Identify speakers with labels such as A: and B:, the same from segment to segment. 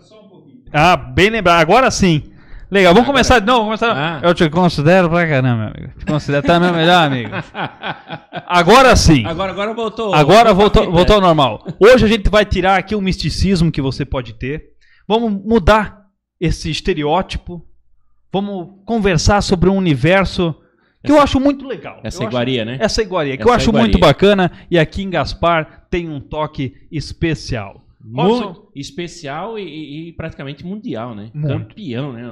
A: só um pouquinho. Ah, bem lembrado. Agora sim. Legal, vamos
B: Agora-
A: começar de novo. vamos começar-
B: Ah.
A: Eu te considero pra caramba, meu amigo. Te considero tá meu melhor amigo. Agora sim.
B: Agora, agora voltou.
A: Agora voltou, voltou ao normal. Hoje a gente vai tirar aqui o misticismo que você pode ter. Vamos mudar esse estereótipo. Vamos conversar sobre um universo que eu acho muito legal.
B: Essa
A: Eu acho-
B: iguaria, né?
A: essa iguaria, que eu
B: Essa
A: acho
B: iguaria.
A: muito bacana. E aqui em Gaspar tem um toque especial. Robson,
B: Muito especial e- e, e praticamente mundial, né?
A: Muito.
B: Campeão, né?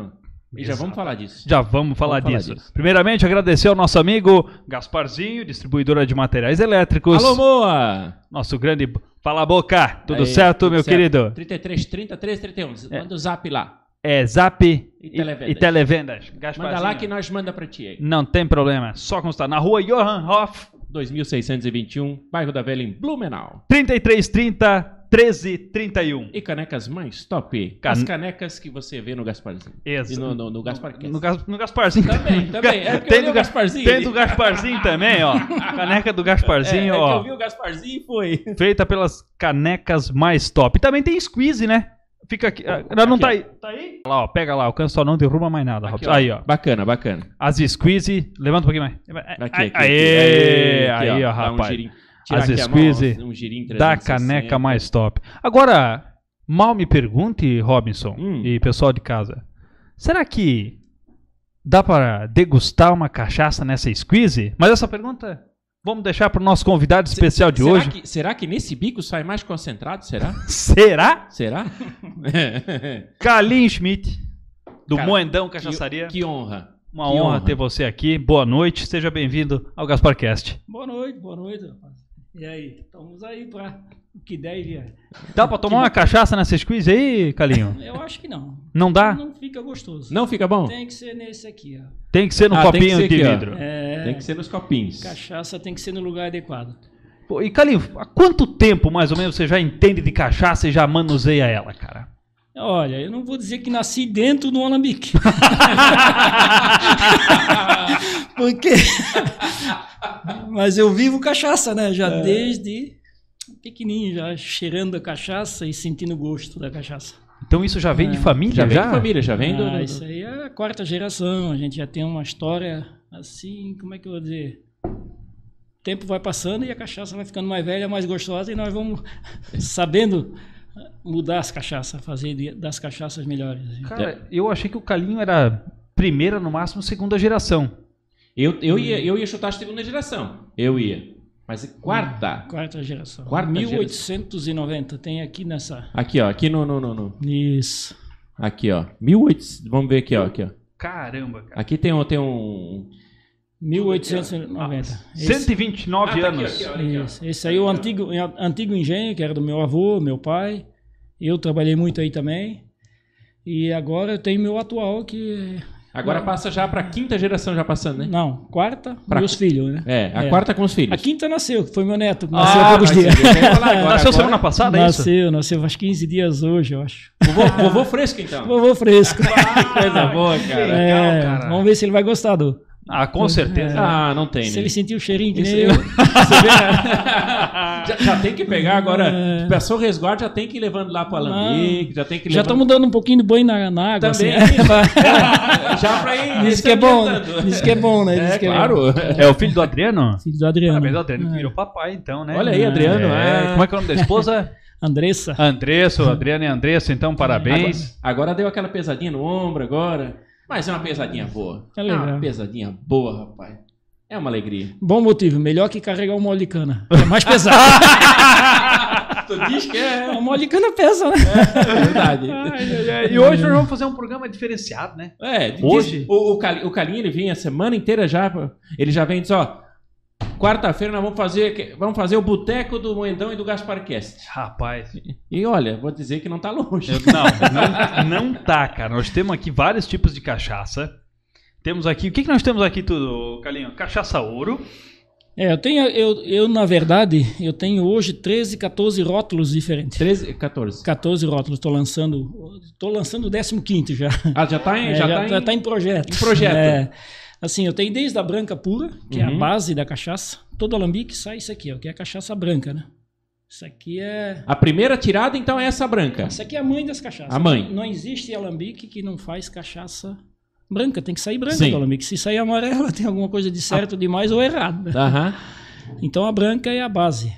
B: E já
A: Exato.
B: vamos falar disso.
A: Já vamos falar,
B: Vamos falar
A: disso.
B: disso.
A: Primeiramente, agradecer ao nosso amigo Gasparzinho, distribuidora de materiais elétricos.
B: Alô, Moa!
A: nosso grande. Fala boca! Tudo
B: Aí,
A: certo,
B: tudo
A: meu
B: certo.
A: querido?
B: 33, 30, 13, 31. Manda o zap lá.
A: É Zap e,
B: televendas.
A: e televendas.
B: Manda
A: Gasparzinho.
B: lá que nós manda pra ti aí.
A: Não tem problema. é Só constar. Na rua Johan Hoff,
B: 2621, bairro da Velha, em Blumenau.
A: 3330 1331.
B: E canecas mais top.
A: Can-
B: As canecas que você vê no Gasparzinho.
A: Exa-
B: E no, no, no Gasparcast.
A: No, Gas- no Gasparzinho.
B: Também, também. É porque eu
A: tem
B: li
A: do
B: o
A: Ga-
B: Gasparzinho
A: Tem
B: ali.
A: do Gasparzinho também, ó. Caneca do Gasparzinho,
B: é, é que
A: ó.
B: eu vi o Gasparzinho e foi.
A: Feita pelas canecas mais top. E também tem squeeze, né? Fica aqui. ah, Ela não
B: Aqui,
A: tá
B: ó.
A: aí. Tá aí? Lá, ó. Pega lá. Alcança só não derruba mais nada,
B: Aqui,
A: Robson. Aí, ó.
B: Bacana, bacana.
A: As squeeze. Levanta um pouquinho mais.
B: Aqui, aqui,
A: Aê!
B: aqui. Aqui,
A: Aí, ó,
B: Dá Um
A: rapaz.
B: girinho, Tira
A: As
B: aqui a
A: squeeze
B: mão, um girinho
A: da
B: 360.
A: caneca mais top. Agora, mal me pergunte, Robinson
B: Hum.
A: e pessoal de casa, será que dá para degustar uma cachaça nessa squeeze? Mas essa pergunta vamos deixar para o nosso convidado especial de
B: será
A: hoje.
B: Que, será que nesse bico sai mais concentrado? Será?
A: Será?
B: Será?
A: Kalim Schmidt, do
B: Cara,
A: Moendão Cachaçaria.
B: que honra.
A: uma
B: que
A: honra,
B: honra.
A: ter você aqui. Boa noite, seja bem-vindo ao GasparCast.
C: Boa noite, boa noite, rapaz. E aí, estamos aí para o que deve. é.
A: Dá para tomar uma cachaça nessa squeeze aí, Calinho?
C: Eu acho que não.
A: Não dá?
C: Não fica gostoso.
B: Ah. Não fica bom?
C: Tem que ser nesse aqui, ó.
A: Tem que ser no
B: Ah, tem que
A: copinho
B: ser
A: de
B: aqui, ó.
A: vidro.
C: É,
B: Tem que ser nos copinhos.
C: cachaça tem que ser no lugar adequado.
A: Pô, E Calim, há quanto tempo mais ou menos você já entende de cachaça e já manuseia ela, cara?
C: Olha, eu não vou dizer que nasci dentro do alambique. Porque. Mas eu vivo cachaça, né?
B: É.
C: Já desde pequenininho, já cheirando a cachaça e sentindo o gosto da cachaça.
A: Então isso já vem de família,
B: É, Já
A: já?
B: vem de família, já vem do...
C: Ah,
B: do-
C: isso aí é a quarta geração. A gente já tem uma história assim, como é que eu vou dizer? O tempo vai passando e a cachaça vai ficando mais velha, mais gostosa e nós vamos sabendo mudar as cachaças, fazer de- das cachaças melhores.
A: Cara, eu achei que o Calinho era primeira, no máximo segunda geração.
B: Eu, eu, ia, eu ia chutar a segunda geração. Eu ia. Mas é quarta.
C: Quarta geração.
B: Quarta
C: 1890 tem aqui nessa.
B: Aqui, ó. Aqui no... no, no, no.
C: Isso.
B: Aqui, ó. 1800... Vamos ver aqui, ó. Aqui, ó.
A: Caramba, cara.
B: Aqui tem um... Tem um...
C: 1890. Esse,
A: 129
B: Ah, tá aqui,
A: anos.
B: aqui, ó.
C: isso. Esse aí é o antigo, é o antigo engenho, que era do meu avô, meu pai. Eu trabalhei muito aí também. E agora eu tenho meu atual, que. é,
B: Agora passa já pra quinta geração já passando, né?
C: Não, quarta,
B: Pra-
C: meus filhos, né?
B: É, a
C: É.
B: quarta com os filhos.
C: A quinta nasceu, foi meu neto. Nasceu há
A: Ah,
C: poucos
A: mas
C: dias.
B: Eu ia falar agora,
A: Nasceu
B: agora-
A: semana passada, é isso?
C: Nasceu, nasceu faz 15 dias hoje, eu acho.
B: Vovô, vovô fresco, então.
C: Vovô fresco.
B: Coisa boa, cara.
C: É,
A: Ah, cara.
C: vamos ver se ele vai gostar do.
A: Ah, com certeza.
B: Ah, não tem,
C: Se
B: né?
C: ele sentir o cheirinho que
B: Isso
C: nem
B: aí-
C: eu.
B: Você vê, né? já, já tem que pegar agora. Passou o resguardo, já tem que ir levando lá pro Alambique, É. Ah, já né? tem que
C: Já
B: levar.
C: estamos dando um pouquinho de banho na, na água.
B: também. Ah,
C: Assim.
B: já pra ir.
C: Diz
B: se
C: que é bom, né?
B: ambientando.
C: diz que é bom, né? Diz
B: É,
C: que
B: claro.
A: É o filho do Adriano?
C: Filho do Adriano.
A: Parabéns, o Adriano que
C: É.
A: virou papai, então, né?
B: Olha aí, Adriano, é.
A: Como é que é o nome da esposa?
C: Andressa.
A: Andresso, Adriano e Andresso, então parabéns.
B: Agora deu aquela pesadinha no ombro, agora. Mas é uma pesadinha boa.
C: É
B: É
C: legal.
B: uma pesadinha boa, rapaz. É uma alegria.
C: Bom motivo, melhor que carregar o mole de cana. É mais pesado.
B: tu diz que é.
C: o mole de cana pesa, né?
B: É verdade.
A: Ai, ai, ai. E hoje nós vamos fazer um programa diferenciado, né?
B: É, diz-
A: Hoje?
B: o, o, Cali- o Calinho, ele vem a semana inteira já. Ele já vem e diz, ó. Quarta-feira nós vamos fazer, que- vamos fazer o boteco do Moendão e do Gasparcast.
A: Rapaz.
B: E olha, vou dizer que não tá longe.
A: Eu- não, não, não tá, cara. Nós temos aqui vários tipos de cachaça. Temos aqui. O que, que nós temos aqui, tudo, Calinho? Cachaça ouro.
C: É, eu tenho, eu, eu, na verdade, eu tenho hoje 13, 14 rótulos diferentes.
B: 13, 14.
C: 14 rótulos, tô lançando, tô lançando o 15 já.
B: Ah, já tá em,
C: É,
B: já
C: já,
B: tá em-
C: tá em projeto.
B: em projeto.
C: É. Assim, eu tenho desde a branca pura, que é a
B: Uhum.
C: base da cachaça. Todo alambique sai isso aqui, ó, que é a cachaça branca, né? Isso aqui é.
B: A primeira tirada, então, é essa branca.
C: Isso aqui é a mãe das cachaças.
B: A mãe.
C: Não existe alambique que não faz cachaça branca. Tem que sair branca
B: Sim.
C: do alambique. Se sair amarela, tem alguma coisa de certo demais ou errado. né?
B: Aham.
C: Então a branca é a base.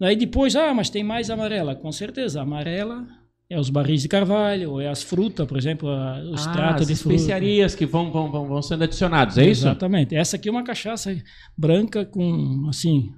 C: Daí depois, ah, mas tem mais amarela. Com certeza, a amarela é os barris de carvalho, ou é as frutas, por exemplo, a- o
B: Ah,
C: extrato
B: as
C: de fruta.
B: especiarias que vão, vão, vão, vão sendo adicionados, é isso?
C: Exatamente. Essa aqui é uma cachaça branca com, assim,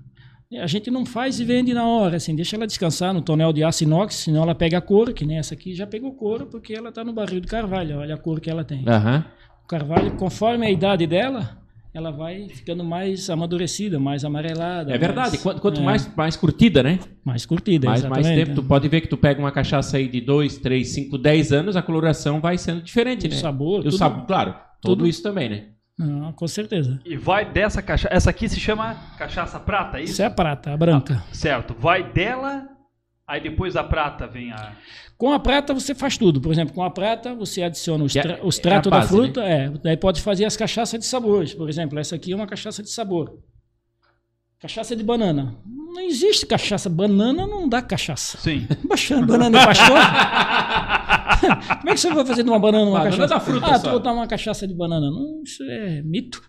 C: a gente não faz e vende na hora, assim, deixa ela descansar no tonel de aço inox, senão ela pega couro, que nem essa aqui já pegou couro, porque ela está no barril de carvalho, olha a cor que ela tem.
B: Aham.
C: O carvalho, conforme a idade dela, ela vai ficando mais amadurecida, mais amarelada.
B: É verdade.
C: mais-
B: Quanto, quanto
C: é,
B: mais, mais curtida, né?
C: mais curtida,
B: Mais, mais
C: exatamente.
B: tempo, tu pode ver que tu pega uma cachaça aí de 2, 3, 5, 10 anos, a coloração vai sendo diferente,
C: O
B: né?
C: sabor,
B: E o
C: tudo.
B: sabor, claro. Tudo
C: tudo.
B: isso também, né?
C: Não, com certeza.
A: E vai dessa cachaça. Essa aqui se chama cachaça prata, é isso?
C: Isso é a prata, a
B: Ah,
C: branca.
A: Certo. Vai dela, aí depois da prata vem a.
C: Com a prata você faz tudo. Por exemplo, com a prata você adiciona os,
B: Que é-
C: tra os
B: é a
C: tratos da
B: base,
C: fruta. É, daí pode fazer as cachaças de sabores. Por exemplo, essa aqui é uma cachaça de sabor. Cachaça de banana. Não existe cachaça. Banana não dá cachaça.
A: Sim.
C: Baixando banana pastor? Como é que você vai fazer de uma banana uma
B: Banana
C: cachaça?
B: dá fruta
C: ah,
B: só.
C: tu botar uma cachaça de banana. Não, isso é mito.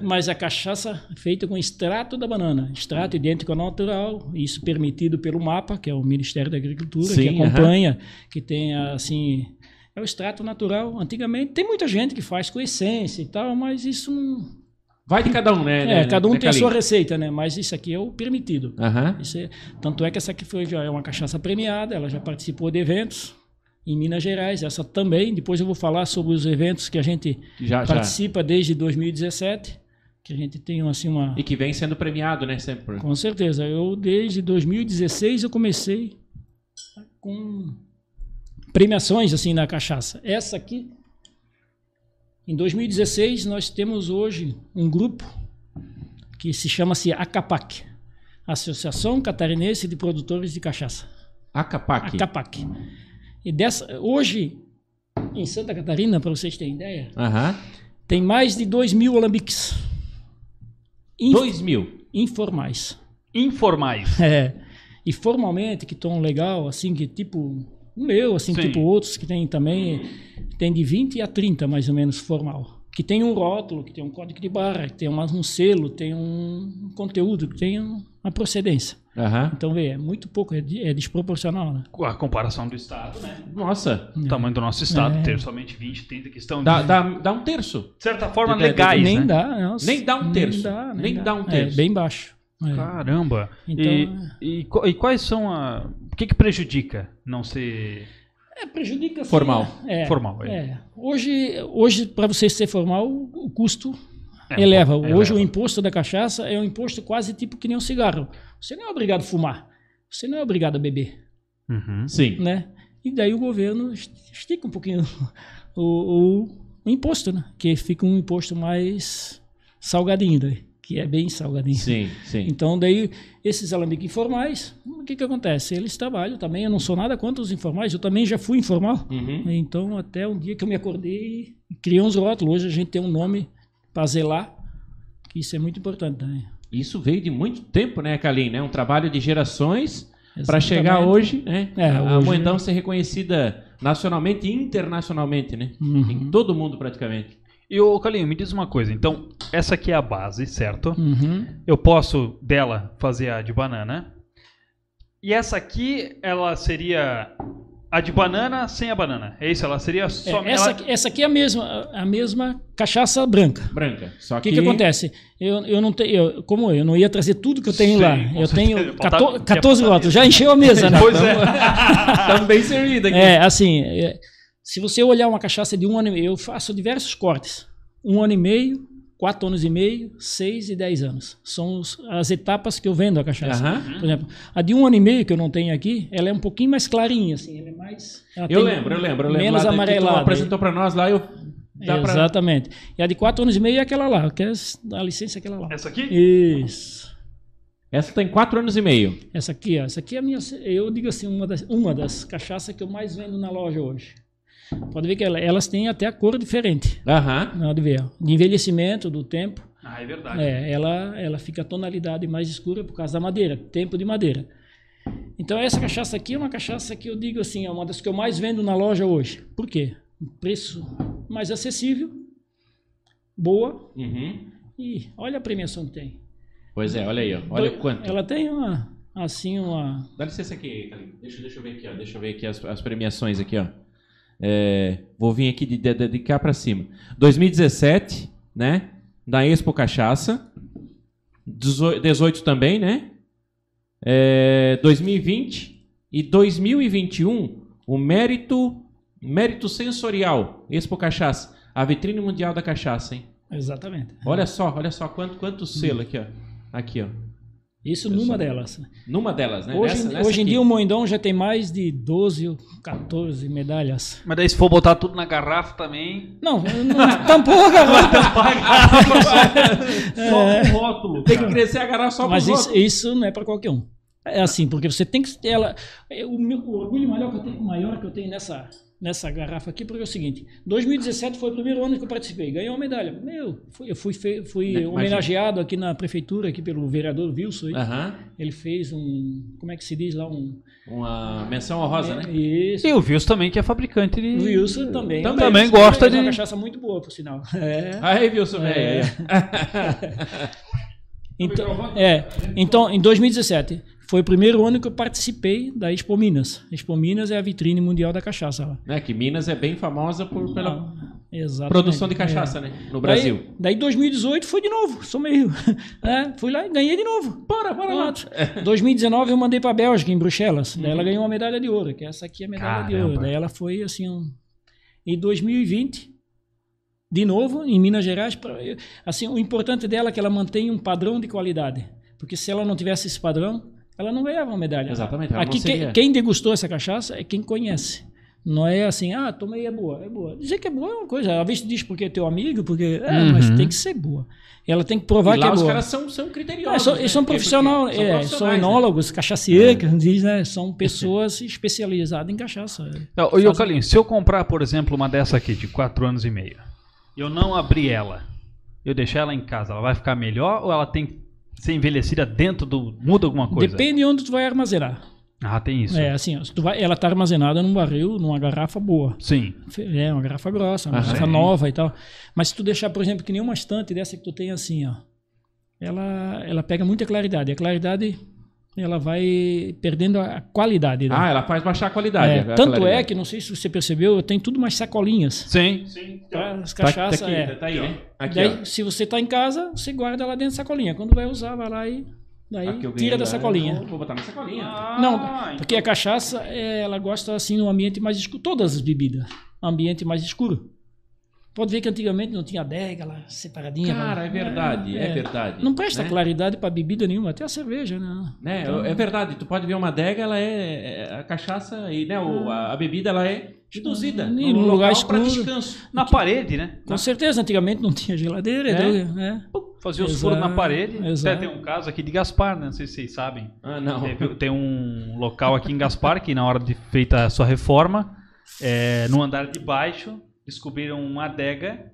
C: Mas a cachaça feita com extrato da banana. Extrato idêntico ao natural. Isso permitido pelo MAPA, que é o Ministério da Agricultura, que
B: Sim, aham.
C: acompanha, que tem assim... É o extrato natural. Antigamente, tem muita gente que faz com essência e tal, mas isso não...
B: Vai de cada um, né?
C: É,
B: né,
C: cada um
B: né,
C: tem a sua
B: Kalil?
C: receita, né? Mas isso aqui é o permitido.
B: Aham.
C: Isso é- tanto é que essa aqui foi, já é uma cachaça premiada, ela já participou de eventos em Minas Gerais, essa também. Depois eu vou falar sobre os eventos que a gente
B: Já, já.
C: participa desde 2017, que a gente tem assim uma...
B: E que vem sendo premiado, né? Sempre.
C: Com certeza, eu desde 2016 eu comecei com premiações assim na cachaça. Essa aqui, em 2016 nós temos hoje um grupo que se chama-se ACAPAC, Associação Catarinense de Produtores de Cachaça.
B: A Capac.
C: ACAPAC. E dessa, hoje, em Santa Catarina, para vocês terem ideia,
B: Aham.
C: tem mais de 2 mil alambiques Inf-
B: 2000.
C: informais.
A: Informais.
C: É. E formalmente, que tão legal, assim, que tipo o meu, assim,
A: Sim.
C: tipo outros que tem também, tem de 20 a 30 mais ou menos formal. Que tem um rótulo, que tem um código de barra, que tem uma- um selo, tem um conteúdo, que tem um- uma procedência.
B: Aham.
C: Então, vê, é muito pouco, é, di- é desproporcional, né?
A: A comparação do Estado, né?
B: Nossa.
A: O tamanho do nosso Estado,
C: É.
A: ter somente 20, 30 que estão,
B: Dá,
A: de
B: dá, dá um terço.
A: certa forma,
B: de- de-
A: legais,
C: nem
A: né?
C: dá, nossa,
B: Nem dá um terço. Nem dá um terço.
C: É, bem baixo. É.
A: Caramba.
C: Então,
A: e, e, qu- e quais são a... O que que prejudica não ser...
C: É, prejudica sim,
B: Formal.
C: né? É,
A: Formal, é.
C: é. Hoje, hoje para você ser formal, o o custo
A: É,
C: eleva.
A: eleva.
C: Hoje o imposto da cachaça é um imposto quase tipo que nem um cigarro. Você não é obrigado a fumar, você não é obrigado a beber,
A: Uhum.
B: Sim.
C: né? E daí o governo est- estica um pouquinho o, o- o imposto, né? Que fica um imposto mais salgadinho, daí, que é bem salgadinho.
B: Sim, sim.
C: Então, daí, esses alambiques informais, o que que acontece? Eles trabalham também, eu não sou nada contra os informais, eu também já fui informal.
B: Uhum.
C: Então, até um dia que eu me acordei e criei uns rótulos. Hoje a gente tem um nome para zelar, que isso é muito importante também.
B: Isso veio de muito tempo, né, Kalim? Né? Um trabalho de gerações para
C: Exatamente.
B: chegar hoje, né?
C: É,
B: a
C: hoje-
B: Moedão ser reconhecida nacionalmente e internacionalmente, né?
C: Uhum.
B: Em todo mundo praticamente.
A: E, ô, Calinho, me diz uma coisa. Então, essa aqui é a base, certo?
C: Uhum.
A: Eu posso, dela, fazer a de banana. E essa aqui, ela seria a de banana sem a banana. É isso? Ela seria
C: É,
A: só... ela-
C: essa, aqui- essa aqui é a mesma, a mesma cachaça branca.
B: Branca. Só
C: O que, que acontece? Eu, eu não tenho, eu- como eu não ia trazer tudo que eu tenho
A: Sim,
C: lá.
A: com
C: Eu
A: certeza.
C: tenho
A: Faltava-
C: 14,
A: tinha
C: 14
A: faltado
C: rótulos, já encheu a mesa, né?
A: Pois é.
B: Estamos bem servidos aqui.
C: É, assim, é, se você olhar uma cachaça de um ano e meio, eu faço diversos cortes. Um ano e meio, quatro anos e meio, seis e dez anos. São os- as etapas que eu vendo a cachaça.
B: Aham.
C: Por exemplo, a de um ano e meio que eu não tenho aqui, ela é um pouquinho mais clarinha, assim, ela é mais... ela
B: Eu
C: tem
B: lembro, eu lembro, eu lembro.
C: Menos
B: lá do que tu
C: amarelada. é,
B: apresentou para nós lá, eu... Dá pra...
C: Exatamente. E a de quatro anos e meio é aquela lá, que é a licença é aquela lá.
A: Essa aqui?
B: assim.
C: Isso.
B: Essa tem quatro anos e meio.
C: Essa aqui, ó, essa aqui é a minha, eu digo assim, uma das, uma das cachaças que eu mais vendo na loja hoje. Pode ver que ela- elas têm até a cor diferente.
B: Aham.
C: Nada a ver. ó. De envelhecimento do tempo,
A: Ah, é verdade.
C: é, ela, ela fica a tonalidade mais escura por causa da madeira, tempo de madeira. Então essa cachaça aqui é uma cachaça que eu digo assim, é uma das que eu mais vendo na loja hoje. Por quê? Um preço mais acessível, boa
B: Uhum.
C: e olha a premiação que tem.
B: Pois é, olha aí, ó. olha
C: Doi-
B: quanto.
C: Ela tem uma assim uma
B: Dá licença aqui, Thalita. deixa, deixa eu ver aqui, ó. Deixa eu ver aqui as, as premiações aqui, ó. É, vou vir aqui de, de, de cá pra cima. 2017, né? Da Expo Cachaça. Dezo- 18 também, né? É, 2020 e 2021, o mérito mérito sensorial Expo Cachaça, a vitrine mundial da cachaça, hein?
C: exatamente.
B: Olha só, olha só quanto quanto selo aqui, ó. Aqui, ó.
C: Isso
B: Pessoal.
C: numa delas.
B: Numa delas, né?
C: Hoje,
B: Nessa- nessa
C: hoje em
B: aqui.
C: dia o Moindon já tem mais de 12 ou 14 medalhas.
A: Mas daí se for botar tudo na garrafa também.
C: Não, não tampouco, É.
A: Só um rótulo.
B: Tem que crescer a garrafa só
C: mas
B: pros
C: isso, isso não é para qualquer um. É assim, porque você tem que ter ela. é, O meu o orgulho maior que eu tenho, maior que eu tenho nessa, nessa garrafa aqui, porque é o seguinte: 2017 foi o primeiro ano que eu participei, ganhei uma medalha. Meu, fui, eu fui, fe- fui
B: Né, Imagina. Ah.
C: homenageado aqui na prefeitura, aqui pelo vereador Wilson. aí.
B: Aham.
C: Ele fez um. Como é que se diz lá? Um.
B: Uma menção honrosa, né?
C: Isso.
A: E o Wilson também, que é fabricante de.
B: Hum.
C: O Wilson também.
A: Também
C: Wilson
A: gosta
C: fez
A: de-
C: Uma cachaça muito boa, por sinal. É.
B: Aí, Wilson, velho.
C: É.
B: aí, ó.
C: Então, é. então, em 2017, foi o primeiro ano que eu participei da Expo Minas. Expo Minas é a vitrine mundial da cachaça lá.
B: Né, que Minas é bem famosa por, pela
C: Exatamente.
B: produção de
C: É.
B: cachaça, né? No Brasil.
C: Daí, daí 2018 foi de novo, sou meio. É, fui lá e ganhei de novo. Bora, bora lá.
B: É.
C: 2019 eu mandei pra Bélgica, em Bruxelas. Daí
B: Uhum.
C: ela ganhou uma medalha de ouro, que essa aqui é a medalha de ouro.
A: Caramba.
C: Daí ela foi assim. Um... Em 2020, de novo, em Minas Gerais. pra- eu- Assim, o importante dela é que ela mantém um padrão de qualidade. Porque se ela não tivesse esse padrão, ela não ganhava uma medalha.
B: Exatamente, ela Então, não
C: Aqui,
B: seria.
C: quem, quem degustou essa cachaça é quem conhece. Não é assim, ah, tomei é boa, é boa. Dizer que é boa é uma coisa. Às vezes diz porque é teu amigo, porque. É,
A: Uhum.
C: mas tem que ser boa. Ela tem que provar
B: e
C: que
B: lá
C: é
B: os
C: boa.
B: caras são, são
C: Ah,
B: criteriosos.
C: são,
B: né?
C: eles são
B: Porque-
C: profissional,
B: são
C: é, são
B: profissionais, né?
C: enólogos, cachacier, que diz, né? São pessoas especializadas em cachaça.
A: Não, ô, Yokalin, se eu comprar, por exemplo, uma dessa aqui de 4 anos e meio, eu não abrir ela, eu deixar ela em casa, ela vai ficar melhor ou ela tem que ser envelhecida dentro do. muda alguma coisa?
C: Depende de onde tu vai armazenar.
A: Ah, tem isso.
C: É assim, ó, se tu vai, ela está armazenada num barril, numa garrafa boa.
A: Sim.
C: É, uma garrafa grossa, uma
B: Ah,
C: garrafa
A: sim.
C: nova e tal. Mas se tu deixar, por exemplo, que nenhuma estante dessa que tu tem assim, ó, ela, ela pega muita claridade. A claridade, ela vai perdendo a qualidade. né?
B: Ah, ela faz baixar a qualidade.
C: É,
B: a
C: tanto é
B: claridade.
C: que, não sei se você percebeu, tem tudo umas sacolinhas.
A: Sim.
C: Pra as
B: Tá- tá
C: cachaças,
B: aqui,
C: é.
B: tá aí, né? Aqui,
C: daí,
B: ó.
C: se você tá em casa, você guarda lá dentro da sacolinha. Quando vai usar, vai lá e
B: Aqui é eu
C: daí
B: ganhei então,
C: tira Ah, da
B: agora.
C: sacolinha.
B: Vou, vou botar na sacolinha.
A: Ah,
C: Não, porque a cachaça, é, ela gosta assim no ambiente mais escuro. Todas as bebidas, um ambiente mais escuro. Pode ver que antigamente não tinha adega lá, separadinha.
B: Cara,
C: lá.
B: é verdade, é,
C: É.
B: verdade.
C: Não presta
B: né?
C: claridade para bebida nenhuma, até a cerveja, né?
B: Né, é verdade, tu pode ver uma adega, ela é é, a cachaça e né, o-
C: Ah.
B: a, a bebida ela é reduzida
C: Em
B: num
C: um
B: local
C: lugar
B: pra
C: escuro.
B: descanso.
A: Na parede, né?
C: Com certeza, antigamente não tinha geladeira,
B: É.
C: né? É.
A: Fazer os
C: Exato,
A: furos na parede.
C: exato.
A: Até tem um caso aqui de Gaspar, né? Não sei se vocês sabem.
B: Ah, não.
A: Teve- Tem um local aqui em Gaspar que, na hora de feita a sua reforma, é, no andar de baixo, descobriram uma adega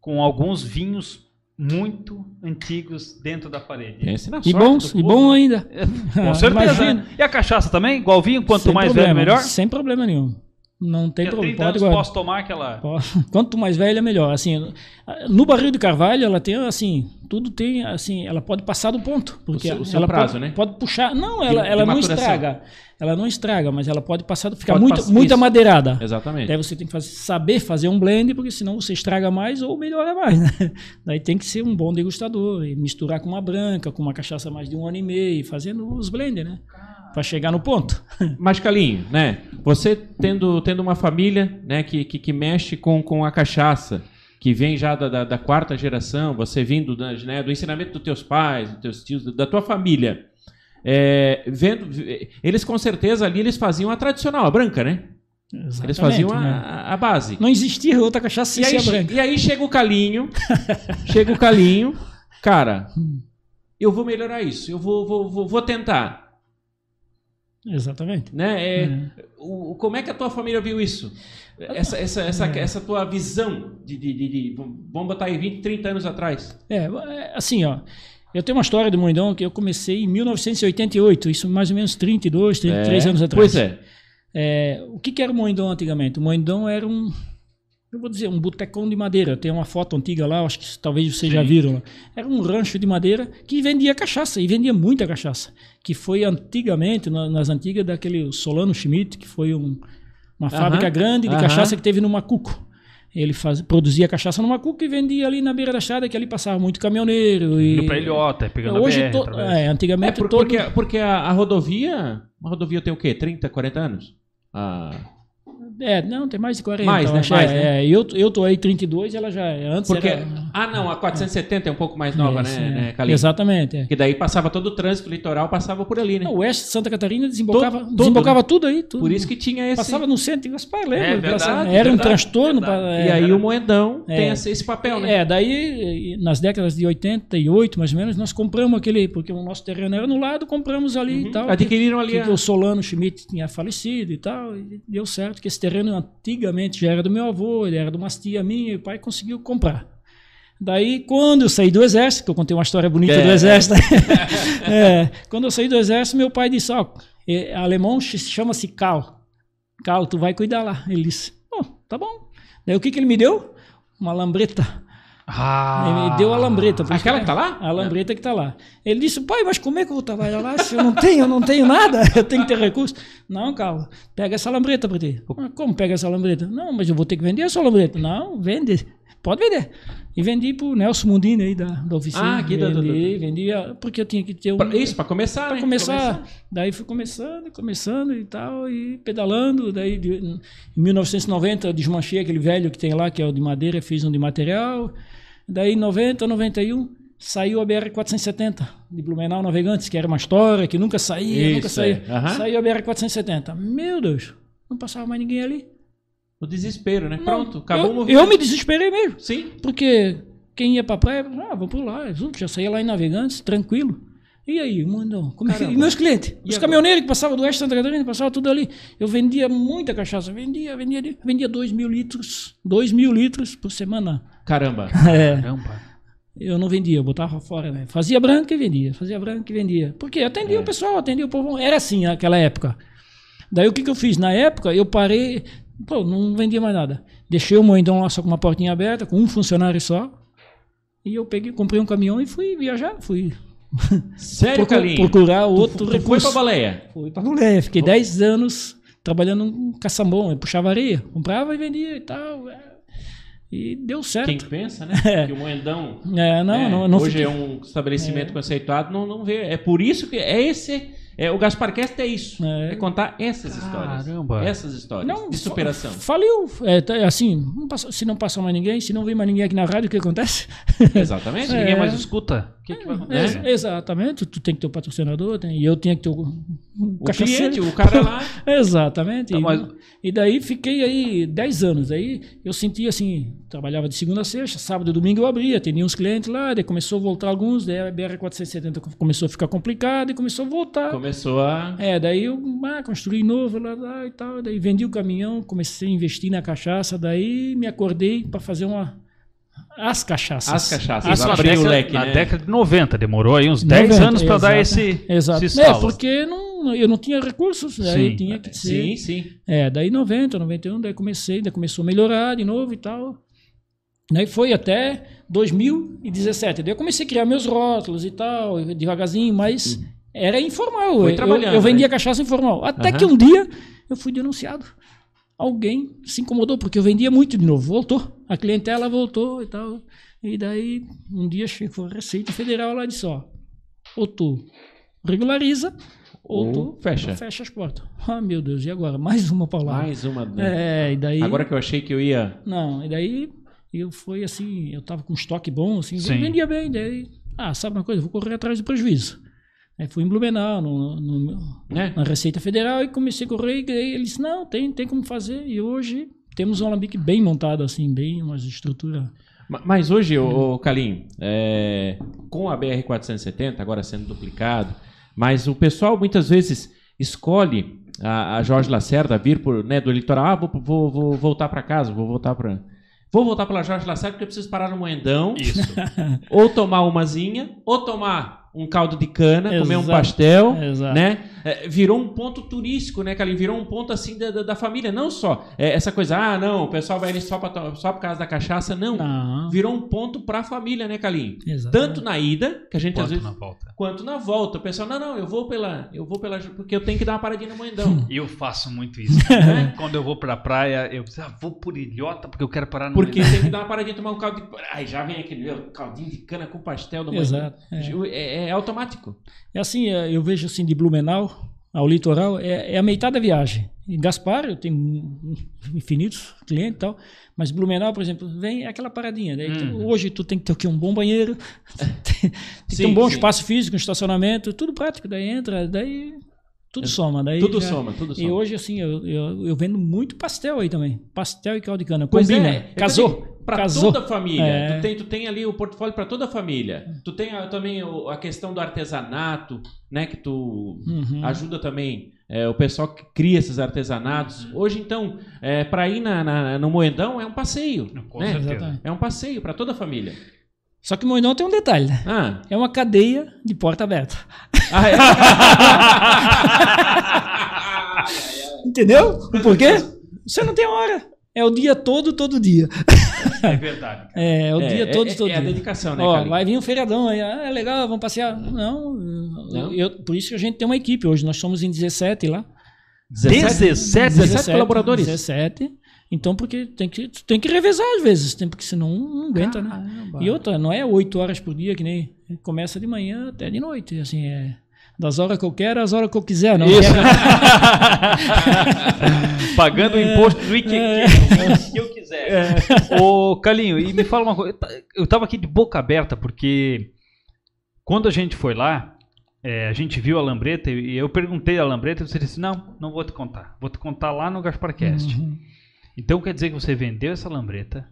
A: com alguns vinhos muito antigos dentro da parede.
B: Pense na
C: E
B: sorte
C: bons,
B: do
C: e
B: povo.
C: bom ainda.
A: Com certeza.
C: Ah, Imagina.
A: né? E a cachaça também? Igual vinho, quanto
C: Sem
A: mais
C: problema,
A: velho, melhor?
C: Sem problema nenhum. Não tem
A: Porque há
C: problema.
A: 30
C: Pode
A: anos
C: guardar.
A: posso tomar aquela.
C: Ó, Quanto mais velha, melhor. Assim, no barril de carvalho, ela tem assim, tudo tem assim, ela pode passar do ponto, porque
B: O seu- o seu
C: ela
B: prazo,
C: pode,
B: né?
C: pode puxar. Não, ela,
B: de
C: ela não
B: maturação.
C: estraga. Ela não estraga, mas ela pode passar, ficar
B: Pode
C: muito,
B: passar-
C: muito
B: isso.
C: amadeirada.
B: Exatamente.
C: Daí você tem que fazer- saber fazer um blend, porque senão você estraga mais ou melhora mais. né? Daí tem que ser um bom degustador e misturar com uma branca, com uma cachaça mais de um ano e meio, fazendo os blend, né? Para chegar no ponto.
B: Mas, Calinho, né? Você tendo, tendo uma família né, que, que, que mexe com, com a cachaça, que vem já da, da, da quarta geração, você vindo da- né, do ensinamento dos teus pais, dos teus tios, da tua família. é, vendo, eles com certeza ali eles faziam a tradicional, a branca, né? Eles faziam a,
C: Exatamente, né?
B: a- a base.
C: Não existia outra cachaça sem
B: E aí,
C: ser a branca.
B: che- e aí chega o calinho. chega o calinho. Cara,
C: Hum.
B: eu vou melhorar isso. Eu vou, vou, vou, vou tentar.
C: Exatamente.
B: Né? É,
C: É.
B: o, o- como é que a tua família viu isso? Essa, essa, essa,
C: É.
B: essa tua visão de, de, de, de- Vamos botar aí 20, 30 anos atrás.
C: É, é, assim, ó. Eu tenho uma história do Moidão que eu comecei em 1988, isso mais ou menos 32, 33
B: É,
C: anos atrás.
B: Pois é.
C: É, o que, que era o Moindão antigamente? O Moindão era um, eu vou dizer, um botecão de madeira. Tem uma foto antiga lá, acho que talvez vocês já viram. lá. Era um rancho de madeira que vendia cachaça, e vendia muita cachaça. Que foi antigamente, na- nas antigas, daquele Solano Schmidt, que foi um- uma
B: Aham,
C: fábrica grande de
B: aham.
C: cachaça que teve no Macuco. Ele faz- produzia cachaça no Macuco e vendia ali na beira da estrada, que ali passava muito caminhoneiro. E...
A: Indo pra Ilhota, tá pegando
C: Hoje,
A: a BR.
C: to-
A: através.
C: é, antigamente,
B: É por-
C: todo-
B: porque, porque a, a rodovia. A rodovia tem o quê? 30, 40 anos? Ah,
C: É, não, tem mais de 40.
B: Mais,
C: eu
B: né?
C: acho,
B: Mais,
C: é,
B: né?
C: é, eu, eu tô aí 32 ela já é antes
B: porque.
C: era-
B: Ah, não, a 470 é um pouco mais nova,
C: Esse,
B: né,
C: é.
B: né Calil?
C: Exatamente. é.
B: Porque daí passava todo o trânsito litoral, passava por ali, né?
C: O oeste de Santa Catarina desembocava,
B: Todo- todo,
C: desembocava tudo aí. Tudo.
B: Por isso que tinha esse.
C: Passava no centro de Gaspar, lembra?
A: É verdade,
C: Passava- era um
A: verdade,
C: transtorno.
A: verdade.
C: pra-
B: e
C: é,
B: aí o Moedão
C: É.
B: tem esse, esse papel, né?
C: É, daí, eh, nas décadas de 88, mais ou menos, nós compramos aquele, porque o nosso terreno era no lado, compramos ali
B: Uhum.
C: e tal.
B: Adquiriram ali.
C: que,
B: a-
C: que o Solano Schmidt tinha falecido e tal, e deu certo que esse terreno antigamente já era do meu avô, ele era de uma tia minha, e o pai conseguiu comprar. Daí, quando eu saí do exército, que eu contei uma história bonita
B: É.
C: do exército, é, quando eu saí do exército, meu pai disse, ó, eh, alemão ch- chama-se Cal, Cal, tu vai cuidar lá. Ele disse, "Ó, tá bom. Daí o que, que ele me deu? Uma lambreta. Ele
A: Ah,
C: me deu a lambreta. por isso
B: Aquela que tá lá?
C: a lambreta que está lá. Ele disse, pai, mas como é que eu vou trabalhar lá se eu não tenho, eu não tenho nada, eu tenho que ter recurso. Não, Carlos, pega essa lambreta para ti. "Mas Como pega essa lambreta? Não, mas eu vou ter que vender essa lambreta. Não, vende, pode vender. E vendi pro Nelson Mundini aí da, da oficina.
B: Ah, aqui da-
C: vendi,
B: da-
C: vendi, a- porque eu tinha que ter um...
B: Pra- Isso, pra começar,
C: Pra
B: né?
C: começar, daí fui começando, começando e tal, e pedalando. Daí, de- em 1990, eu desmanchei aquele velho que tem lá, que é o de madeira, fiz um de material. Daí, em 90, 91, saiu a BR-470, de Blumenau Navegantes, que era uma história, que nunca saía,
B: Isso,
C: nunca saía.
B: é. Aham.
C: Saiu a BR-470. Meu Deus, não passava mais ninguém ali.
B: O desespero, né? Pronto,
C: Não,
B: acabou
C: eu,
B: o movimento.
C: Eu me desesperei mesmo.
B: Sim.
C: Porque quem ia pra praia, ah, vou por lá, junto, já saía lá em Navegantes, tranquilo. E aí, mandou. Como é que-
B: Caramba.
C: e meus clientes, os
B: agora?
C: caminhoneiros que passavam do oeste de Santa Catarina, passavam tudo ali. Eu vendia muita cachaça, vendia, vendia, vendia 2 mil litros, 2 mil litros por semana.
B: Caramba.
C: É,
A: Caramba.
C: eu não vendia, eu botava fora, né? Fazia branco e vendia, fazia branco e vendia. Porque atendia
B: É.
C: o pessoal, atendia o povo. Era assim naquela época. Daí o que, que eu fiz? Na época eu parei, pô, não vendia mais nada. Deixei o moedão lá só com uma portinha aberta, com um funcionário só. E eu peguei, comprei um caminhão e fui viajar, fui
B: Sério,
C: procu-
B: Calinho?
C: procurar outro
B: tu, tu foi pra
C: recurso.
B: baleia.
C: Fui pra mulher, fiquei 10 anos trabalhando um caçambão, eu puxava areia, comprava e vendia e tal. é. E deu certo.
B: Quem pensa, né? Que o Moedão.
C: É, não,
B: né,
C: não, não
B: hoje
C: fiquei-
B: é um estabelecimento conceituado, não, não vê. É por isso que é esse. É, o Gaspar Cast é isso. É,
C: É.
B: contar essas histórias.
A: Caramba.
B: Essas histórias de
C: fa-
B: superação.
C: Faliu. É, tá- assim, não passa- se não passar mais ninguém, se não vem mais ninguém aqui na rádio, o que acontece?
B: Exatamente.
A: Ninguém
C: É.
A: mais escuta. O que, que vai
B: É.
A: acontecer?
C: Ex- Exatamente. Tu tem que ter o patrocinador, tem- e eu tinha que ter o,
B: O
C: cachaceiro.
B: cliente, o cara lá.
C: Exatamente.
A: Tá,
C: E-
A: mas-
C: E daí fiquei aí 10 anos. Aí eu senti assim, trabalhava de segunda a sexta, sábado e domingo eu abria, atendia uns clientes lá, daí começou a voltar alguns, daí a BR-470 começou a ficar complicada e começou a voltar.
B: Começou a.
C: É, daí eu ah, construí novo lá, lá e tal. Daí vendi o caminhão, comecei a investir na cachaça. Daí me acordei para fazer uma. As cachaças.
B: As cachaças,
A: Isso
B: Abriu
A: Ah, na década-
B: Assim, o leque,
A: Na
B: né?
A: década de 90, demorou aí uns 10 anos pra dar esse,
C: Exato.
A: esse
C: é,
A: salto.
C: porque não, eu não tinha recursos, daí
A: Sim.
C: tinha que ser.
B: Sim, sim.
C: É, daí 90, 91, daí comecei, daí começou a melhorar de novo e tal. Daí foi até 2017. Daí eu comecei a criar meus rótulos e tal, devagarzinho, mas era informal.
B: Uhum. Foi
C: Eu-
B: trabalhando,
C: eu, eu vendia
B: né?
C: cachaça informal. Até
B: Aham.
C: que um dia eu fui denunciado. Alguém se incomodou, porque eu vendia muito de novo. Voltou. A clientela voltou e tal. E daí um dia chegou a Receita Federal lá e disse: ó, ou tu regulariza, ou,
B: Ou
C: tu
B: fecha.
C: Então fecha as portas. Ah, meu Deus, e agora? Mais uma paulada.
B: Mais uma.
C: É, e daí.
B: Agora que eu achei que eu ia.
C: Não, e daí eu fui assim, eu tava com um estoque bom, assim,
A: Sim.
C: vendia bem, daí. Ah, sabe uma coisa? Vou correr atrás do prejuízo. Aí fui em Blumenau, no- no-
B: Né?
C: na Receita Federal, e comecei a correr, e daí eles, não, tem, tem como fazer. E hoje temos um alambique bem montado, assim, bem, uma estrutura.
B: Ma- Mas hoje, o Calim, é, com a BR-470 agora sendo duplicado, mas o pessoal muitas vezes escolhe a, a Jorge Lacerda vir por, né, do litoral, ah, vou, vou- vou voltar para casa, vou voltar para... Vou voltar pela Jorge Lacerda porque eu preciso parar no Moedão. ou tomar umazinha, ou tomar um caldo de cana, comer um
C: Exato,
B: pastel,
C: exato.
B: né? É, virou um ponto turístico, né, Kalim? Virou um ponto assim da, da- da família. Não só é, essa coisa, ah, não, o pessoal vai ali só, pra, to- só por causa da cachaça. Não.
C: Não.
B: Virou um ponto pra família, né, Kalim?
C: Exatamente.
B: Tanto na ida, que a gente às
A: Quanto
B: vezes.
A: na volta.
B: Quanto na volta. O pessoal, não, não, eu vou pela. Eu vou pela. Porque eu tenho que dar uma paradinha no moedão.
A: Eu faço muito isso. né? Quando eu vou pra praia, eu ah, vou por ilhota porque eu quero parar no
B: Porque tem que dar uma paradinha tomar um caldo de. Ai, já vem aquele meu, caldinho de cana com pastel no moedão.
C: Exato. É.
B: É, é automático.
C: É assim, é, eu vejo assim de Blumenau ao litoral, é, é a metade da viagem. Em Gaspar, eu tenho in- infinitos clientes e tal, mas Blumenau, por exemplo, vem aquela paradinha. né? Então,
B: Uhum.
C: hoje tu tem que ter o quê? um bom banheiro, tem, tem que ter
B: Sim,
C: um bom
B: sim.
C: espaço físico, um estacionamento, tudo prático. Daí entra, daí tudo soma. Daí
B: É, tudo
C: já-
B: soma, tudo soma.
C: E hoje, assim, eu, eu, eu vendo muito pastel aí também. Pastel e caldo de cana.
B: Pois
C: Combina.
B: é, eu
C: casou.
B: também- Pra
C: casou.
B: toda a família.
C: É.
B: Tu, tem, tu tem ali o portfólio pra toda a família. Tu tem a- também o- a questão do artesanato, né? Que tu
C: Uhum.
B: ajuda também é, o pessoal que cria esses artesanatos.
C: Uhum.
B: Hoje, então, é, para ir na, na- no Moedão é um passeio.
A: Com
B: né?
A: certeza.
C: Exatamente.
B: É um passeio pra toda a família.
C: Só que o Moinão tem um detalhe, né?
B: Ah,
C: É uma cadeia de porta aberta.
B: ah,
C: Entendeu? O porquê? Você não tem hora. É o dia todo, todo dia.
A: É verdade.
C: É, é o
B: é,
C: dia
B: é-
C: todo,
B: é,
C: todo
B: é a
C: dia.
B: dedicação, né,
C: Ó,
B: Kalim?
C: vai vir um feriadão aí. Ah, é legal, vamos passear. Não,
B: Não?
C: eu- por isso que a gente tem uma equipe hoje. Nós somos em 17 lá.
A: 17?
B: 17 colaboradores?
C: 17. Então, porque tem que, tu tem que revezar às vezes, tem, porque senão não aguenta, né?
B: Caramba.
C: E outra, não é oito horas por dia, que nem começa de manhã até de noite, assim, é das horas que eu quero às horas que eu quiser, não
A: Isso.
C: quero-
A: Pagando o imposto do IQ, se eu quiser. É. Ô, Calinho, e me fala uma coisa. eu ta- Eu tava aqui de boca aberta, porque quando a gente foi lá, é, a gente viu a Lambreta e eu perguntei a Lambreta e você disse: Não, não vou te contar. Vou te contar lá no Gasparcast.
C: Uhum.
A: Então quer dizer que você vendeu essa Lambreta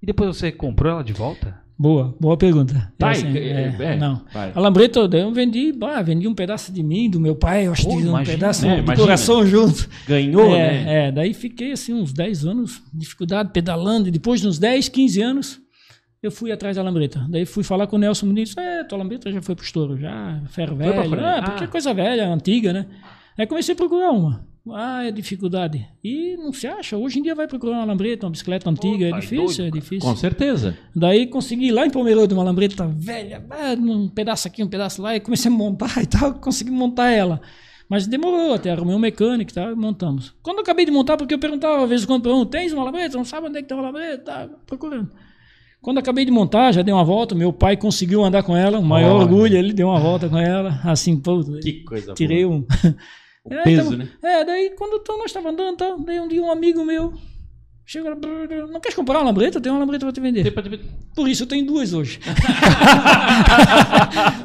A: e depois você comprou ela de volta?
C: Boa, boa pergunta.
B: Tá,
C: É assim,
B: e- é-
C: é,
B: é,
C: não.
B: vai.
C: A lambreta eu dei, eu vendi, bah, vendi um pedaço de mim, do meu pai, eu acho
A: Pô,
C: que um
A: imagina,
C: pedaço
B: né?
C: do
B: Imagina.
C: coração junto.
B: Ganhou,
C: é,
B: né?
C: é, daí fiquei assim uns 10 anos, dificuldade, pedalando, e depois de uns 10, 15 anos, eu fui atrás da lambreta. Daí fui falar com o Nelson Muniz, é, tua lambreta já foi pro estouro, já, ferro
B: pra
C: velho,
B: frente.
C: ah, porque
B: Ah.
C: é coisa velha, antiga, né? Aí comecei a procurar uma. Ah, é dificuldade. E não se acha, hoje em dia vai procurar uma lambreta, uma bicicleta antiga,
A: tá
C: é difícil,
A: doido, cara.
C: é difícil.
B: Com certeza.
C: Daí consegui lá em Pomerode uma lambreta velha, ah, um pedaço aqui, um pedaço lá, e comecei a montar e tal, consegui montar ela. Mas demorou até, arrumei um mecânico e tal, e montamos. Quando eu acabei de montar, porque eu perguntava, às vezes, quando pra um, tens uma lambreta? Não sabe onde é que tem uma lambreta? Tá procurando. Quando eu acabei de montar, já dei uma volta, meu pai conseguiu andar com ela, o maior
B: Olha.
C: orgulho, ele deu uma volta com ela, assim, pô,
B: Que coisa
C: tirei um...
B: O
C: É,
B: peso,
C: então,
B: né?
C: É, daí quando tô, nós estávamos andando, tá, daí um dia um amigo meu chega, lá, brrr, brrr, não queres comprar uma lambreta? Eu tenho uma lambreta pra te vender. Por isso eu tenho duas hoje.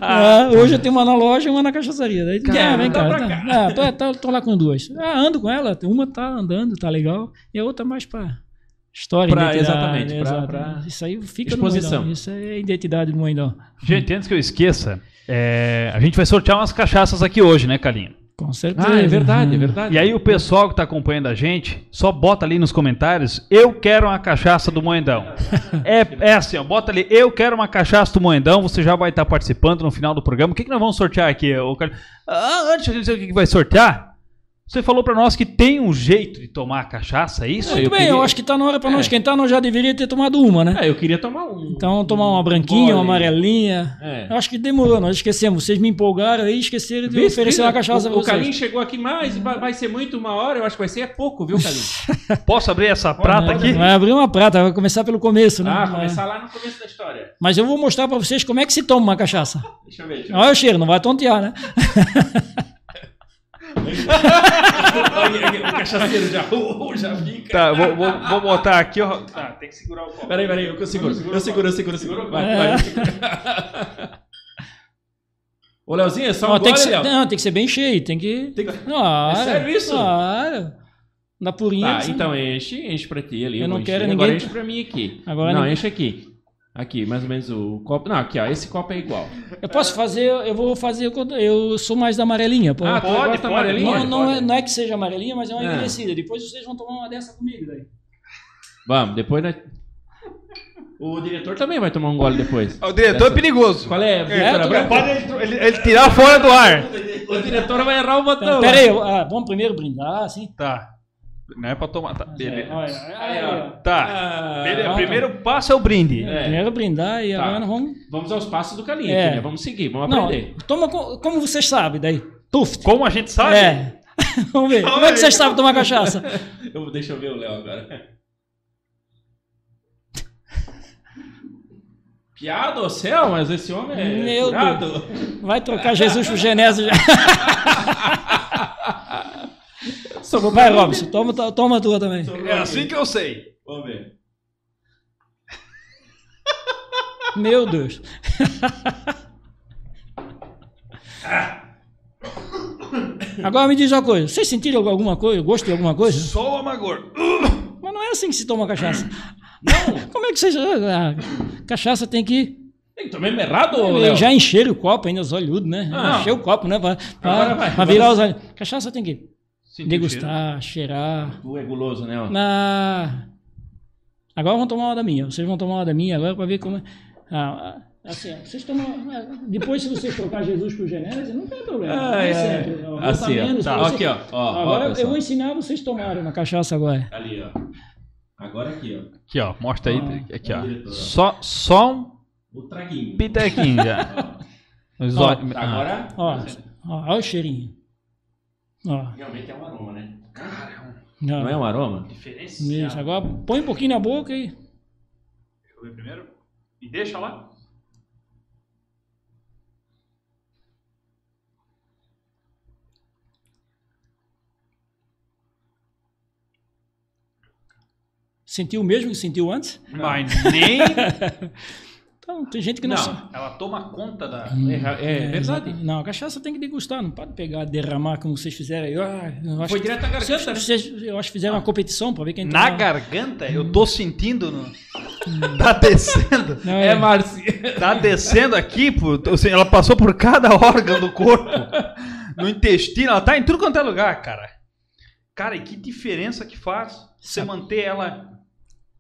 C: Ah, hoje eu tenho uma na loja e uma na cachaçaria. Daí,
B: Cara,
C: ah, vem
B: dá
C: cá.
B: pra
C: tá.
B: cá.
C: Ah, tô, tô- tô lá com duas. Ah, ando com ela. Uma tá andando, tá legal. E a outra mais pra história.
B: Pra-
C: identidade,
B: exatamente,
C: né?
B: pra-
C: Exato.
B: pra
C: Isso aí fica
B: exposição.
C: no Moindão. Isso aí é a identidade do Moindão.
A: Gente, antes que eu esqueça, é, a gente vai sortear umas cachaças aqui hoje, né, Calinho?
C: Com certeza. Uhum.
B: Ah, é verdade, é verdade.
A: E aí o pessoal que tá acompanhando a gente, só bota ali nos comentários, eu quero uma cachaça do Moedão. É, é assim, ó, bota ali, eu quero uma cachaça do Moedão, você já vai estar participando no final do programa. O que, que nós vamos sortear aqui? ô Car- Ah, antes de dizer o que, que vai sortear, você falou pra nós que tem um jeito de tomar a cachaça, é isso?
B: É,
C: Muito
B: Eu
C: bem,
B: queria-
C: eu acho que tá na hora pra
B: É.
C: não esquentar, nós já deveria ter tomado uma, né?
B: É, eu queria tomar um.
C: Então, tomar
B: um
C: uma
B: gole.
C: branquinha, uma amarelinha.
B: É.
C: Eu acho que demorou, nós esquecemos. Vocês me empolgaram aí e esqueceram de
B: Vê,
C: oferecer
B: vê,
C: uma cachaça
B: o,
C: pra
B: o
C: vocês.
B: Calim chegou aqui mais, vai vai ser muito uma hora, eu acho que vai ser é pouco, viu, Calim?
A: Posso abrir essa prata
B: pode,
A: aqui?
C: Vai abrir uma prata, vai começar pelo começo, né?
B: ah,
C: Vai.
B: começar lá no começo da história.
C: Mas eu vou mostrar pra vocês como é que se toma uma cachaça.
B: Deixa eu ver. Deixa eu ver.
C: Olha o cheiro, não vai tontear, né?
B: Olha, olha, o cachaceiro já, oh, já fica.
A: Tá, vou, vou- vou botar aqui, ó. Tá, tem que segurar o copo.
B: Peraí, peraí, eu seguro. Eu seguro, eu seguro, eu seguro. Vai,
C: É.
B: vai. eu seguro. Ô, Leozinho, é só
C: Não,
B: um
C: tem,
B: gole,
C: que ser,
B: Léo.
C: não, tem que ser bem cheio, tem que.
B: Tem que-
C: Claro,
B: É sério isso?
C: Claro. Na purinha.
B: Tá,
C: assim.
B: então enche, enche pra ti ali.
C: Eu não
B: vou
C: quero
B: encher. Agora
C: ninguém-
B: enche pra mim aqui.
C: Agora
B: não,
C: ninguém-
B: enche aqui. Aqui, mais ou menos o copo. Não, aqui, ó. Esse copo é igual.
C: Eu posso fazer, eu vou fazer. quando- Eu sou mais da amarelinha. pô.
B: Ah, tu
A: Pode,
B: gosta
A: pode,
B: amarelinho?
C: não,
A: pode,
C: não,
A: pode.
C: É, não é que seja amarelinha, mas é uma
B: É.
C: envelhecida. Depois vocês vão tomar uma dessa comigo daí.
B: Vamos, depois nós... O diretor também vai tomar um gole depois.
A: O diretor é perigoso.
B: Qual é? diretora Branca?
A: Pode ele, ele- ele tirar fora do ar.
B: O diretor vai errar o botão.
C: Então, pera aí, ah, vamos primeiro brindar, assim.
A: Tá. Não é pra tomar. Tá. Beleza.
C: É, olha, aí, ó.
A: Tá.
B: Ah,
A: Beleza,
C: tá.
A: Primeiro passo é o brinde.
B: É.
C: Primeiro brindar e
B: Tá.
C: agora nós vamos.
B: Vamos aos passos do Calinha
C: É.
B: aqui, né? Vamos seguir, vamos
C: Não,
B: aprender.
C: toma co- como vocês sabem, daí. Tuf.
A: Como a gente sabe,
C: É. vamos ver. Como é que vocês sabem tomar cachaça?
B: Eu, deixa eu ver o Léo agora. Piada ao céu, mas esse homem é
C: Meu
B: furado.
C: Vai trocar Jesus pro Genésio já.
B: Sobrou pra
C: Vai,
B: mim.
C: Robson, toma, to- toma a tua também.
B: Sobrou
A: é
B: pra mim.
A: assim que eu sei.
B: Então, Vamos ver.
C: Meu Deus. Agora me diz uma coisa, vocês sentiram alguma coisa, gosto de alguma coisa?
A: Só o amargor.
C: Mas não é assim que se toma cachaça.
B: Não,
C: Como é que vocês. ah, cachaça tem que.
B: tem que tomar errado, ô,
C: Eu
B: Léo.
C: já encheram o copo ainda, os olhudos, né?
B: Ah.
C: Encheu o copo, né? Pra, pra-
B: Agora vai,
C: pra virar os olhos. Cachaça tem que degustar, cheirar.
B: Tu é guloso, né? ó?
C: Na... Agora vão tomar uma da minha. Vocês vão tomar uma da minha agora para ver como é. Ah, ah, assim, ó, vocês tomam. ah, Depois, se vocês trocar Jesus por Genésio, não tem problema. não
B: Ah,
C: é
B: é.
C: certo. Ó, bota
B: Assim, ó,
C: menos
B: tá,
C: pra você-
B: aqui, ó, ó, ó,
C: agora eu
B: pessoal.
C: vou ensinar vocês a tomarem uma cachaça agora.
B: Tá Ali, ó. Agora aqui, ó.
A: Aqui, ó. Mostra aí.
C: Ah,
A: Aqui, ó.
B: diretor.
A: Só, só um
B: O traguinho.
A: pitequinho já. Os
C: Ó,
A: olhos-
B: Tá,
A: ah.
B: Agora,
C: Ó, ó, olha o cheirinho. Ó,
B: realmente é um aroma, né? Não é assim,
C: ó,
B: um aroma?
A: Diferencial.
C: isso. Agora põe um pouquinho na boca e.
A: Deixa eu ver primeiro. Me deixa lá.
C: Sentiu o mesmo que sentiu antes?
A: Mas nem.
C: Então, tem gente que não, sabe.
A: Não, ela toma conta da.
B: É, é verdade.
C: Não, a cachaça tem que degustar, não pode pegar, derramar como vocês fizeram aí. Ah, eu acho
B: Foi
C: que-
B: direto à garganta, né?
C: Vocês- vocês- eu acho que fizeram uma competição para ver quem
A: Na
C: toma-
A: garganta, eu tô sentindo. No... Tá descendo.
C: Não,
B: É,
C: é,
B: Márcio.
A: Tá descendo aqui, por, ou seja, ela passou por cada órgão do corpo, no intestino, ela tá em tudo quanto é lugar, cara. Cara, e que diferença que faz você manter ela.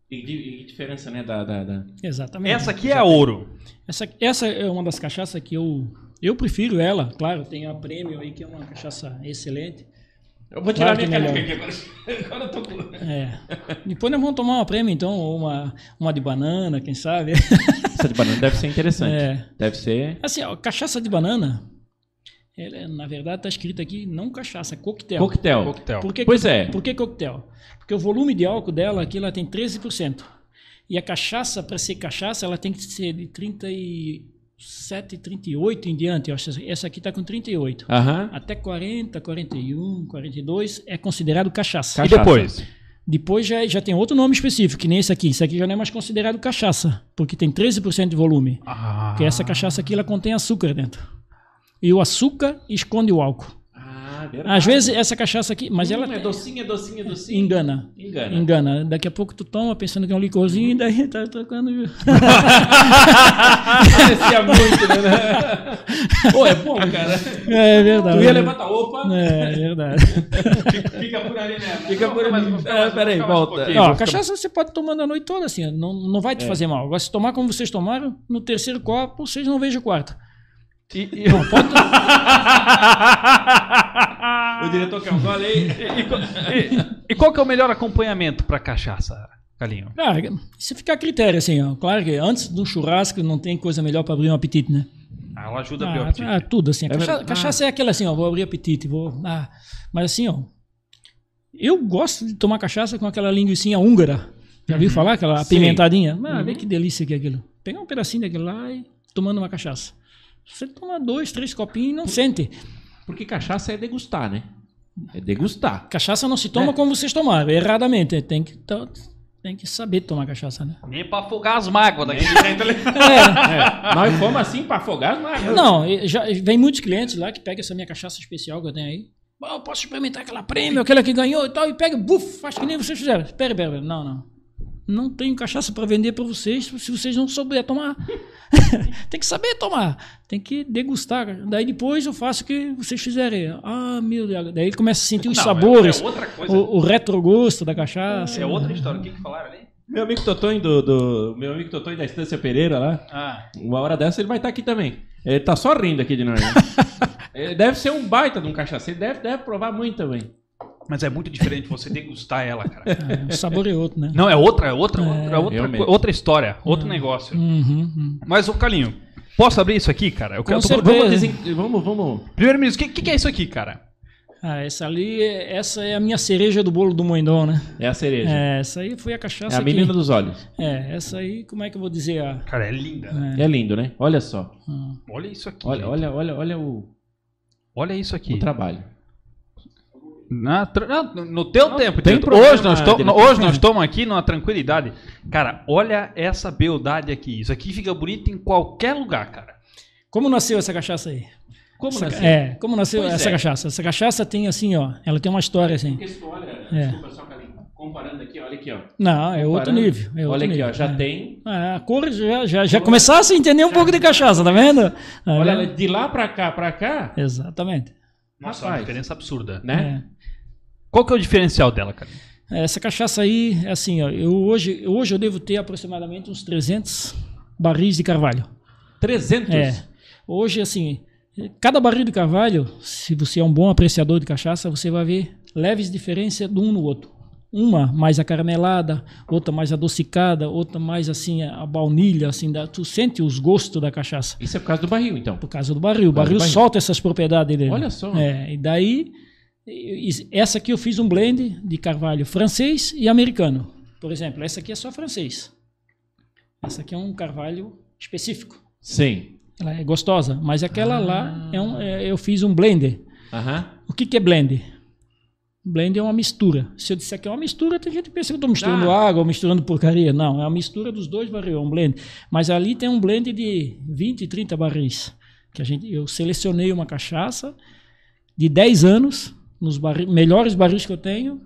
B: E, di- e que diferença, né? Da, da, da-
C: Exatamente.
A: Essa aqui é a ouro.
C: Essa, essa é uma das cachaças que eu eu prefiro ela, claro, tem a Premium aí que é uma cachaça excelente.
B: Eu vou tirar
C: Claro que
B: minha caneca
C: melhor.
B: aqui agora. Agora eu tô com.
C: É. Depois nós vamos tomar uma Premium então, ou uma uma de banana, quem sabe.
B: Essa de banana deve ser interessante.
C: É.
B: Deve ser.
C: Assim, ó, cachaça de banana, ela é, na verdade está escrito aqui não cachaça, é coquetel.
B: Coquetel.
A: Coquetel.
C: Por que,
B: Pois é.
C: Por que coquetel? Porque o volume de álcool dela aqui ela tem 13%. E a cachaça, para ser cachaça, ela tem que ser de 37, 38 em diante. Eu acho que Essa aqui está com 38.
B: Aham.
C: Até 40, 41, 42 é considerado cachaça.
B: Cachaça.
C: Depois já, já tem outro nome específico, que nem esse aqui. Isso aqui já não é mais considerado cachaça, porque tem 13% de volume.
A: Ah,
C: Porque essa cachaça aqui ela contém açúcar dentro. E o açúcar esconde o álcool.
B: Ah, verdade.
C: Às vezes essa cachaça aqui, mas
B: Hum,
C: ela
B: é
C: tem-
B: docinha, docinha, docinha.
C: engana.
B: Engana.
C: É. Engana. né? Daqui a pouco tu toma pensando que é um licorzinho e daí tá trocando.
B: Parecia muito, né? Pô, é bom, cara.
C: É
B: Tu
C: verdade.
B: ia levantar. Opa!
C: É verdade.
A: Fica por ali mesmo.
B: Fica por ali. É, peraí, volta.
A: um pouquinho.
B: Eu
C: Ó,
B: vou ficar-
C: cachaça você pode tomar a noite toda assim, ó, não, não vai te fazer mal. Agora, se tomar como vocês tomaram, no terceiro copo vocês não vejam o quarto.
A: E, e-
B: O diretor quer um gole aí.
A: E- e qual que é o melhor acompanhamento pra cachaça, Calinho?
C: Ah, isso fica a critério assim, ó. Claro que antes de um churrasco não tem coisa melhor pra abrir um apetite, né?
A: Ah, ela ajuda a abrir o
C: Ah,
A: apetite.
C: ah, tudo assim. A
B: É
C: cachaça,
B: verdade.
C: cachaça é aquela assim, ó, vou abrir apetite, vou. ah, mas assim, ó. Eu gosto de tomar cachaça com aquela linguiça húngara. Já viu falar? Aquela
B: Sim.
C: apimentadinha. Ah, vê que delícia que é aquilo. Pegar um pedacinho daquilo lá e tomando uma cachaça. Você toma dois, três copinhos e não sente.
B: Porque cachaça é degustar, né? É degustar.
C: Cachaça não se toma como vocês tomaram, erradamente. Tem que, to- tem que saber tomar cachaça, né?
A: Nem é pra afogar as mágoas daquele jeito ali.
B: É, nós fomos assim pra afogar, mas.
C: Não, e já vem muitos clientes lá que pegam essa minha cachaça especial que eu tenho aí. Bom, eu posso experimentar aquela prêmio, aquela que ganhou e tal, e pega, buf, faz que nem vocês fizeram. Espera, espera, espera. não, não. Não tenho cachaça para vender para vocês se vocês não souberem tomar. Tem que saber tomar, tem que degustar. Daí depois eu faço o que vocês fizerem. Ah, meu Deus. Daí ele começa a sentir os
A: Não, é-
C: sabores,
A: é outra coisa.
C: o, o retrogosto da cachaça.
A: É outra história. O que, que falaram ali?
B: Meu amigo Totonho do, do- Meu amigo Totonho da Estância Pereira lá,
A: Ah,
B: uma hora dessa ele vai estar aqui também. Ele tá só rindo aqui de nós. né? ele deve ser um baita de um cachaceiro, deve, deve provar muito também.
A: mas é muito diferente você degustar ela, cara.
C: É, o sabor é outro, né?
A: Não, é outra, é outra, outra, outra,
B: realmente.
A: co- outra história, outro negócio.
C: Uhum, uhum.
A: Mas, ô Calinho, posso abrir isso aqui, cara? Eu quero- tô-
C: Com certeza.
B: Vamos, desen- vamos, vamos.
A: Primeiro ministro, o que, que é isso aqui, cara?
C: Ah, essa ali, é- essa é a minha cereja do bolo do Moindão, né?
B: É a cereja. É,
C: É, essa aí foi a cachaça
B: a
C: que-
B: menina dos olhos.
C: É, essa aí, como é que eu vou dizer? A...
A: Cara, é linda. né?
B: É. lindo, né? Olha só.
C: Ah,
A: Olha isso aqui.
B: Olha,
A: gente.
B: olha, olha, olha o,
A: Olha isso aqui.
B: o trabalho.
A: Na tra- não, no teu
B: Não,
A: tempo,
B: tem
A: Tito.
B: problema,
A: hoje, nós to-
B: diretor.
A: hoje nós estamos aqui numa tranquilidade. Cara, olha essa beldade aqui. Isso aqui fica bonito em qualquer lugar, cara.
C: Como nasceu essa cachaça aí?
B: Como
C: Essa-
B: nasceu?
C: É, como nasceu
B: Pois
C: essa
B: é.
C: cachaça? Essa cachaça tem assim, ó, ela tem uma história assim.
B: Porque se tu olha,
C: É.
B: desculpa só, Calim, comparando aqui, olha aqui, ó.
C: Não, é outro
B: Comparando,
C: nível. é outro
B: olha aqui,
C: nível,
B: ó, já
C: é.
B: tem.
C: Ah, a cor já, já, já começasse a entender um pouco de cachaça, tá vendo? Tá
B: Olha,
C: vendo?
B: ela de lá pra cá, pra cá,
C: Exatamente.
A: Nossa, uma
B: Rapaz.
A: diferença absurda.
B: né?
A: Qual que é o diferencial dela, cara?
C: É. Essa cachaça aí, é assim, ó, eu hoje, hoje eu devo ter aproximadamente uns 300 barris de carvalho.
B: 300.
C: É. Hoje, assim, cada barril de carvalho, se você é um bom apreciador de cachaça, você vai ver leves diferenças de um no outro. Uma mais acaramelada, outra mais adocicada, outra mais assim, a baunilha, assim, da, tu sente os gostos da cachaça.
B: Isso é por causa do barril, então.
C: Por causa do barril. O
B: Por causa
C: barril
B: do barril.
C: solta essas propriedades dele.
B: Olha só.
C: É, e daí, e- e- essa aqui eu fiz um blend de carvalho francês e americano. Por exemplo, essa aqui é só francês. Essa aqui é um carvalho específico.
B: Sim.
C: Ela é gostosa, mas aquela lá é um, é- eu fiz um blender.
B: Aham.
C: O que, que é blender? Blender é uma mistura. Se eu disser que é uma mistura, tem gente que pensa que eu estou misturando
B: Ah.
C: água ou misturando porcaria. Não, é uma mistura dos dois barris, é um blend. Mas ali tem um blend de 20, 30 barris. Que a gente, eu selecionei uma cachaça de 10 anos, nos barri- melhores barris que eu tenho,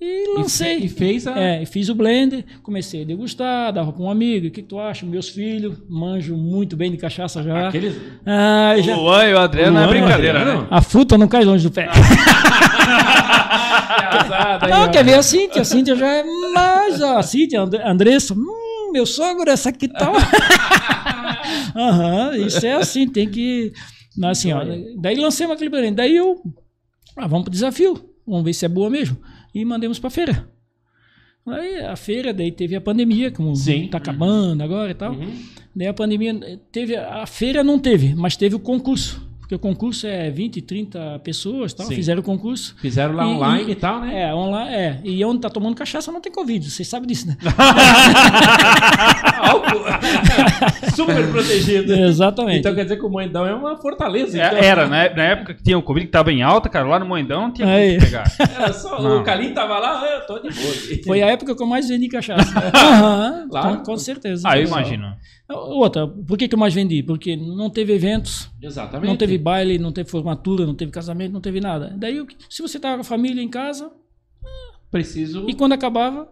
C: e lancei.
B: E, fe- e fez a.
C: É, e fiz o blender, comecei a degustar, dava para um amigo, o que, que tu acha? Meus filhos, manjo muito bem de cachaça já.
B: Aqueles.
C: Ah,
A: O
C: já...
A: Luan e o Adriano
B: Luan
A: é
B: e o
A: brincadeira,
B: Adriano?
A: né?
C: A fruta não cai longe do pé.
B: Casada
C: Não, quer ver a Cíntia? A Cíntia já é mais. ó, A Cíntia, And- Andressa, hum, meu sogro, essa aqui tá. Aham, isso é assim, tem que. Não, assim, ó, daí lancei uma clipe Daí eu. Ah, vamos pro desafio. Vamos ver se é boa mesmo. E mandemos pra feira. Aí a feira, daí teve a pandemia, como
B: Sim. Uhum.
C: tá acabando agora e tal. Daí a pandemia eh, teve, a feira não teve, mas teve o concurso. Porque o concurso é 20, 30 pessoas, tal,
B: Sim.
C: fizeram o concurso.
B: Fizeram lá
C: E-
B: online e, tal, né?
C: É, online, é. E onde tá tomando cachaça não tem Covid, vocês sabem disso, né?
B: Super protegido.
C: Exatamente.
B: Então quer dizer que o Moedão é uma fortaleza. então.
A: É, Era, né? na época que tinha o Covid que tava em alta, cara, lá no Moendão não tinha
C: Aí.
A: como pegar.
B: Era só,
A: Não.
B: o Calim tava lá, ah, eu tô de boa.
C: Foi a época que eu mais vendi cachaça. Aham,
B: Claro.
C: com, com certeza.
A: Ah, eu
C: pessoal.
A: imagino.
C: Outra, por que, que eu mais vendi? Porque não teve eventos,
B: Exatamente.
C: não teve baile, não teve formatura, não teve casamento, não teve nada. Daí, o que- se você tava com a família em casa,
B: Preciso.
C: e quando acabava,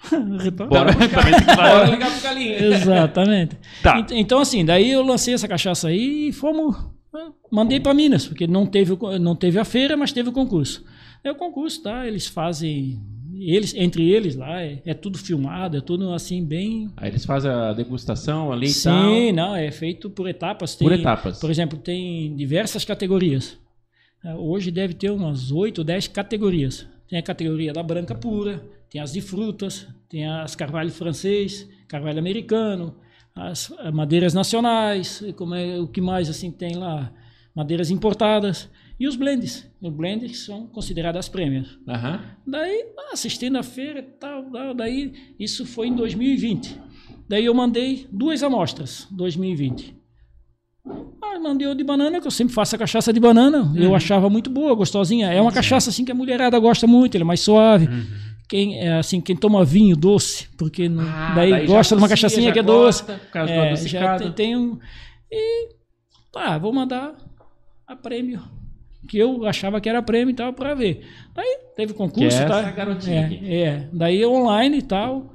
B: Tá
C: retorna.
A: Bora, também tem que falar.
B: Bora ligar pro Calim.
C: Exatamente.
A: Tá.
C: Ent- Então, assim, daí eu lancei essa cachaça aí e fomos. eh, Mandei para Minas, porque não teve, o con- não teve a feira, mas teve o concurso. É o concurso, tá? Eles fazem. Eles, entre eles lá, é, é tudo filmado, é tudo assim, bem.
B: Aí eles fazem a degustação ali e tal.
C: Sim, não, é feito por etapas.
B: Por
C: tem-
B: etapas.
C: Por exemplo, tem diversas categorias. Eh, Hoje deve ter umas 8 ou 10 categorias. Tem a categoria da branca pura, tem as de frutas, tem as carvalho francês, carvalho americano, as eh, madeiras nacionais, e como é, o que mais assim tem lá? Madeiras importadas e os blends. Os blends são consideradas prêmios.
B: Aham.
C: Daí, ah, assistindo a feira e tal, tal, daí isso foi em 2020. Daí eu mandei duas amostras, 2020. Ah, mandei o de banana, que eu sempre faço a cachaça de banana.
B: Uhum.
C: Eu achava muito boa, gostosinha. É uma cachaça assim que a mulherada gosta muito, ela é mais suave.
B: Uhum.
C: Quem é assim, quem toma vinho doce, porque não-
B: Ah,
C: daí,
B: daí já
C: gosta de uma
B: associa,
C: cachaçinha
B: já
C: que é doce.
B: gosta, Por causa do
C: É, já
B: adocicado.
C: tem, tem um e tá, vou mandar a prêmio que eu achava que era prêmio e tal para ver. Daí teve concurso,
B: Que é
C: tá?
B: essa garotinha
C: é,
B: aqui.
C: é. daí online e tal.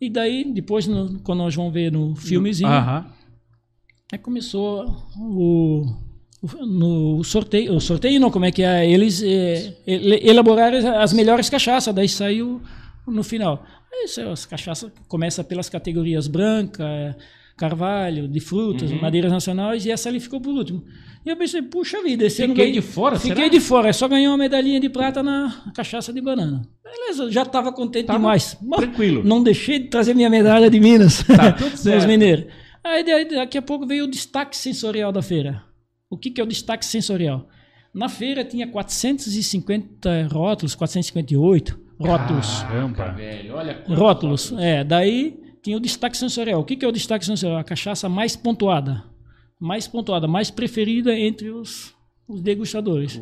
C: E daí depois no- quando nós vamos ver no filmezinho,
A: Aham.
C: Aí começou o, o- no o sorteio, o é, sorteio não, como é que é? Eles eh, ele- elaboraram as melhores cachaças, daí saiu no final. Isso, as cachaças começam pelas categorias branca, carvalho, de frutas,
B: Uhum.
C: madeiras nacionais, e essa ali ficou por último. E eu pensei, puxa vida, esse ano
B: Fiquei
C: ganhei-
B: de fora,
C: Fiquei
B: será?
C: de fora, é só ganhei uma medalhinha de prata na cachaça de banana. Beleza, já estava contente
B: Tava
C: demais. Mas
B: tranquilo.
C: Não deixei de trazer minha medalha de Minas.
B: Tá tudo
C: Os
B: certo.
C: mineiros. Aí daí, daqui a pouco veio o destaque sensorial da feira. O que, que é o destaque sensorial? Na feira tinha 450 rótulos, 458 rótulos.
B: Caraca,
A: Caramba.
B: Ah, velho, olha quantos
C: Rótulos,
B: rótulos.
C: é. Daí tinha o destaque sensorial. O que, que é o destaque sensorial? A cachaça mais pontuada. Mais pontuada, mais preferida entre os, os degustadores.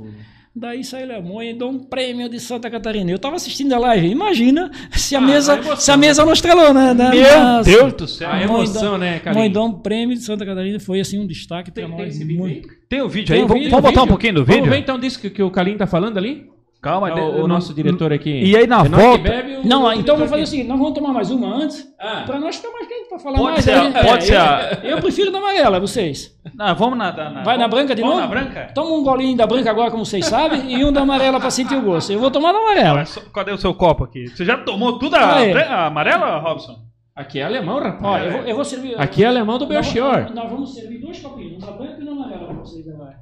C: Daí saiu Lemon e deu um prêmio de Santa Catarina. Eu tava assistindo a live. Imagina se a
B: Ah, a
C: mesa,
B: emoção.
C: se a mesa não estralou, né? Da-
A: Meu
C: nas-
A: Deus do céu.
B: A emoção, né, cara?
C: é Mãe, dá um prêmio de Santa Catarina foi assim um destaque para
B: Tem, tem
C: nós.
B: esse vídeo aí?
C: muito.
A: Tem o vídeo
C: Tem
A: aí?
C: o
A: Vamos,
C: vídeo,
A: vamos
B: Tem
A: botar um
B: vídeo?
A: pouquinho do
B: Vamos
A: vídeo?
B: ver então disso que, que o Calim tá falando ali?
A: Calma.
B: Ah,
A: de-
B: o, o
A: não-
B: nosso diretor aqui.
A: E aí na
B: Não, que
A: volta...
B: bebe, o-
C: Não,
B: o
C: então vamos
B: diretor
C: fazer o
B: Tá aqui.
C: seguinte, nós vamos tomar mais uma antes.
B: Ah.
C: Para nós ficar mais quente para falar
A: Pode
C: mais.
A: ser,
C: aí.
A: a- pode ser a-
B: É.
C: eu, eu prefiro na amarela, vocês.
A: Ah, vamos na, na- na-
C: Vai na branca de
A: vamos
C: novo?
A: na branca?
C: Toma um golinho da branca agora, como vocês sabem, e um da amarela para sentir o gosto. Eu vou tomar na amarela.
A: Olha só, Cadê o seu copo aqui? Você já tomou tudo a,
C: Aí.
A: a amarela, Robson?
B: Aqui é alemão, rapaz.
C: Ó, eu vou, eu vou servir.
B: Aqui é alemão do
C: nós,
B: Belchior.
C: nós- nós vamos servir dois copinhos, um da branca e um da amarela para vocês agora.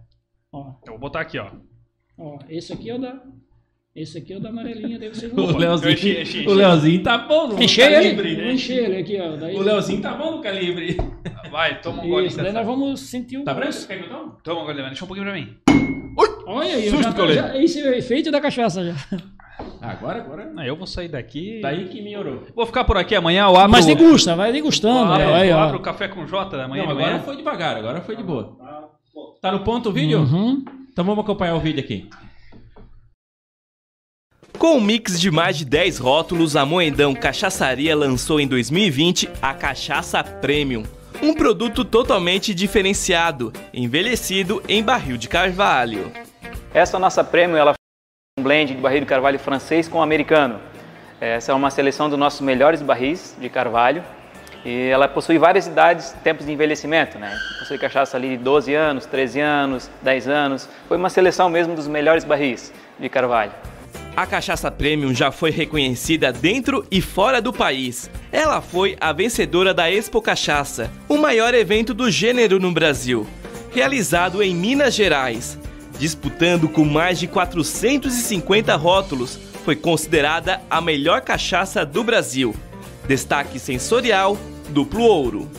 C: Ó,
A: Eu vou botar aqui, ó.
C: ó, esse aqui é o da. Esse aqui é o da amarelinha, daí vocês
B: O
C: vão.
B: Leozinho,
A: enchi, enchi,
B: o Leozinho tá bom no
C: Enchei
B: calibre. né?
C: ele? Eu Enchei ele aqui, ó. Daí,
B: O Leozinho tá bom no calibre.
A: Vai, toma um gole.
C: Isso, daí nós vamos sentir um o.
B: Tá branco? Quer que eu tome?
A: Toma um gole, deixa um pouquinho pra mim.
C: Olha aí,
A: Susto,
C: já, tá-
A: colega.
C: já, esse é o efeito da cachaça já.
B: Agora, agora.
A: Ah, eu vou sair daqui.
B: Daí que melhorou.
A: Vou ficar por aqui amanhã, eu abro...
C: Mas degusta, vai degustando.
A: Ah,
C: olha aí,
A: eu
C: ó.
A: abro o café com Jota da manhã.
B: Não,
A: de
B: agora
A: manhã.
B: foi devagar, agora foi de boa. Tá no ponto o vídeo?
C: Uhum.
B: Então vamos acompanhar o vídeo aqui.
D: Com um mix de mais de 10 rótulos, a Moedão Cachaçaria lançou em 2020 a Cachaça Premium, um produto totalmente diferenciado, envelhecido em barril de carvalho.
E: Essa nossa prêmio ela foi um blend de barril de carvalho francês com americano. Essa é uma seleção dos nossos melhores barris de carvalho e ela possui várias idades, tempos de envelhecimento, né? Possui cachaça ali de 12 anos, 13 anos, 10 anos. Foi uma seleção mesmo dos melhores barris de carvalho.
D: A Cachaça Premium já foi reconhecida dentro e fora do país. Ela foi a vencedora da Expo Cachaça, o maior evento do gênero no Brasil, realizado em Minas Gerais. Disputando com mais de 450 rótulos, foi considerada a melhor cachaça do Brasil. Destaque sensorial, duplo ouro.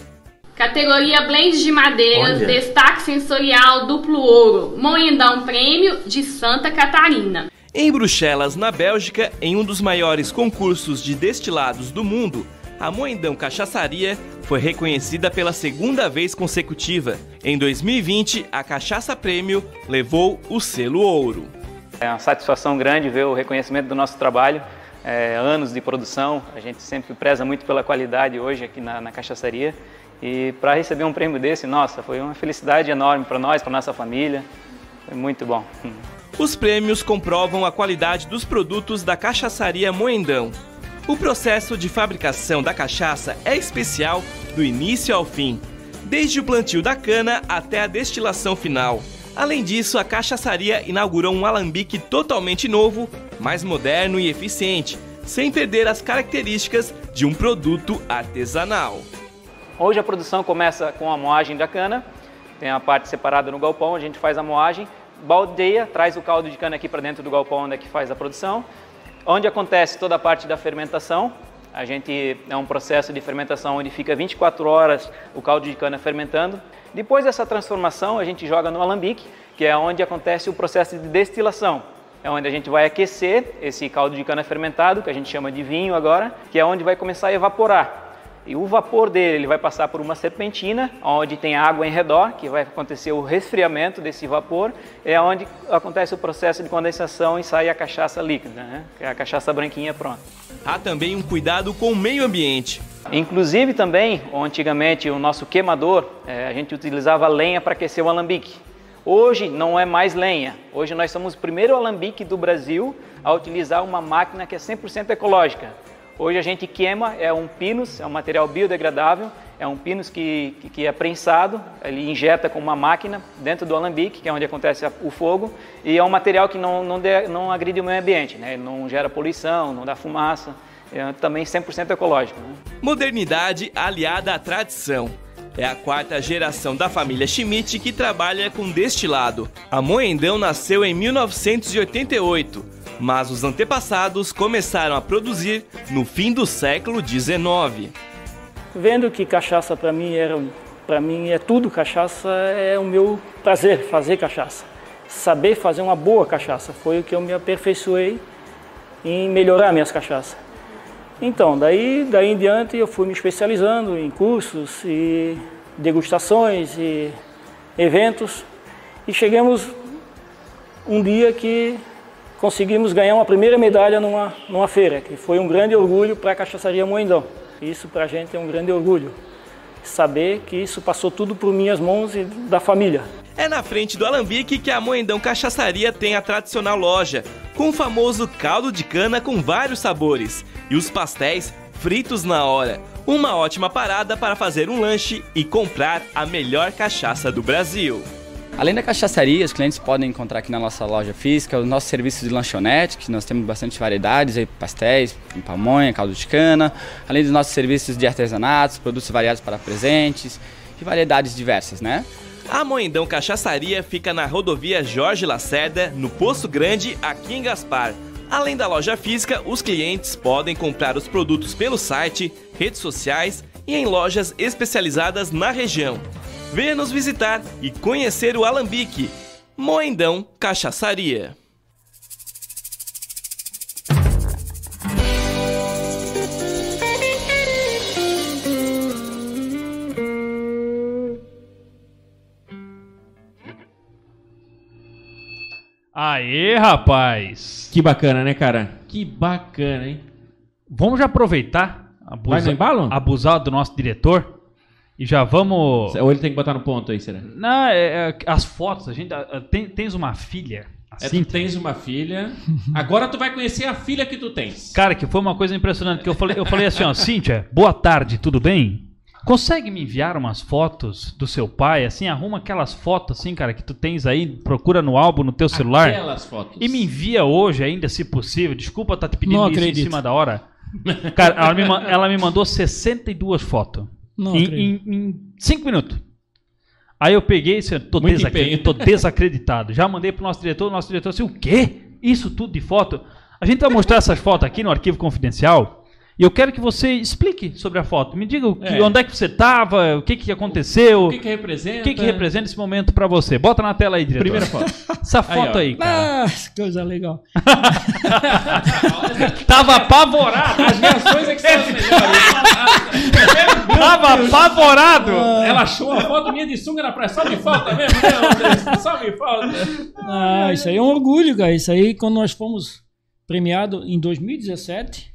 F: Categoria Blend de Madeiras,
D: Olha.
F: destaque sensorial duplo ouro, Moendão Prêmio de Santa Catarina.
D: Em Bruxelas, na Bélgica, em um dos maiores concursos de destilados do mundo, a Moendão Cachaçaria foi reconhecida pela segunda vez consecutiva. Em 2020, a Cachaça Prêmio levou o selo ouro.
E: É uma satisfação grande ver o reconhecimento do nosso trabalho, é, anos de produção. A gente sempre preza muito pela qualidade hoje aqui na, na cachaçaria. E para receber um prêmio desse, nossa, foi uma felicidade enorme para nós, para nossa família. Foi muito bom.
D: Os prêmios comprovam a qualidade dos produtos da cachaçaria Moendão. O processo de fabricação da cachaça é especial do início ao fim, desde o plantio da cana até a destilação final. Além disso, a cachaçaria inaugurou um alambique totalmente novo, mais moderno e eficiente, sem perder as características de um produto artesanal.
E: Hoje a produção começa com a moagem da cana, tem a parte separada no galpão, a gente faz a moagem, baldeia, traz o caldo de cana aqui para dentro do galpão onde é que faz a produção, onde acontece toda a parte da fermentação. A gente é um processo de fermentação onde fica 24 horas o caldo de cana fermentando. Depois dessa transformação, a gente joga no alambique, que é onde acontece o processo de destilação é onde a gente vai aquecer esse caldo de cana fermentado, que a gente chama de vinho agora, que é onde vai começar a evaporar. E o vapor dele ele vai passar por uma serpentina, onde tem água em redor, que vai acontecer o resfriamento desse vapor, é onde acontece o processo de condensação e sai a cachaça líquida, né? que é a cachaça branquinha pronta.
D: Há também um cuidado com o meio ambiente.
E: Inclusive também, antigamente, o nosso queimador, eh, a gente utilizava lenha para aquecer o alambique. Hoje não é mais lenha. Hoje nós somos o primeiro alambique do Brasil a utilizar uma máquina que é 100% ecológica. Hoje a gente queima, é um pinus, é um material biodegradável, é um pinus que, que- que é prensado, ele injeta com uma máquina dentro do alambique, que é onde acontece a- o fogo, e é um material que não, não, de- não agride o meio ambiente, né? Ele não gera poluição, não dá fumaça. é, também 100% ecológico. né?
D: Modernidade aliada à tradição. É a quarta geração da família Schmidt que trabalha com destilado. A Moendão nasceu em 1988, mas os antepassados começaram a produzir no fim do século XIX.
C: Vendo que cachaça para mim era para mim é tudo cachaça, é o meu prazer fazer cachaça. Saber fazer uma boa cachaça foi o que eu me aperfeiçoei em melhorar minhas cachaças. Então, daí, daí em diante eu fui me especializando em cursos e degustações e eventos e chegamos um dia que conseguimos ganhar uma primeira medalha numa, numa feira, que foi um grande orgulho para a cachaçaria Moendão. Isso para a gente é um grande orgulho, saber que isso passou tudo por minhas mãos e da família.
D: É na frente do Alambique que a Moendão Cachaçaria tem a tradicional loja, com o famoso caldo de cana com vários sabores e os pastéis fritos na hora. Uma ótima parada para fazer um lanche e comprar a melhor cachaça do Brasil.
G: Além da cachaçaria, os clientes podem encontrar aqui na nossa loja física o nosso serviço de lanchonete, que nós temos bastante variedades, aí, pastéis, pamonha, caldo de cana, além dos nossos serviços de artesanatos, produtos variados para presentes e variedades diversas, né?
D: A Moendão Cachaçaria fica na rodovia Jorge Lacerda, no Poço Grande, aqui em Gaspar. Além da loja física, os clientes podem comprar os produtos pelo site, redes sociais e em lojas especializadas na região. Venha nos visitar e conhecer o Alambique. Moendão Cachaçaria.
A: Aê, rapaz!
B: Que bacana, né, cara? Que bacana, hein?
A: Vamos já aproveitar,
B: Vai no
A: abusa,
B: embalo?
A: abusar do nosso diretor e já vamos.
B: Ou ele tem que botar no ponto aí, será?
A: Não, é, é, as fotos, a gente. a- a- tem, tens uma filha.
B: É,
A: Assim,
B: tu tens uma filha. Agora tu vai conhecer a filha que tu tens.
A: Cara, que foi uma coisa impressionante. Que eu falei, eu falei assim, ó, Cíntia, boa tarde, tudo bem? Consegue me enviar umas fotos do seu pai? Assim, arruma aquelas fotos, assim, cara, que tu tens aí, procura no álbum, no teu celular.
B: Aquelas fotos.
A: E me envia hoje ainda, se possível. Desculpa estar te pedindo
C: Não
A: isso em
C: acredito.
A: cima da hora. Cara, ela me, ma- ela me mandou 62 fotos.
C: Não,
A: em- Em, em cinco minutos. Aí eu peguei e disse, tô,
B: Muito
A: desacre-
B: empenho.
A: tô desacreditado. Já mandei pro nosso diretor, o nosso diretor disse, o quê? Isso tudo de foto? A gente vai mostrar essas fotos aqui no arquivo confidencial e eu quero que você explique sobre a foto. Me diga o que-
B: É.
A: onde é que você tava, o que que aconteceu,
B: O que que representa?
A: o que que representa esse momento pra você. Bota na tela aí, diretor.
B: Primeira foto.
A: Essa foto
B: ó.
A: aí, cara.
C: Ah, coisa legal.
A: Tava apavorado.
B: As reações é que são as melhores.
A: Tava apavorado.
B: Ela achou a foto minha de sunga na praia. Só me falta mesmo, né, André? Só me falta.
C: Ah, isso aí é um orgulho, cara. Isso aí, quando nós fomos premiados em 2017,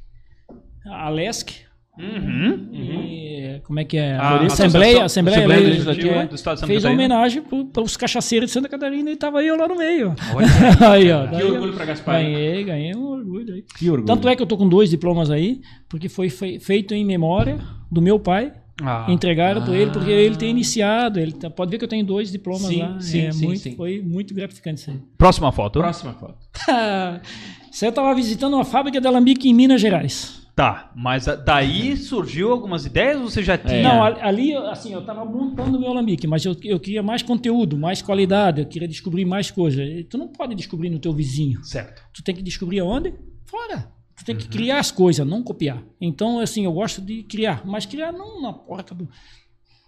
C: a LESC,
A: Uhum.
C: e, como é que é?
A: A
C: Assembleia,
A: Associação-
C: Assembleia,
A: Assembleia
C: Legislativa,
A: Legislativa do Estado de Santa
C: fez uma
A: Catarina.
C: homenagem para os cachaceiros de Santa Catarina e tava eu lá no meio.
A: Olha.
C: aí, ó, daí
B: Que
C: eu
B: orgulho pra Gaspar. hein?
C: ganhei, ganhei um orgulho aí.
B: Que orgulho.
C: Tanto é que eu tô com dois diplomas aí, porque foi fe- feito em memória do meu pai.
A: Ah.
C: Entregaram para ele, porque
B: Ah.
C: ele tem iniciado. Ele tá- pode ver que eu tenho dois diplomas
B: Sim,
C: lá.
B: sim,
C: é
B: sim,
C: muito-
B: sim.
C: Foi muito gratificante isso aí.
A: Próxima foto.
B: Próxima foto.
C: Você estava visitando uma fábrica de alambique em Minas Gerais.
A: Tá, mas a- daí surgiu algumas ideias ou você já
B: É.
A: tinha?
C: Não, a- ali, assim, eu estava montando meu alambique, mas eu, eu queria mais conteúdo, mais qualidade, eu queria descobrir mais coisas. E Tu não pode descobrir no teu vizinho.
A: Certo.
C: Tu tem que descobrir aonde? Fora. Tu
B: Uhum.
C: tem que criar as coisas, não copiar. Então, assim, eu gosto de criar, mas criar não na porta do,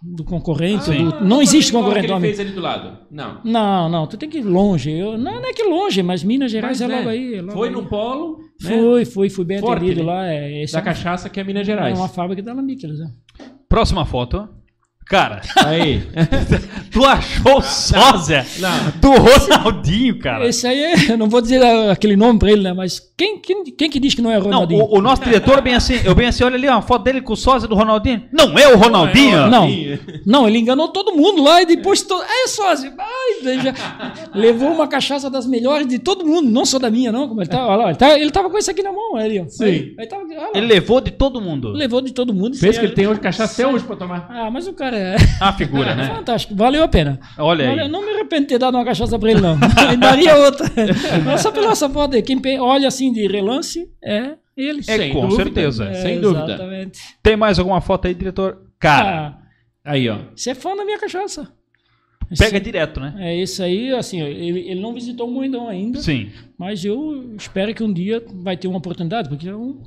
C: do concorrente.
A: Ah,
C: do-
B: Ah,
C: não existe
B: qual
C: concorrente.
B: que
C: do
B: Ele
C: alambique.
B: fez ali do lado. Não.
C: Não, não, tu tem que ir longe. Eu, não, não é que longe, mas Minas
B: Mas,
C: Gerais é
B: né,
C: logo aí. é logo
B: Foi
C: aí.
B: no polo né,
C: Fui, fui, fui bem
B: Forte,
C: atendido
B: né?
C: lá. É, esse
B: da
C: é um-
B: cachaça que é Minas Gerais.
C: É uma fábrica da Alambique, eles, né?
A: Próxima foto. Cara,
B: Aí.
A: tu achou sósia
B: Não.
A: do Ronaldinho, cara.
C: Esse aí, é- eu não vou dizer ah, aquele nome pra ele, né? Mas quem, quem, quem que diz que não é
A: Não,
C: Ronaldinho?
A: o, o nosso diretor bem assim, eu bem assim, olha ali, ó, a foto dele com o sósia do Ronaldinho. Não é o Ronaldinho?
C: Não, não, ele enganou todo mundo lá e depois. To... É sócio. Ai, daí já- levou uma cachaça das melhores de todo mundo, não só da minha, não. Como ele, tá, olha lá, ele, tá- ele tava com isso aqui na mão, ali, ó.
B: Sim.
C: Aí, aí tava- olha lá.
A: Ele levou de todo mundo.
C: levou de todo mundo.
B: Pensa
C: Isso
B: que
C: aí
B: ele tem hoje cachaça até hoje pra tomar.
C: Ah, mas o cara é
A: A figura, né?
C: fantástico, valeu a pena.
A: Olha aí.
C: eu não me arrependo de ter dado uma cachaça pra ele, não. ele daria outra. Mas só pela essa foto aí. Quem pe- olha assim de relance é Ele
A: É,
C: sem
A: com
C: dúvida.
A: certeza,
C: É,
B: sem dúvida.
C: Exatamente.
A: Tem mais alguma foto aí, diretor? Cara,
C: Ah,
B: Aí, ó.
C: você é fã da minha cachaça.
A: pega direto, né?
C: É isso aí, assim, ó, ele, ele não visitou o Moindão ainda,
A: Sim.
C: mas eu espero que um dia vai ter uma oportunidade, porque é um.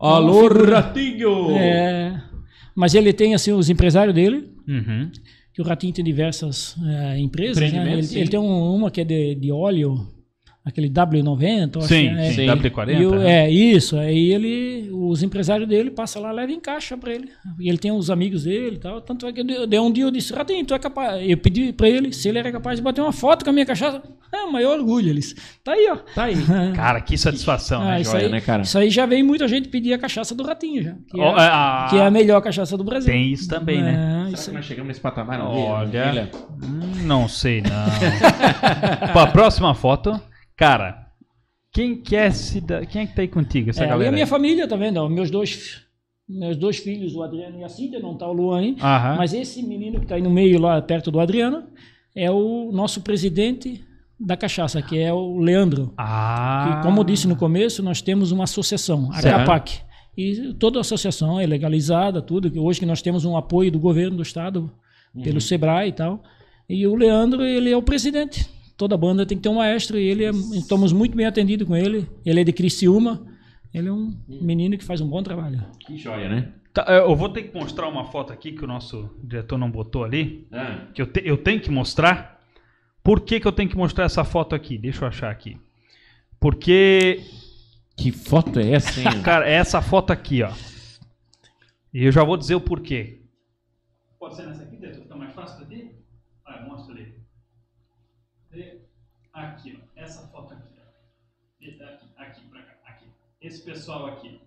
B: Alô,
A: Oh.
B: Ratinho!
C: é, mas ele tem, assim, os empresários dele,
A: Uhum.
C: que o Ratinho tem diversas eh, empresas, né?
B: Empreendimentos,
C: Ele,
B: sim.
C: ele tem um- uma que é de, de óleo, aquele W90, eu acho,
A: Sim,
C: né?
A: sim,
C: E
A: W40,
C: o-
A: né?
C: É, isso. Aí ele, os empresários dele passam lá, levam em caixa pra ele. E ele tem uns amigos dele e tal. Tanto é que eu, de um dia eu disse, Ratinho, tu é capaz... Eu pedi pra ele se ele era capaz de bater uma foto com a minha cachaça. É, o maior orgulho, eles. Tá aí, ó.
B: Tá aí.
A: Cara, que satisfação,
C: Ah,
A: né?
C: isso,
B: joia,
C: aí,
B: né, cara?
C: isso aí já veio muita gente pedir a cachaça do Ratinho, já. Que,
A: Ó,
C: é,
A: ah,
C: que é a melhor cachaça do Brasil.
A: Tem isso também, né?
C: né?
B: Será que nós chegamos nesse
C: É.
B: patamar?
A: Olha.
B: Guilherme?
A: Hum, não sei, não. Pra próxima foto, cara, quem que é, cida... quem é que tá aí contigo, essa
C: É, e
A: galera?
C: a minha
A: aí?
C: família, tá vendo? Ó, Meus dois, meus dois filhos, o Adriano e a Cíntia, não tá o Luan aí.
A: Aham.
C: Mas esse menino que tá aí no meio, lá perto do Adriano, é o nosso presidente da cachaça, que é o Leandro.
A: Ah.
C: Que, como eu disse no começo, nós temos uma associação, a
A: Certo.
C: CAPAC. E toda associação é legalizada, tudo. que Hoje que nós temos um apoio do governo do estado,
A: Uhum.
C: pelo SEBRAE e tal. E o Leandro, ele é o presidente. Toda banda tem que ter um maestro e ele é, estamos muito bem atendidos com ele. Ele é de Criciúma. Ele é um
A: Uhum.
C: menino que faz um bom trabalho.
B: Que joia, né?
A: Tá, eu vou ter que mostrar uma foto aqui que o nosso diretor não botou ali.
B: Ah,
A: Que eu, te- eu tenho que mostrar. Por que, que eu tenho que mostrar essa foto aqui? Deixa eu achar aqui. Porque,
B: que foto é essa, hein?
A: cara, é essa foto aqui, ó. E eu já vou dizer o porquê. Pode ser nessa aqui, diretor? Fica mais fácil pra ti? Vai, mostra ali. E Aqui, ó. Essa foto aqui. ó. E Aqui, aqui pra cá. Aqui. Esse pessoal aqui. ó.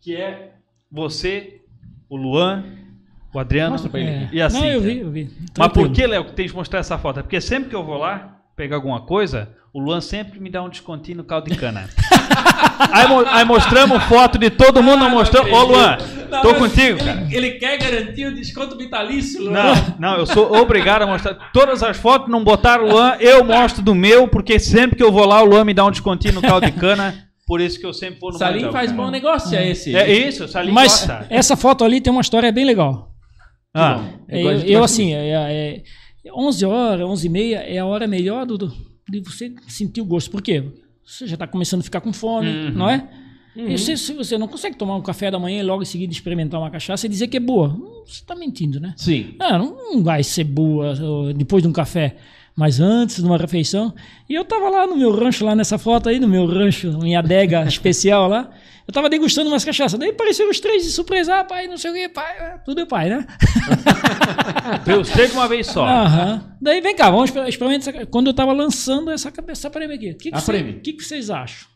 A: Que é você, o Luan, o Adriano É.
B: Mostra pra ele aqui.
A: e assim a
C: É. Não,
A: Cíntia.
C: eu vi, eu vi.
A: Mas por
C: Tranquilo.
A: que, Léo, que tem que mostrar essa foto? É porque sempre que eu vou lá pegar alguma coisa, o Luan sempre me dá um descontinho no caldo de cana. aí, mo- aí mostramos foto de todo mundo, não mostramos. Ô, Luan, tô contigo, cara.
B: Ele quer garantir o desconto vitalício,
A: Não, não, eu sou obrigado a mostrar. Todas as fotos não botaram o Luan, eu mostro do meu, porque sempre que eu vou lá, o Luan me dá um descontinho no caldo de cana. Por isso que eu sempre vou no
B: Salim
A: Mandel,
B: faz
A: cara.
B: bom negócio, é esse.
A: É isso, Salim
C: Mas
A: gosta.
C: essa foto ali tem uma história bem legal.
A: Ah,
C: É, eu, eu, assim, é, é, 11 horas, 11 e meia é a hora melhor do, do- de você sentir o gosto. Por quê? Você já está começando a ficar com fome, não é? E você, se você não consegue tomar um café da manhã e logo em seguida experimentar uma cachaça e dizer que é boa, hum, você está mentindo, né?
B: Sim.
C: Ah, não não vai ser boa ó, depois de um café, mas antes de uma refeição. E eu tava lá no meu rancho, lá nessa foto aí, no meu rancho, minha adega especial lá. Eu tava degustando umas cachaças. Daí apareceram os três de surpresa. Ah, pai, não sei o que, pai. ah, Tudo é pai, né?
A: veio os três de uma vez só.
C: Aham. Daí vem cá, vamos exper- experimentar. essa- Quando eu tava lançando essa, cabe- essa prêmio aqui, o que,
B: A
C: que, cê-
B: prêmio.
C: que que vocês acham?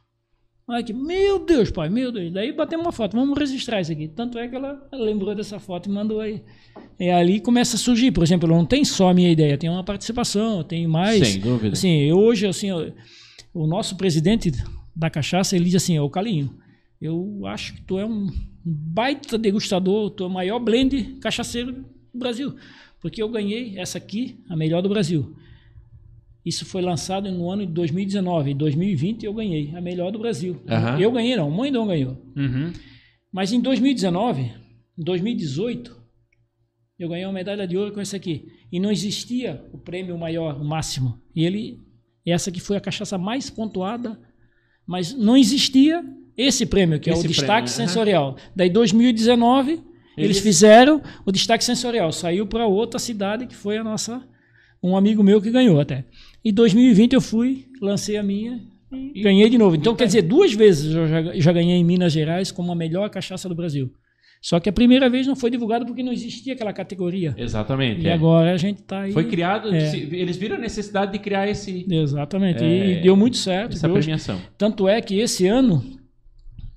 C: Aí que, meu Deus, pai, meu Deus. Daí batemos uma foto, vamos registrar isso aqui. Tanto é que ela lembrou dessa foto e mandou aí. E ali começa a surgir, por exemplo, não tem só a minha ideia, tem uma participação, tem mais.
B: Sem dúvida.
C: Assim, eu hoje, assim, eu- o nosso presidente da cachaça, ele diz assim, ô Calinho, eu acho que tu é um baita degustador, tu é o maior blend cachaceiro do Brasil. Porque eu ganhei essa aqui, a melhor do Brasil. Isso foi lançado no ano de 2019. Em 2020 eu ganhei, a melhor do Brasil.
B: Aham.
C: Eu ganhei não, o mãe não ganhou.
A: Uhum.
C: Mas em 2019, em 2018, eu ganhei uma medalha de ouro com essa aqui. E não existia o prêmio maior, o máximo. E ele, essa aqui foi a cachaça mais pontuada, mas não existia esse prêmio, que é o
B: Esse prêmio, aham.
C: destaque sensorial. Daí, 2019, eles...
B: Eles-
C: fizeram o destaque sensorial. Saiu para outra cidade, que foi a nossa. Um amigo meu que ganhou até. Em 2020 eu fui, lancei a minha e ganhei de novo. Então,
B: tá
C: quer dizer, duas vezes eu já, já ganhei em Minas Gerais como a melhor cachaça do Brasil. Só que a primeira vez não foi divulgado porque não existia aquela categoria.
B: Exatamente.
C: E
B: é.
C: agora a gente está aí.
B: Foi criado,
C: É.
B: se- eles viram a necessidade de criar esse,
C: Exatamente.
B: É,
C: e deu muito certo.
B: essa
C: deu-
B: premiação.
C: Tanto é que esse ano,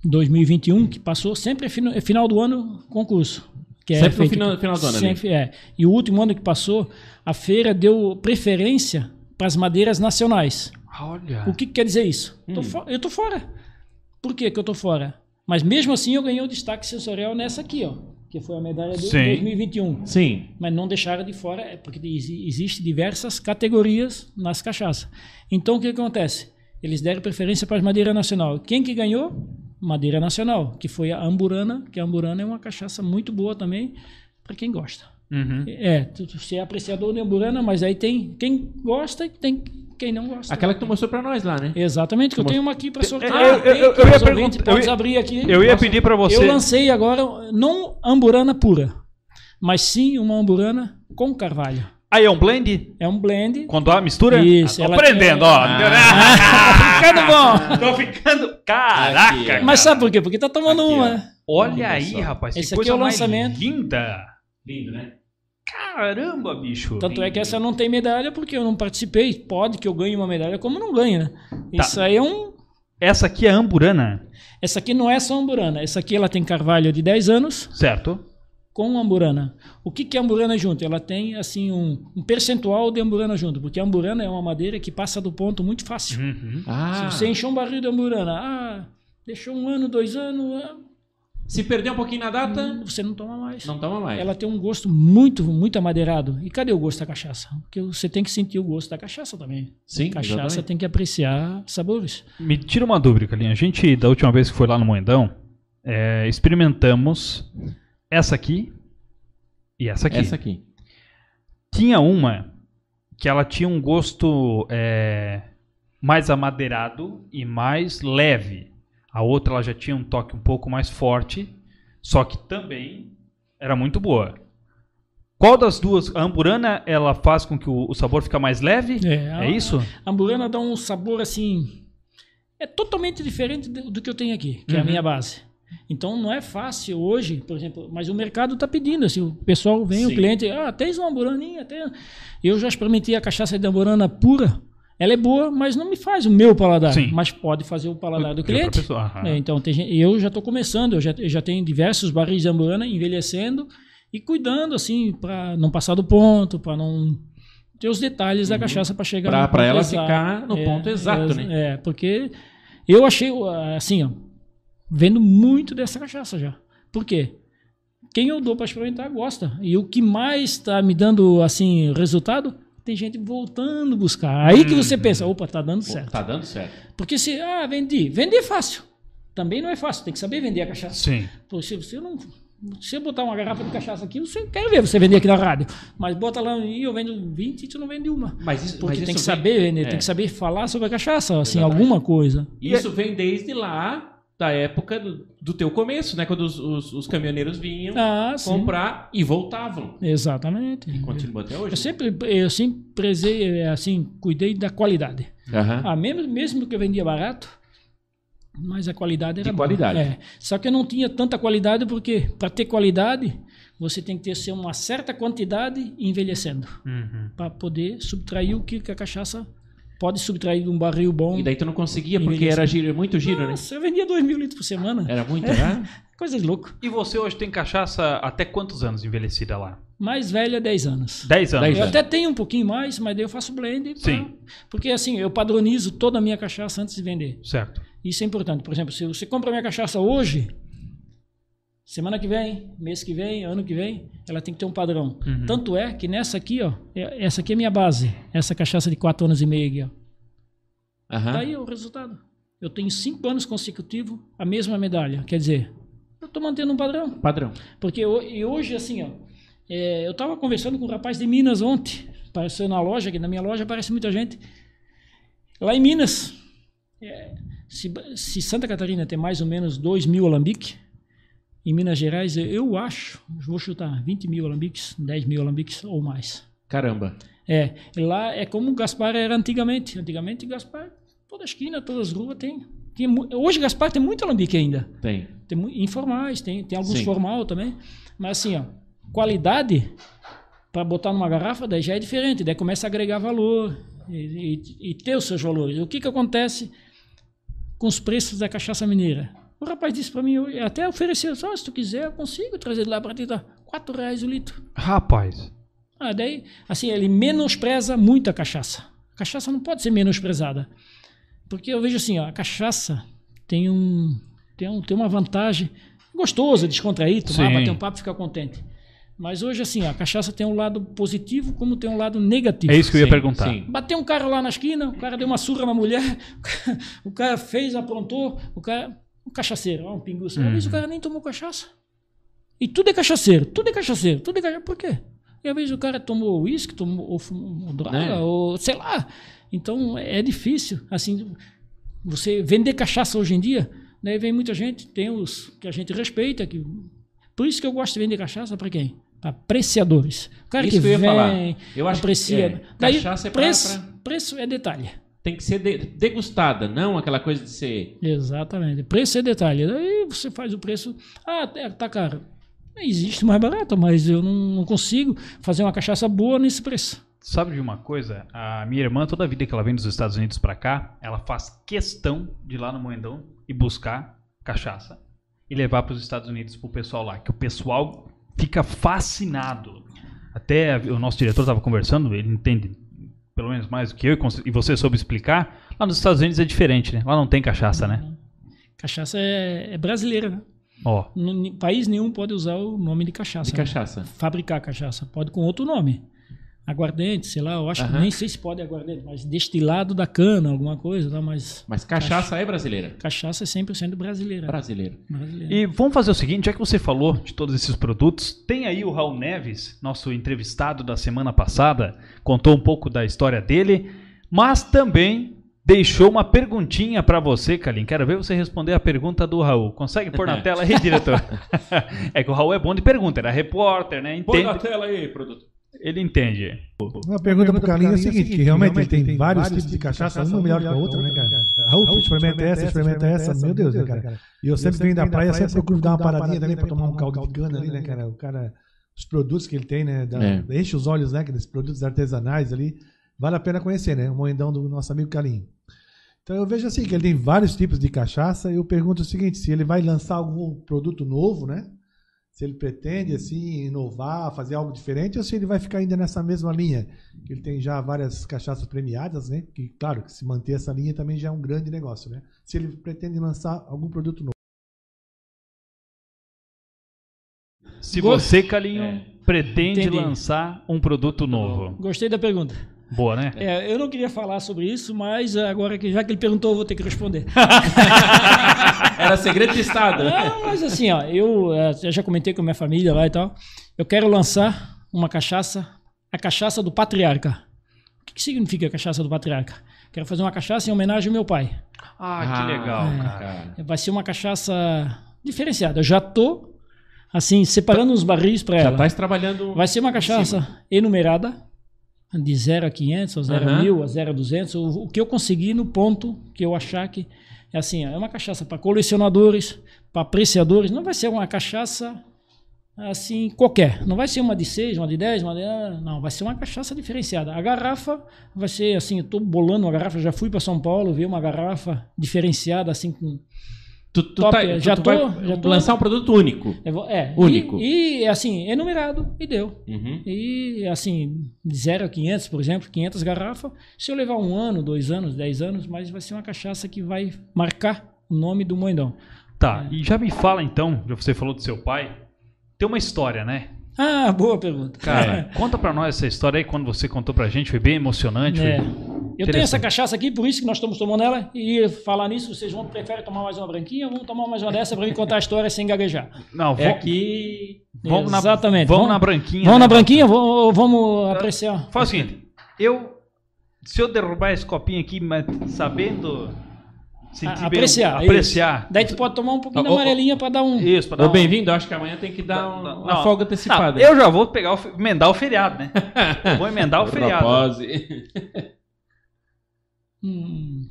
C: 2021, que passou, sempre é fino- é final do ano concurso. Que é
B: Sempre no
C: feito-
B: final- final do ano ali.
C: Sempre é. E o último ano que passou, a feira deu preferência para as madeiras nacionais.
A: Olha.
C: O que, que quer dizer isso?
A: Hum.
C: Tô fo- eu tô fora. Por que, que eu tô fora? Mas mesmo assim eu ganhei o destaque sensorial nessa aqui, ó. Que foi a medalha de
A: Sim.
C: 2021.
B: Sim.
C: Mas não deixaram de fora, é porque exi- existe diversas categorias nas cachaças. Então o que, que acontece? eles deram preferência para as madeiras nacional. Quem que ganhou? Madeira nacional, que foi a amburana, que a amburana é uma cachaça muito boa também para quem gosta.
A: Uhum.
C: É, tu, tu- você é apreciador de amburana, mas aí tem quem gosta e tem quem não gosta.
B: Aquela que tu mostrou pra nós lá, né?
C: Exatamente, que eu
B: Mostra-
C: tenho uma aqui para sortear.
A: eu- eu- eu- eu ia
C: Os ouvintes
A: perguntar-
C: podem
A: eu ia-
C: abrir aqui.
A: Eu ia
C: Nossa,
A: pedir pra você.
C: Eu lancei agora, não amburana pura, mas sim uma amburana com carvalho.
A: Aí é um blend?
C: É um blend.
A: Quando há a mistura?
C: Isso,
A: Ah, tô
C: ela
A: aprendendo,
C: tem-
A: ó. né?
C: Ficando bom.
A: Tô ficando. Caraca!
B: Aqui, ó.
A: cara.
C: Mas sabe por quê? Porque tá tomando
B: Aqui, ó.
C: uma, né?
A: Olha
B: Olha
A: aí,
B: só.
A: rapaz.
C: Esse
A: que
C: aqui
A: coisa
C: é o
A: mais
C: lançamento.
A: linda.
B: Lindo, né?
A: Caramba, bicho.
C: Tanto é que essa não tem medalha porque eu não participei. Pode que eu ganhe uma medalha, como não ganho, né?
A: Tá.
C: Isso aí é um.
A: Essa aqui é amburana,
C: Essa aqui não é só amburana. Essa aqui ela tem carvalho de 10 anos
A: certo?
C: com amburana. O que, que é amburana junto? Ela tem assim um, um percentual de amburana junto, porque a amburana é uma madeira que passa do ponto muito fácil.
A: Uhum.
B: Ah, se,
C: Se você encheu um barril de amburana, ah, deixou um ano, dois anos, ah,
B: perder um pouquinho na data,
C: você não toma mais.
B: não toma mais.
C: Hum. Ela tem um gosto muito, muito amadeirado. E cadê o gosto da cachaça? Porque você tem que sentir o gosto da cachaça também.
B: Sim,
C: Cachaça
B: exatamente.
C: tem que apreciar sabores.
A: Me tira uma dúvida, Calinha. A gente, da última vez que foi lá no Moedão, é, experimentamos essa aqui e essa aqui.
B: Essa aqui.
A: Tinha uma que ela tinha um gosto é, mais amadeirado e mais leve. A outra ela já tinha um toque um pouco mais forte, só que também era muito boa. Qual das duas? A amburana ela faz com que o, o sabor fica mais leve?
C: É,
A: É, isso?
C: A Amburana dá um sabor assim. É totalmente diferente do do que eu tenho aqui, que é a
A: Uhum.
C: minha base. Então não é fácil hoje, por exemplo, mas o mercado está pedindo, assim, o pessoal vem, o
B: Sim.
C: cliente, ah, tens uma amburaninha, tem. Eu já experimentei a cachaça de amburana pura, ela é boa, mas não me faz o meu paladar,
A: Sim.
C: mas pode fazer o paladar do
A: De outra
C: cliente.
A: pessoa, aham.
C: É, então, tem gente- eu já estou começando, eu já, eu já tenho diversos barris de amburana envelhecendo e cuidando, assim, para não passar do ponto, para não ter os detalhes da cachaça para chegar
B: Uhum. Pra-
C: no
B: pra
C: ponto
B: ela
C: exato.
B: ficar no ponto exato,
C: é,
B: né?
C: É, porque eu achei, ah, assim, ó, vendo muito dessa cachaça já. Por quê? Quem eu dou para experimentar gosta. E o que mais está me dando, assim, resultado, tem gente voltando buscar. Aí que você pensa, opa, tá dando
B: Uhum. Pô,
C: certo.
B: Tá dando certo.
C: Porque se, ah, vendi. Vender é fácil. Também não é fácil, tem que saber vender a cachaça.
A: Sim.
C: Pô, se você não. Se eu botar uma garrafa de cachaça aqui, você quer ver você vender aqui na rádio. Mas bota lá e eu vendo 20 e tu não vende uma.
B: Mas isso,
C: Porque
B: mas
C: tem que
B: isso
C: saber vender,
B: é.
C: tem que saber falar sobre a cachaça, assim,
B: Exatamente.
C: alguma coisa.
B: E isso vem desde lá da época do, do teu começo, né? Quando os, os- os caminhoneiros vinham
C: Ah, sim.
B: comprar e voltavam.
C: Exatamente.
B: Continua até hoje.
C: Eu sempre, eu sempre prezei, eh, assim, cuidei da qualidade.
B: Aham.
C: Ah, mesmo, mesmo que eu vendia barato, mas a qualidade era
B: De
C: boa.
B: qualidade.
C: É. Só que eu não tinha tanta qualidade porque para ter qualidade você tem que ter assim, uma certa quantidade envelhecendo
A: Uhum.
C: para poder subtrair o que que a cachaça pode subtrair de um barril bom.
B: né? E daí tu não conseguia,
C: E
B: porque
C: beleza.
B: era giro, muito giro, né?
C: Nossa, eu vendia 2 mil litros por semana.
B: Era muito, né?
C: Coisa de louco.
A: E você hoje tem cachaça até quantos anos envelhecida lá?
C: Mais velha, 10 anos.
A: 10 anos. né?
B: Dez
C: Eu
B: anos.
C: até tenho um pouquinho mais, mas daí eu faço blend. pra-
A: Sim.
C: Porque assim, eu padronizo toda a minha cachaça antes de vender.
A: Certo.
C: Isso é importante. Por exemplo, se você compra minha cachaça hoje, semana que vem, mês que vem, ano que vem, ela tem que ter um padrão.
A: Uhum.
C: Tanto é que nessa aqui, ó, é- essa aqui é minha base. Essa cachaça de 4 anos e meio aqui, ó.
B: Aham.
C: Tá aí o resultado. Eu tenho cinco anos consecutivos a mesma medalha. Quer dizer, eu tô mantendo um padrão.
B: Padrão.
C: Porque ho- e hoje, assim, ó, é, eu estava conversando com um rapaz de Minas ontem. Apareceu na loja, que na minha loja aparece muita gente. Lá em Minas, é, se, Ba- se Santa Catarina tem mais ou menos 2 mil alambiques, em Minas Gerais, eu- eu acho, vou chutar, 20 mil alambiques, 10 mil alambiques ou mais.
B: Caramba.
C: É, e lá é como Gaspar era antigamente. Antigamente, Gaspar, toda esquina, todas as ruas tem. tinha mu- hoje, Gaspar tem muito alambique ainda.
B: Tem.
C: Tem mu- informais, tem, tem alguns
B: Sim.
C: formal também. Mas assim, ó, qualidade para botar numa garrafa daí já é diferente, daí começa a agregar valor e, e- e ter os seus valores. O que, que acontece com os preços da cachaça mineira? O rapaz disse para mim, eu- até ofereceu, só se tu quiser, eu consigo trazer de lá para ti, tá? R$ reais o litro.
A: Rapaz.
C: Ah, daí, assim, ele menospreza muito a cachaça. A cachaça não pode ser menosprezada. Porque eu vejo assim, ó, a cachaça tem um tem, um, tem uma vantagem gostosa, descontraído, tomar,
A: Sim.
C: bater um papo, ficar contente. Mas hoje, assim, a cachaça tem um lado positivo como tem um lado negativo.
A: É isso que eu ia
B: Sim,
A: perguntar.
B: sim.
C: Bateu um cara lá na esquina, o cara deu uma surra na mulher, o cara fez, aprontou, o cara. Um cachaceiro, ó, um pinguço.
A: Uhum.
C: Às vezes o cara nem tomou cachaça. E tudo é cachaceiro, tudo é cachaceiro, tudo é cachaceiro. Por quê? E às vezes o cara tomou uísque, tomou ou fumou droga,
B: Né?
C: ou sei lá. Então é difícil, assim, você vender cachaça hoje em dia, né? Vem muita gente, tem os que a gente respeita, que por isso que eu gosto de vender cachaça para quem? Apreciadores. O cara
B: Isso
C: que,
B: que eu ia
C: vem,
B: falar. Eu acho que,
C: aprecia.
B: é,
C: Daí,
B: cachaça é pra-
C: preço,
B: pra-
C: preço é detalhe.
B: Tem que ser de- degustada, não aquela coisa de ser.
C: Exatamente. Preço é detalhe. Daí você faz o preço. Ah, tá- tá caro. Existe mais barato, mas eu não, não consigo fazer uma cachaça boa nesse preço.
A: Sabe de uma coisa? A minha irmã, toda a vida que ela vem dos Estados Unidos pra cá, ela faz questão de ir lá no Moedão e buscar cachaça e levar pros Estados Unidos pro pessoal lá, que o pessoal fica fascinado. Até o nosso diretor estava conversando, ele entende pelo menos mais do que eu e cons- e você soube explicar. Lá nos Estados Unidos é diferente, né? Lá não tem cachaça, né?
C: Cachaça é, é brasileira, né?
A: Ó,
C: No, ni- país nenhum pode usar o nome de cachaça.
B: De cachaça.
C: Fabricar cachaça. Pode com outro nome. Aguardente, sei lá, eu acho que
B: Aham.
C: nem sei se pode aguardente, mas destilado da cana, alguma coisa, tá? mas
B: Mas cachaça é brasileira.
C: cachaça é 100% brasileira.
B: Brasileira.
C: brasileira.
A: E vamos fazer o seguinte, já que você falou de todos esses produtos, tem aí o Raul Neves, nosso entrevistado da semana passada, contou um pouco da história dele, mas também deixou uma perguntinha pra você, Kalim. Quero ver você responder a pergunta do Raul. Consegue pôr na tela aí, diretor? é que o Raul é bom de pergunta, ele é repórter, né? Entende,
B: tela aí, produto.
A: ele entende.
H: Uma pergunta pro Carlinhos é a seguinte, que realmente tem, tem vários tipos de cachaça, uma melhor que a outra, né, cara? Raul, tu experimenta essa, experimenta essa, meu Deus, né, cara? E eu sempre venho da praia, sempre procuro dar uma paradinha também pra tomar um caldo de cana ali, né, cara? O cara, os produtos que ele tem, né, dá-
B: É.
H: enche os olhos, né, aqueles produtos artesanais ali, vale a pena conhecer, né? O moedão do nosso amigo Carlinhos. Então eu vejo assim, que ele tem vários tipos de cachaça, e eu pergunto o seguinte, se ele vai lançar algum produto novo, né? se ele pretende assim inovar, fazer algo diferente, ou se ele vai ficar ainda nessa mesma linha. Ele tem já várias cachaças premiadas, né? Que claro, que se manter essa linha também já é um grande negócio, né? Se ele pretende lançar algum produto novo.
A: Se
C: Gosto.
A: você, Kalinho, pretende
C: Entendi.
A: lançar um produto novo.
C: Gostei da pergunta.
A: Boa, né?
C: É, eu não queria falar sobre isso, mas agora que já que ele perguntou, eu vou ter que responder.
B: Era segredo de Estado.
C: Não, mas assim, ó, eu, eh, eu já comentei com a minha família lá e tal. Eu quero lançar uma cachaça, a cachaça do patriarca. O que, que significa a cachaça do patriarca? Quero fazer uma cachaça em homenagem ao meu pai.
A: Ah, que legal,
C: é.
A: cara.
C: Vai ser uma cachaça diferenciada. Eu já tô assim separando os barris para
B: Já
C: ela.
B: tá trabalhando.
C: Vai ser uma cachaça enumerada, de 0 a 500, ou 0
B: Aham.
C: a 1000, a 0 a 200, o, o que eu conseguir no ponto que eu achar que. É assim, ó, é uma cachaça para colecionadores, para apreciadores, não vai ser uma cachaça assim qualquer. Não vai ser uma de 6, uma de 10, uma de. ah, Não, vai ser uma cachaça diferenciada. A garrafa vai ser assim, eu tô bolando uma garrafa, já fui para São Paulo, vi uma garrafa diferenciada, assim, com.
B: Tu, tu
C: Top,
B: tá,
C: já
B: tu
C: tô-
B: vai
C: já tô-
B: lançar um produto único.
C: eu vou- É,
B: Único.
C: E, e assim, enumerado, e deu.
B: Uhum.
C: E assim, de 0 a 500, por exemplo, 500 garrafas, se eu levar um ano, dois anos, dez anos, mas vai ser uma cachaça que vai marcar o nome do Moedão.
A: Tá, e já me fala então, já você falou do seu pai, tem uma história, né?
C: Ah, boa pergunta.
A: Cara, conta pra nós essa história aí, quando você contou pra gente, foi bem emocionante.
C: É.
A: foi-
C: Eu tenho essa cachaça aqui, por isso que nós estamos tomando ela. E falar nisso, vocês vão preferem tomar mais uma branquinha ou vão tomar mais uma dessa para me contar a história sem gaguejar?
A: Não,
B: É
A: vamos,
B: aqui.
A: vamos, na,
C: Exatamente.
A: vamos na branquinha.
C: Vamos
A: né?
C: na branquinha ou vamos apreciar?
A: Faz o seguinte, eu, se eu derrubar esse copinho aqui, mas sabendo...
C: A-
A: tiver um-
C: apreciar, isso.
A: apreciar.
C: Daí tu pode tomar um
A: Ah,
C: pouquinho da
B: Ó, ó, ó.
C: amarelinha para dar um.
A: Isso, pra dar
B: Ô,
A: um-
B: bem-vindo. Acho que amanhã tem que dar um-
A: Não,
B: uma
A: não. Não,
B: folga antecipada.
A: eu já vou pegar, o fe- emendar o feriado, né? Vou emendar o feriado.
B: Propose.
C: Hum.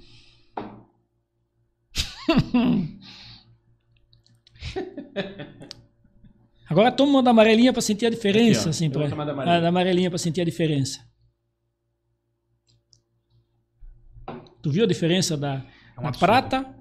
C: Agora toma uma da amarelinha para sentir a diferença,
B: Aqui, ó.
C: assim,
B: Eu vou
C: pra,
B: tomar da amarelinha.
C: Ah, da amarelinha para sentir a diferença. Tu viu a diferença da
A: É um
C: da
A: absurdo.
C: prata,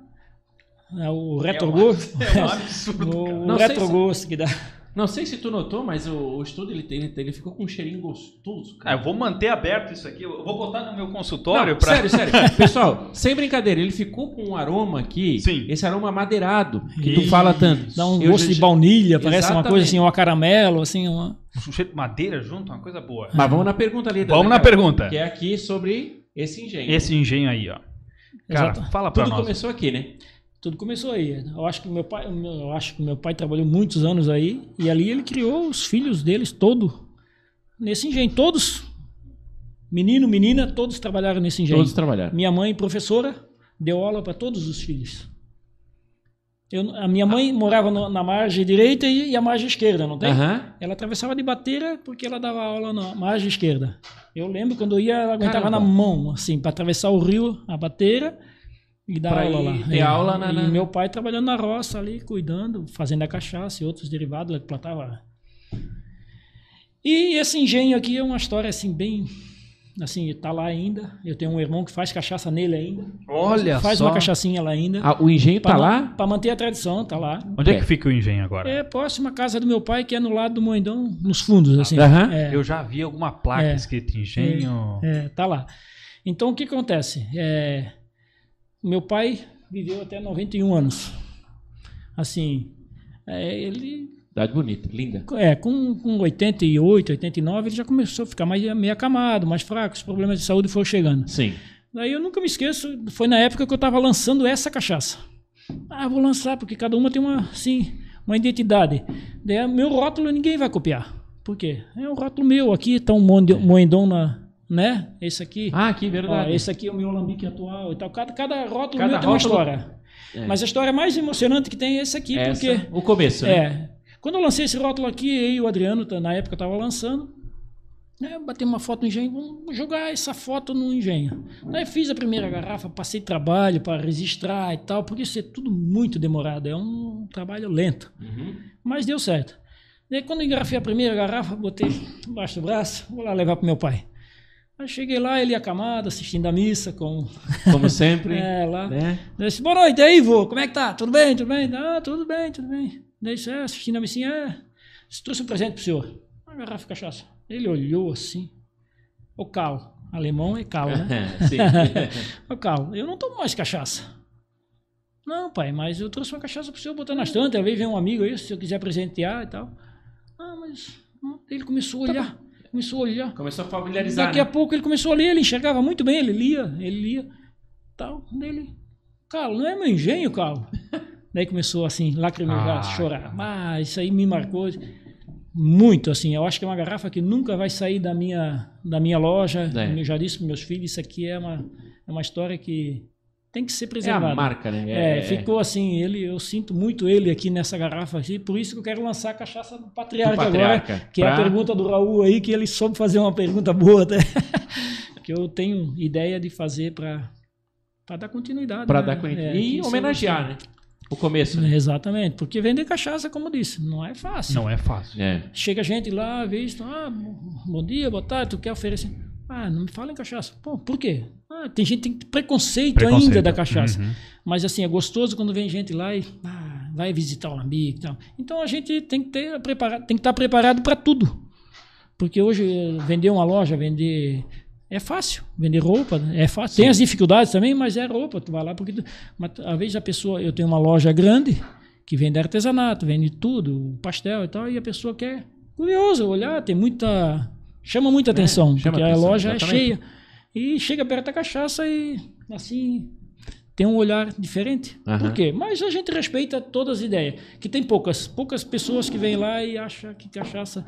C: ah, o retrogosto,
A: É um absurdo.
C: o,
B: Não sei se-
C: retrogosto que dá.
B: Não sei se tu notou, mas o, o estudo ele, tem, ele, tem- ele ficou com um cheirinho gostoso,
A: Ah,
B: cara.
A: eu vou manter aberto isso aqui. Eu vou botar no meu consultório
B: Não,
A: pra.
B: Sério, sério. Pessoal, sem brincadeira, ele ficou com um aroma aqui,
A: Sim.
B: esse aroma madeirado, que
A: Isso.
B: tu fala tanto.
C: Dá um
B: Eu
C: gosto
B: já-
C: de baunilha, parece uma coisa
B: Exatamente.
C: assim, um caramelo, assim, uma...
A: Um cheiro de madeira junto, uma coisa boa.
B: Mas vamos na pergunta ali.
A: Vamos
B: né,
A: na
B: cara?
A: pergunta.
B: Que é aqui sobre esse engenho.
A: Esse engenho aí, ó. Cara,
C: Exato.
A: fala pra
B: Tudo
A: nós.
B: começou aqui, né?
C: Tudo começou aí. Eu acho que meu pai, eu acho que meu pai trabalhou muitos anos aí e ali ele criou os filhos deles todo nesse engenho, todos. Menino, menina, todos trabalharam nesse engenho.
B: Todos trabalharam.
C: Minha mãe, professora, deu aula para todos os filhos. Eu- a minha mãe morava no- na margem direita e, e a margem esquerda, não tem?
B: Aham.
C: Ela atravessava de bateira porque ela dava aula na margem esquerda. Eu lembro quando eu ia, ela aguentava
B: Caramba.
C: na mão, assim, para atravessar o rio, a bateira e dar
B: Pra
C: aula
B: ir
C: lá.
B: ter
C: É.
B: aula na-
C: e
B: na-
C: meu pai trabalhando na roça ali, cuidando, fazendo a cachaça e outros derivados, ela plantava. E esse engenho aqui é uma história assim bem assim, tá lá ainda. Eu tenho um irmão que faz cachaça nele ainda.
A: Olha
C: faz
A: só.
C: uma cachaçinha lá ainda.
B: Ah, o engenho tá lá?
C: Para manter a tradição, tá lá.
A: Onde é que fica o engenho agora?
C: É próxima à casa do meu pai, que é no lado do Moedão, nos fundos, assim.
B: Aham.
C: É.
A: Eu já vi alguma placa
C: É.
A: escrita engenho.
C: É, tá lá. Então, o que acontece? É, meu pai viveu até 91 anos. Assim, é, ele
B: Cidade bonita, linda.
C: é, com, com 88, 89, ele já começou a ficar mais, meio acamado, mais fraco, os problemas de saúde foram chegando.
B: Sim.
C: Daí eu nunca me esqueço, foi na época que eu estava lançando essa cachaça. Ah, eu vou lançar, porque cada uma tem uma, assim, uma identidade. Daí, meu rótulo ninguém vai copiar. Por quê? É um rótulo meu, aqui tá um monde- moedão na, né? Esse aqui.
B: É. Ah, que
C: Ó,
B: verdade.
C: esse aqui é o meu alambique atual e tal. Cada, cada rótulo
B: Cada
C: meu tem uma
B: rótulo-
C: história.
B: É.
C: Mas a história mais emocionante que tem é esse aqui,
B: Essa,
C: porque...
B: O começo, né?
C: É. Quando eu lancei esse rótulo aqui, eu e o Adriano, tá- na época, tava lançando. Né, batemos uma foto no engenho, vamos jogar essa foto no engenho. Daí fiz a primeira garrafa, passei trabalho para registrar e tal, porque isso é tudo muito demorado, é um trabalho lento.
B: Uhum.
C: Mas deu certo. Daí quando eu engrafei a primeira garrafa, botei embaixo do braço, vou lá levar pro meu pai. Aí cheguei lá, ele acamado, assistindo a missa, com.
B: Como sempre.
C: É, lá.
B: né?
C: Daí disse, boa noite, e aí, vô, como é que tá? Tudo bem, tudo bem? Ah, tudo bem, tudo bem. Daí disse, é, assistindo a missinha, é, disse, trouxe um presente pro senhor. Uma garrafa de cachaça. Ele olhou assim, o calo, alemão é calo, né?
B: Sim.
C: o calo, eu não tomo mais cachaça. Não, pai, mas eu trouxe uma cachaça pro senhor botar na estante, às vezes vem um amigo aí, se eu quiser presentear e tal. Ah, mas hum, ele começou a olhar, começou a olhar.
B: Começou a familiarizar.
C: Daqui a
B: né?
C: pouco ele começou a ler, ele enxergava muito bem, ele lia, ele lia. Tal, dele. Carlos, não é meu engenho, Carlos. Daí começou assim, lacrimejar,
A: Ah,
B: então.
C: chorar. Ah, isso aí me marcou muito, assim. Eu acho que é uma garrafa que nunca vai sair da minha, da minha loja.
B: É.
C: Eu já disse para meus filhos, isso aqui é uma, é uma história que tem que ser
B: É a
C: preservada.
B: marca, né?
C: É, ficou assim, ele, eu sinto muito ele aqui nessa garrafa aqui, por isso que eu quero lançar a cachaça do patriarca,
B: Do Patriarca,
C: agora, que é a
B: pra-
C: pergunta do Raul aí, que ele soube fazer uma pergunta boa até, que eu tenho ideia de fazer para dar continuidade.
B: Pra
C: né?
B: dar conhecimento.
C: É,
B: e
C: que isso-
B: homenagear, né? O começo, né?
C: É, Exatamente, porque vender cachaça, como eu disse, não é fácil.
A: Não é fácil.
B: É.
C: Chega gente lá, vê isso, ah, bom dia, boa tarde, tu quer oferecer? Ah, não me fala em cachaça. Pô, por quê? Ah, tem gente que tem preconceito, ainda da cachaça.
A: Uhum.
C: Mas assim, é gostoso quando vem gente lá e ah, vai visitar o amigo e tal. Então a gente tem que ter preparado, tem que estar preparado para tudo. Porque hoje eh, vender uma loja, vender é fácil, vender roupa né? é fácil. Tem as dificuldades também, mas é roupa, tu vai lá porque tu, mas às vezes a pessoa, eu tenho uma loja grande que vende artesanato, vende tudo, pastel e tal, e a pessoa quer curioso olhar, tem muita chama muita atenção,
B: É, chama
C: porque
B: atenção,
C: a loja
B: exatamente.
C: é cheia. E chega perto da cachaça e assim tem um olhar diferente.
B: Aham.
C: Por quê? Mas a gente respeita todas as ideias. Que tem poucas, poucas pessoas que vêm lá e acham que cachaça,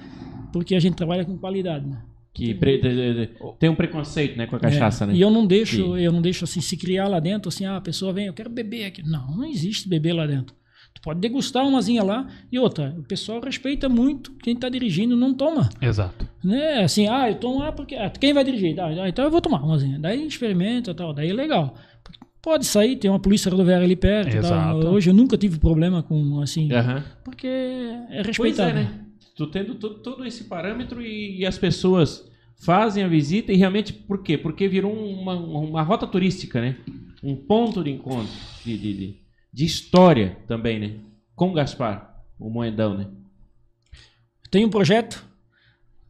C: porque a gente trabalha com qualidade, né?
B: Que pre- de- de- de- tem um preconceito, né? Com a cachaça,
C: É.
B: né?
C: E eu não deixo,
B: Sim.
C: eu não deixo assim se criar lá dentro, assim, ah, a pessoa vem, eu quero beber aqui. Não, não existe beber lá dentro. Tu pode degustar umazinha lá e outra. O pessoal respeita muito quem está dirigindo, não toma
A: Exato.
C: né? Assim, ah, eu tomo ah, porque. ah, quem vai dirigir? Ah, ah, então eu vou tomar umazinha. Daí experimenta tal, daí é legal. Pode sair, tem uma polícia rodoviária ali perto. e Tal.
A: Exato.
C: Hoje eu nunca tive problema com assim.
B: Aham.
C: Porque é
B: Pois
C: respeitado.
B: é, né? Tu tendo to- todo, esse parâmetro e, e as pessoas fazem a visita e realmente por quê? Porque virou um, uma, uma rota turística, né? Um ponto de encontro, de, de, de- de história também, né? Com Gaspar, o Moedão, né?
C: Tem um projeto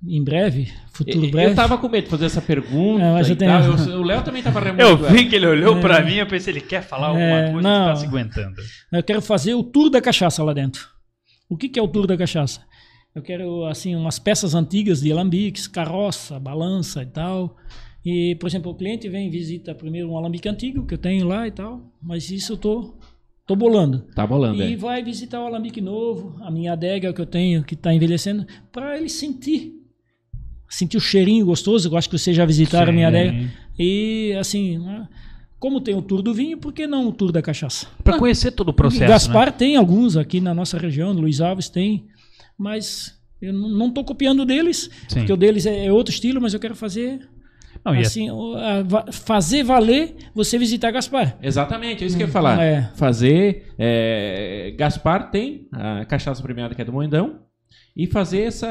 C: em breve, futuro
B: Eu-
C: breve.
B: Eu tava com medo de fazer essa pergunta.
C: É, mas
B: e
C: eu tenho-
B: tal. Eu- o Léo também tava remoto.
A: Eu vi que ele olhou
C: É.
A: pra mim, eu pensei, ele quer falar alguma
C: É,
A: coisa,
C: não.
A: não tá se aguentando.
C: Eu quero fazer o tour da cachaça lá dentro. O que, que é o tour da cachaça? Eu quero, assim, umas peças antigas de alambiques, carroça, balança e tal. E, por exemplo, o cliente vem e visita primeiro um alambique antigo que eu tenho lá e tal. Mas isso eu tô, tô bolando.
B: Tá bolando,
C: E
B: é.
C: vai visitar o alambique novo, a minha adega que eu tenho, que está envelhecendo, para ele sentir. Sentir o cheirinho gostoso, eu acho que vocês já visitaram a minha
A: Sim.
C: adega. E, assim, né, como tem o tour do vinho, por que não o tour da cachaça?
A: Pra conhecer todo o processo.
C: Gaspar
A: né?
C: tem alguns aqui na nossa região, Luiz Alves tem, mas eu n- não estou copiando deles,
A: Sim.
C: porque o deles é é outro estilo, mas eu quero fazer
A: Não, e é-
C: assim, o- a- va- fazer valer você visitar Gaspar.
B: Exatamente, é isso que eu ia falar.
C: É.
B: Fazer. é, Gaspar tem a cachaça premiada que é do Moendão. E fazer essa.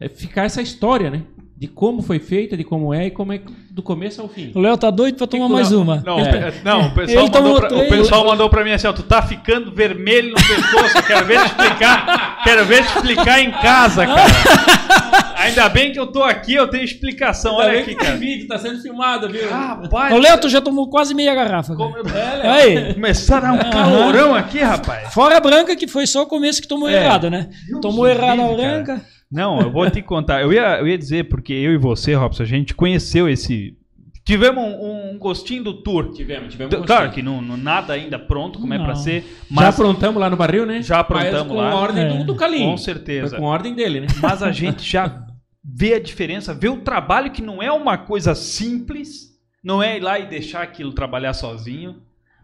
B: é, Ficar essa história, né? De como foi feita, de como é e como é do começo ao fim.
C: O Léo tá doido para tomar mais uma.
A: Não,
C: Ele tá-
A: é, não, o pessoal,
C: Ele tomou
A: mandou pra, o
C: três.
A: pessoal mandou pra mim assim, ó, tu tá ficando vermelho no pescoço, quero ver te explicar, quero ver te explicar em casa, cara. Ainda bem que eu tô aqui, eu tenho explicação, olha aqui, cara. Ah.
B: vídeo, tá sendo filmado, viu?
C: Ô,
A: Rapaz,
C: Léo, tu já tomou quase meia garrafa. cara.
A: É,
C: Aí,
A: começaram a dar um calorão aqui, rapaz.
C: fora a branca, que foi só o começo que
A: É.
C: tomou errado, né? tomou
A: Deus
C: errado a
A: livre, cara.
C: branca.
A: Não, eu vou te contar. Eu ia, eu ia dizer, porque eu e você, Robson, a gente conheceu esse. Tivemos um, um gostinho do tour.
B: Tivemos, tivemos.
A: T-
B: um
A: Claro
B: gostinho.
A: que não, não- nada ainda pronto, como é
C: Não.
A: pra ser,
B: já
A: Tá, mas
B: aprontamos lá no barril, né?
A: Já aprontamos
B: Mas com
A: lá.
B: ordem
C: É.
B: do, do Calim.
A: com certeza.
B: Com ordem dele, né?
A: Mas a gente já vê a diferença, vê o trabalho que não é uma coisa simples, não é ir lá e deixar aquilo trabalhar sozinho.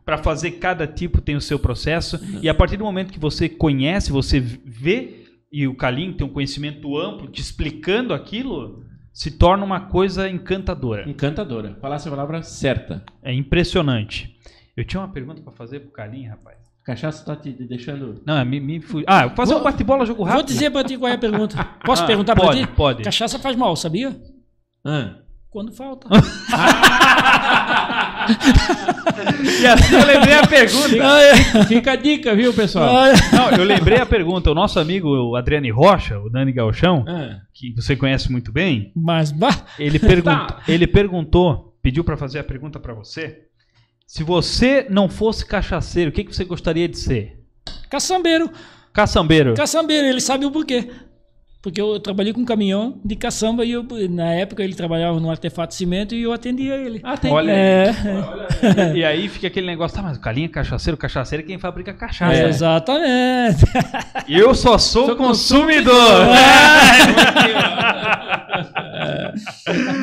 A: Pra fazer cada tipo tem o seu processo. E a partir do momento que você conhece, você vê, e o Kalim tem um conhecimento amplo te explicando aquilo, se torna uma coisa encantadora.
B: Encantadora. Falasse a palavra certa.
A: É impressionante. Eu tinha uma pergunta pra fazer pro Kalim, rapaz.
B: Cachaça tá te deixando.
A: Não, me, me fu- Ah, eu fazer um bate-bola, jogo rápido.
C: Vou dizer pra ti qual é a pergunta. Posso
A: Ah,
C: perguntar pra
A: pode,
C: ti?
A: Pode,
C: Cachaça faz mal, sabia?
B: Ah.
C: Quando falta.
A: E assim eu lembrei a pergunta. é.
B: Fica a dica, viu,
A: Tá.
B: pessoal?
C: Ah,
A: Não, eu lembrei a pergunta. O nosso amigo o Adriane Rocha, o Dani Galchão,
B: Ah.
A: que você conhece muito bem,
C: Mas, bah,
A: ele, pergun- ele perguntou, pediu pra fazer a pergunta pra você. Se você não fosse cachaceiro, o que, que você gostaria de ser?
C: caçambeiro.
A: Caçambeiro.
C: Caçambeiro, ele sabe o porquê. Porque eu trabalhei com um caminhão de caçamba e eu, na época ele trabalhava no artefato de cimento e eu atendia ele.
B: Ah, tem.
A: Olha
C: É,
A: E aí fica aquele negócio, tá, mas o Calinha é cachaceiro, o cachaceiro é quem fabrica cachaça. né?
C: é, exatamente.
A: E eu só sou,
B: Sou
A: consumidor.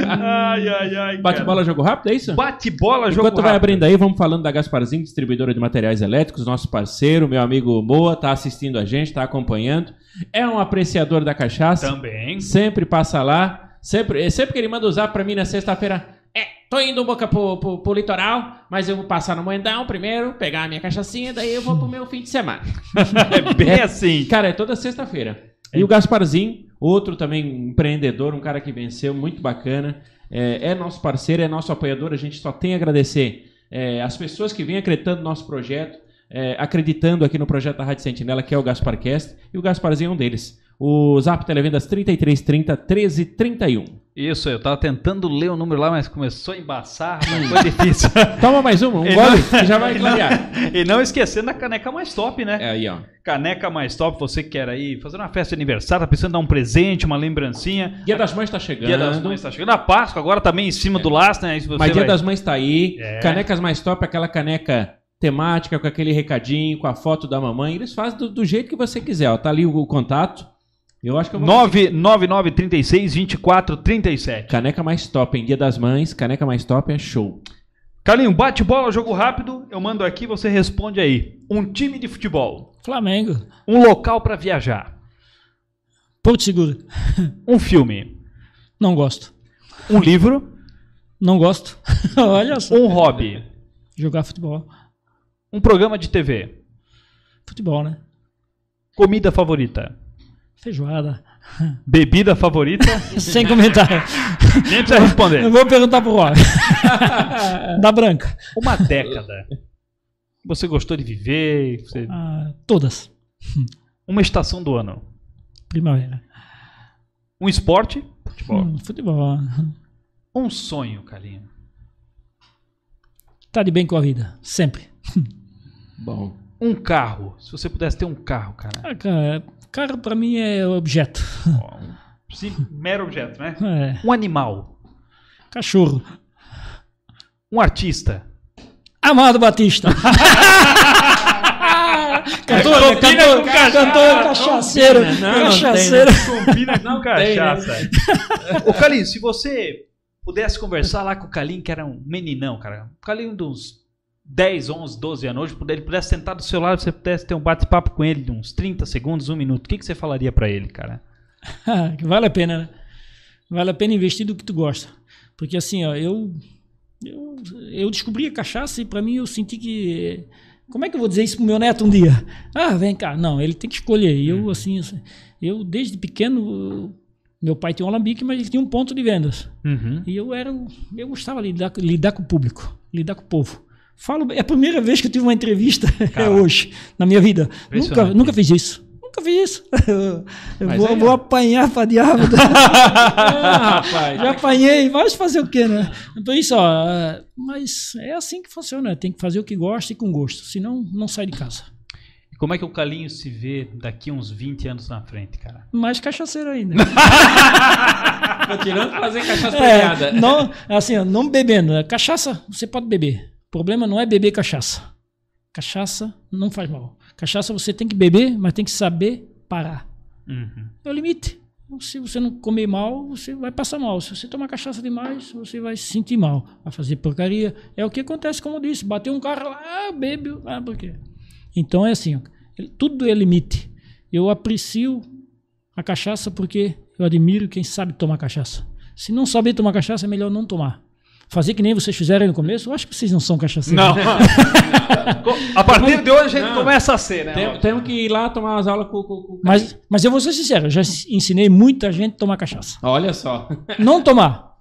A: ai, ai, ai.
B: Bate
A: cara.
B: bola, jogo rápido, é isso?
A: Bate bola, jogo
B: Enquanto tu vai
A: rápido.
B: abrindo aí, vamos falando da Gasparzinho, distribuidora de materiais elétricos, nosso parceiro, meu amigo Moa, tá assistindo a gente, tá acompanhando. É um apreciador da cachaça,
A: Também.
B: sempre passa lá. Sempre, é sempre que ele manda usar pra mim na sexta-feira, é, tô indo um boca pro, pro, pro litoral, mas eu vou passar no Moendão primeiro, pegar a minha cachaçinha, daí eu vou pro meu fim de semana.
A: É bem assim. É.
B: Cara, é toda sexta-feira. E o Gasparzinho, outro também empreendedor, um cara que venceu, muito bacana. É, é nosso parceiro, é nosso apoiador. A gente só tem a agradecer é, as pessoas que vêm acreditando no nosso projeto, é, acreditando aqui no projeto da Rádio Sentinela, que é o Gasparcast. E o Gasparzinho é um deles. O Zap Televendas 3330 1331.
A: Isso, eu tava tentando ler o número lá, mas começou a embaçar, rapaz, foi difícil.
B: Toma mais uma, um
A: Ele
B: gole, que já vai clarear.
A: e não esquecendo a caneca mais top, né?
B: É aí, ó.
A: Caneca mais top, você que quer aí fazer uma festa de aniversário, tá pensando em dar um presente, uma lembrancinha.
B: Dia das Mães tá chegando.
A: Dia das Mães tá chegando. A Páscoa agora também em cima do laço, né? Isso você
B: Mas Dia
A: vai-
B: das Mães tá aí.
A: É.
B: Canecas mais top, aquela caneca temática, com aquele recadinho, com a foto da mamãe. Eles fazem do, do jeito que você quiser. Ó. Tá ali o, o contato. Eu acho que eu vou...
A: 999362437.
B: Caneca mais top, em Dia das Mães, caneca mais top é show.
A: Carlinho, bate bola, jogo rápido. Eu mando aqui, você responde aí. Um time de futebol,
C: Flamengo.
A: um local pra viajar,
C: Porto Seguro.
A: um filme,
C: Não gosto.
A: um livro,
C: Não gosto. Olha só.
A: um hobby,
C: Jogar futebol.
A: um programa de TV,
C: Futebol, né?
A: comida favorita.
C: Feijoada.
A: Bebida favorita?
C: Sem comentário.
A: Nem precisa responder.
C: Eu vou perguntar pro Rob. da branca.
A: Uma década. Você gostou de viver? Você-
C: Ah, todas.
A: Uma estação do ano.
C: Primavera.
A: Um esporte. Futebol.
C: Hum, futebol.
A: Um sonho, Calinho.
C: Tá de bem com a vida. Sempre.
B: Bom.
A: Um carro. Se você pudesse ter um carro, cara.
C: Ah, cara, carro pra mim é objeto.
A: Ó, um sim- mero objeto, né?
C: É,
A: Um animal.
C: cachorro.
A: Um artista.
C: Amado Batista. cantor, né?
A: Combina
C: cantor,
A: com cachaça.
C: cantor, cachaceiro.
B: Não, não
C: cachaceiro.
A: Combina com
B: tem, né?
A: cachaça. Ô, Calinho, se você pudesse conversar lá com o Calinho, que era um meninão, cara. O Calinho de uns 10, 11, 12 anos, ele pude- ele pudesse sentar do seu lado, você pudesse ter um bate-papo com ele de uns 30 segundos, um minuto. O que, que você falaria pra ele, cara?
C: Ah, que vale a pena, né? Vale a pena investir do que tu gosta. Porque assim, ó, eu eu, eu descobri a cachaça e pra mim eu senti que como é que eu vou dizer isso pro meu neto um dia? Ah, vem cá. Não, ele tem que escolher. E eu assim, assim, eu desde pequeno eu- meu pai tinha um alambique, mas ele tinha um ponto de vendas.
A: Uhum.
C: E eu era, um- eu gostava de lidar, lidar com o público, lidar com o povo. Falo, bem- é a primeira vez que eu tive uma entrevista é
A: Cara.
C: hoje na minha vida. Nunca,
A: Impressionante.
C: nunca fiz isso. Nunca fiz isso. Eu, eu
B: Mas
C: vou,
B: aí,
C: vou
B: ó.
C: apanhar pra diabo.
B: Ah, rapaz.
C: Já apanhei, mas fazer o quê, né? Então isso, ó, mas é assim que funciona, tem que fazer o que gosta e com gosto, senão não sai de casa.
A: E como é que o Calinho se vê daqui uns 20 anos na frente, cara?
C: Mais cachaceiro ainda.
B: Tô tirando pra fazer cachaça
C: É,
B: premiada.
C: não, assim, ó, não bebendo. né? Cachaça, você pode beber. O problema não é beber cachaça. Cachaça não faz mal. Cachaça você tem que beber, mas tem que saber parar.
A: Uhum.
C: É o limite. Se você não comer mal, você vai passar mal. Se você tomar cachaça demais, você vai se sentir mal. Vai fazer porcaria. É o que acontece, como eu disse. Bateu um carro lá, ah, bebeu. Ah, por quê? Então é assim, ó, ele- tudo é limite. Eu aprecio a cachaça porque eu admiro quem sabe tomar cachaça. Se não saber tomar cachaça, é melhor não tomar. Fazer que nem vocês fizeram aí no começo, eu acho que vocês não são cachaceiros.
A: Não.
B: É,
A: a partir de hoje a gente começa a ser, né?
B: Tem- Temos que ir lá tomar umas aulas com o.
C: Mas, mas eu vou ser sincero, eu já ensinei muita gente a tomar cachaça.
B: Olha só.
C: Não tomar,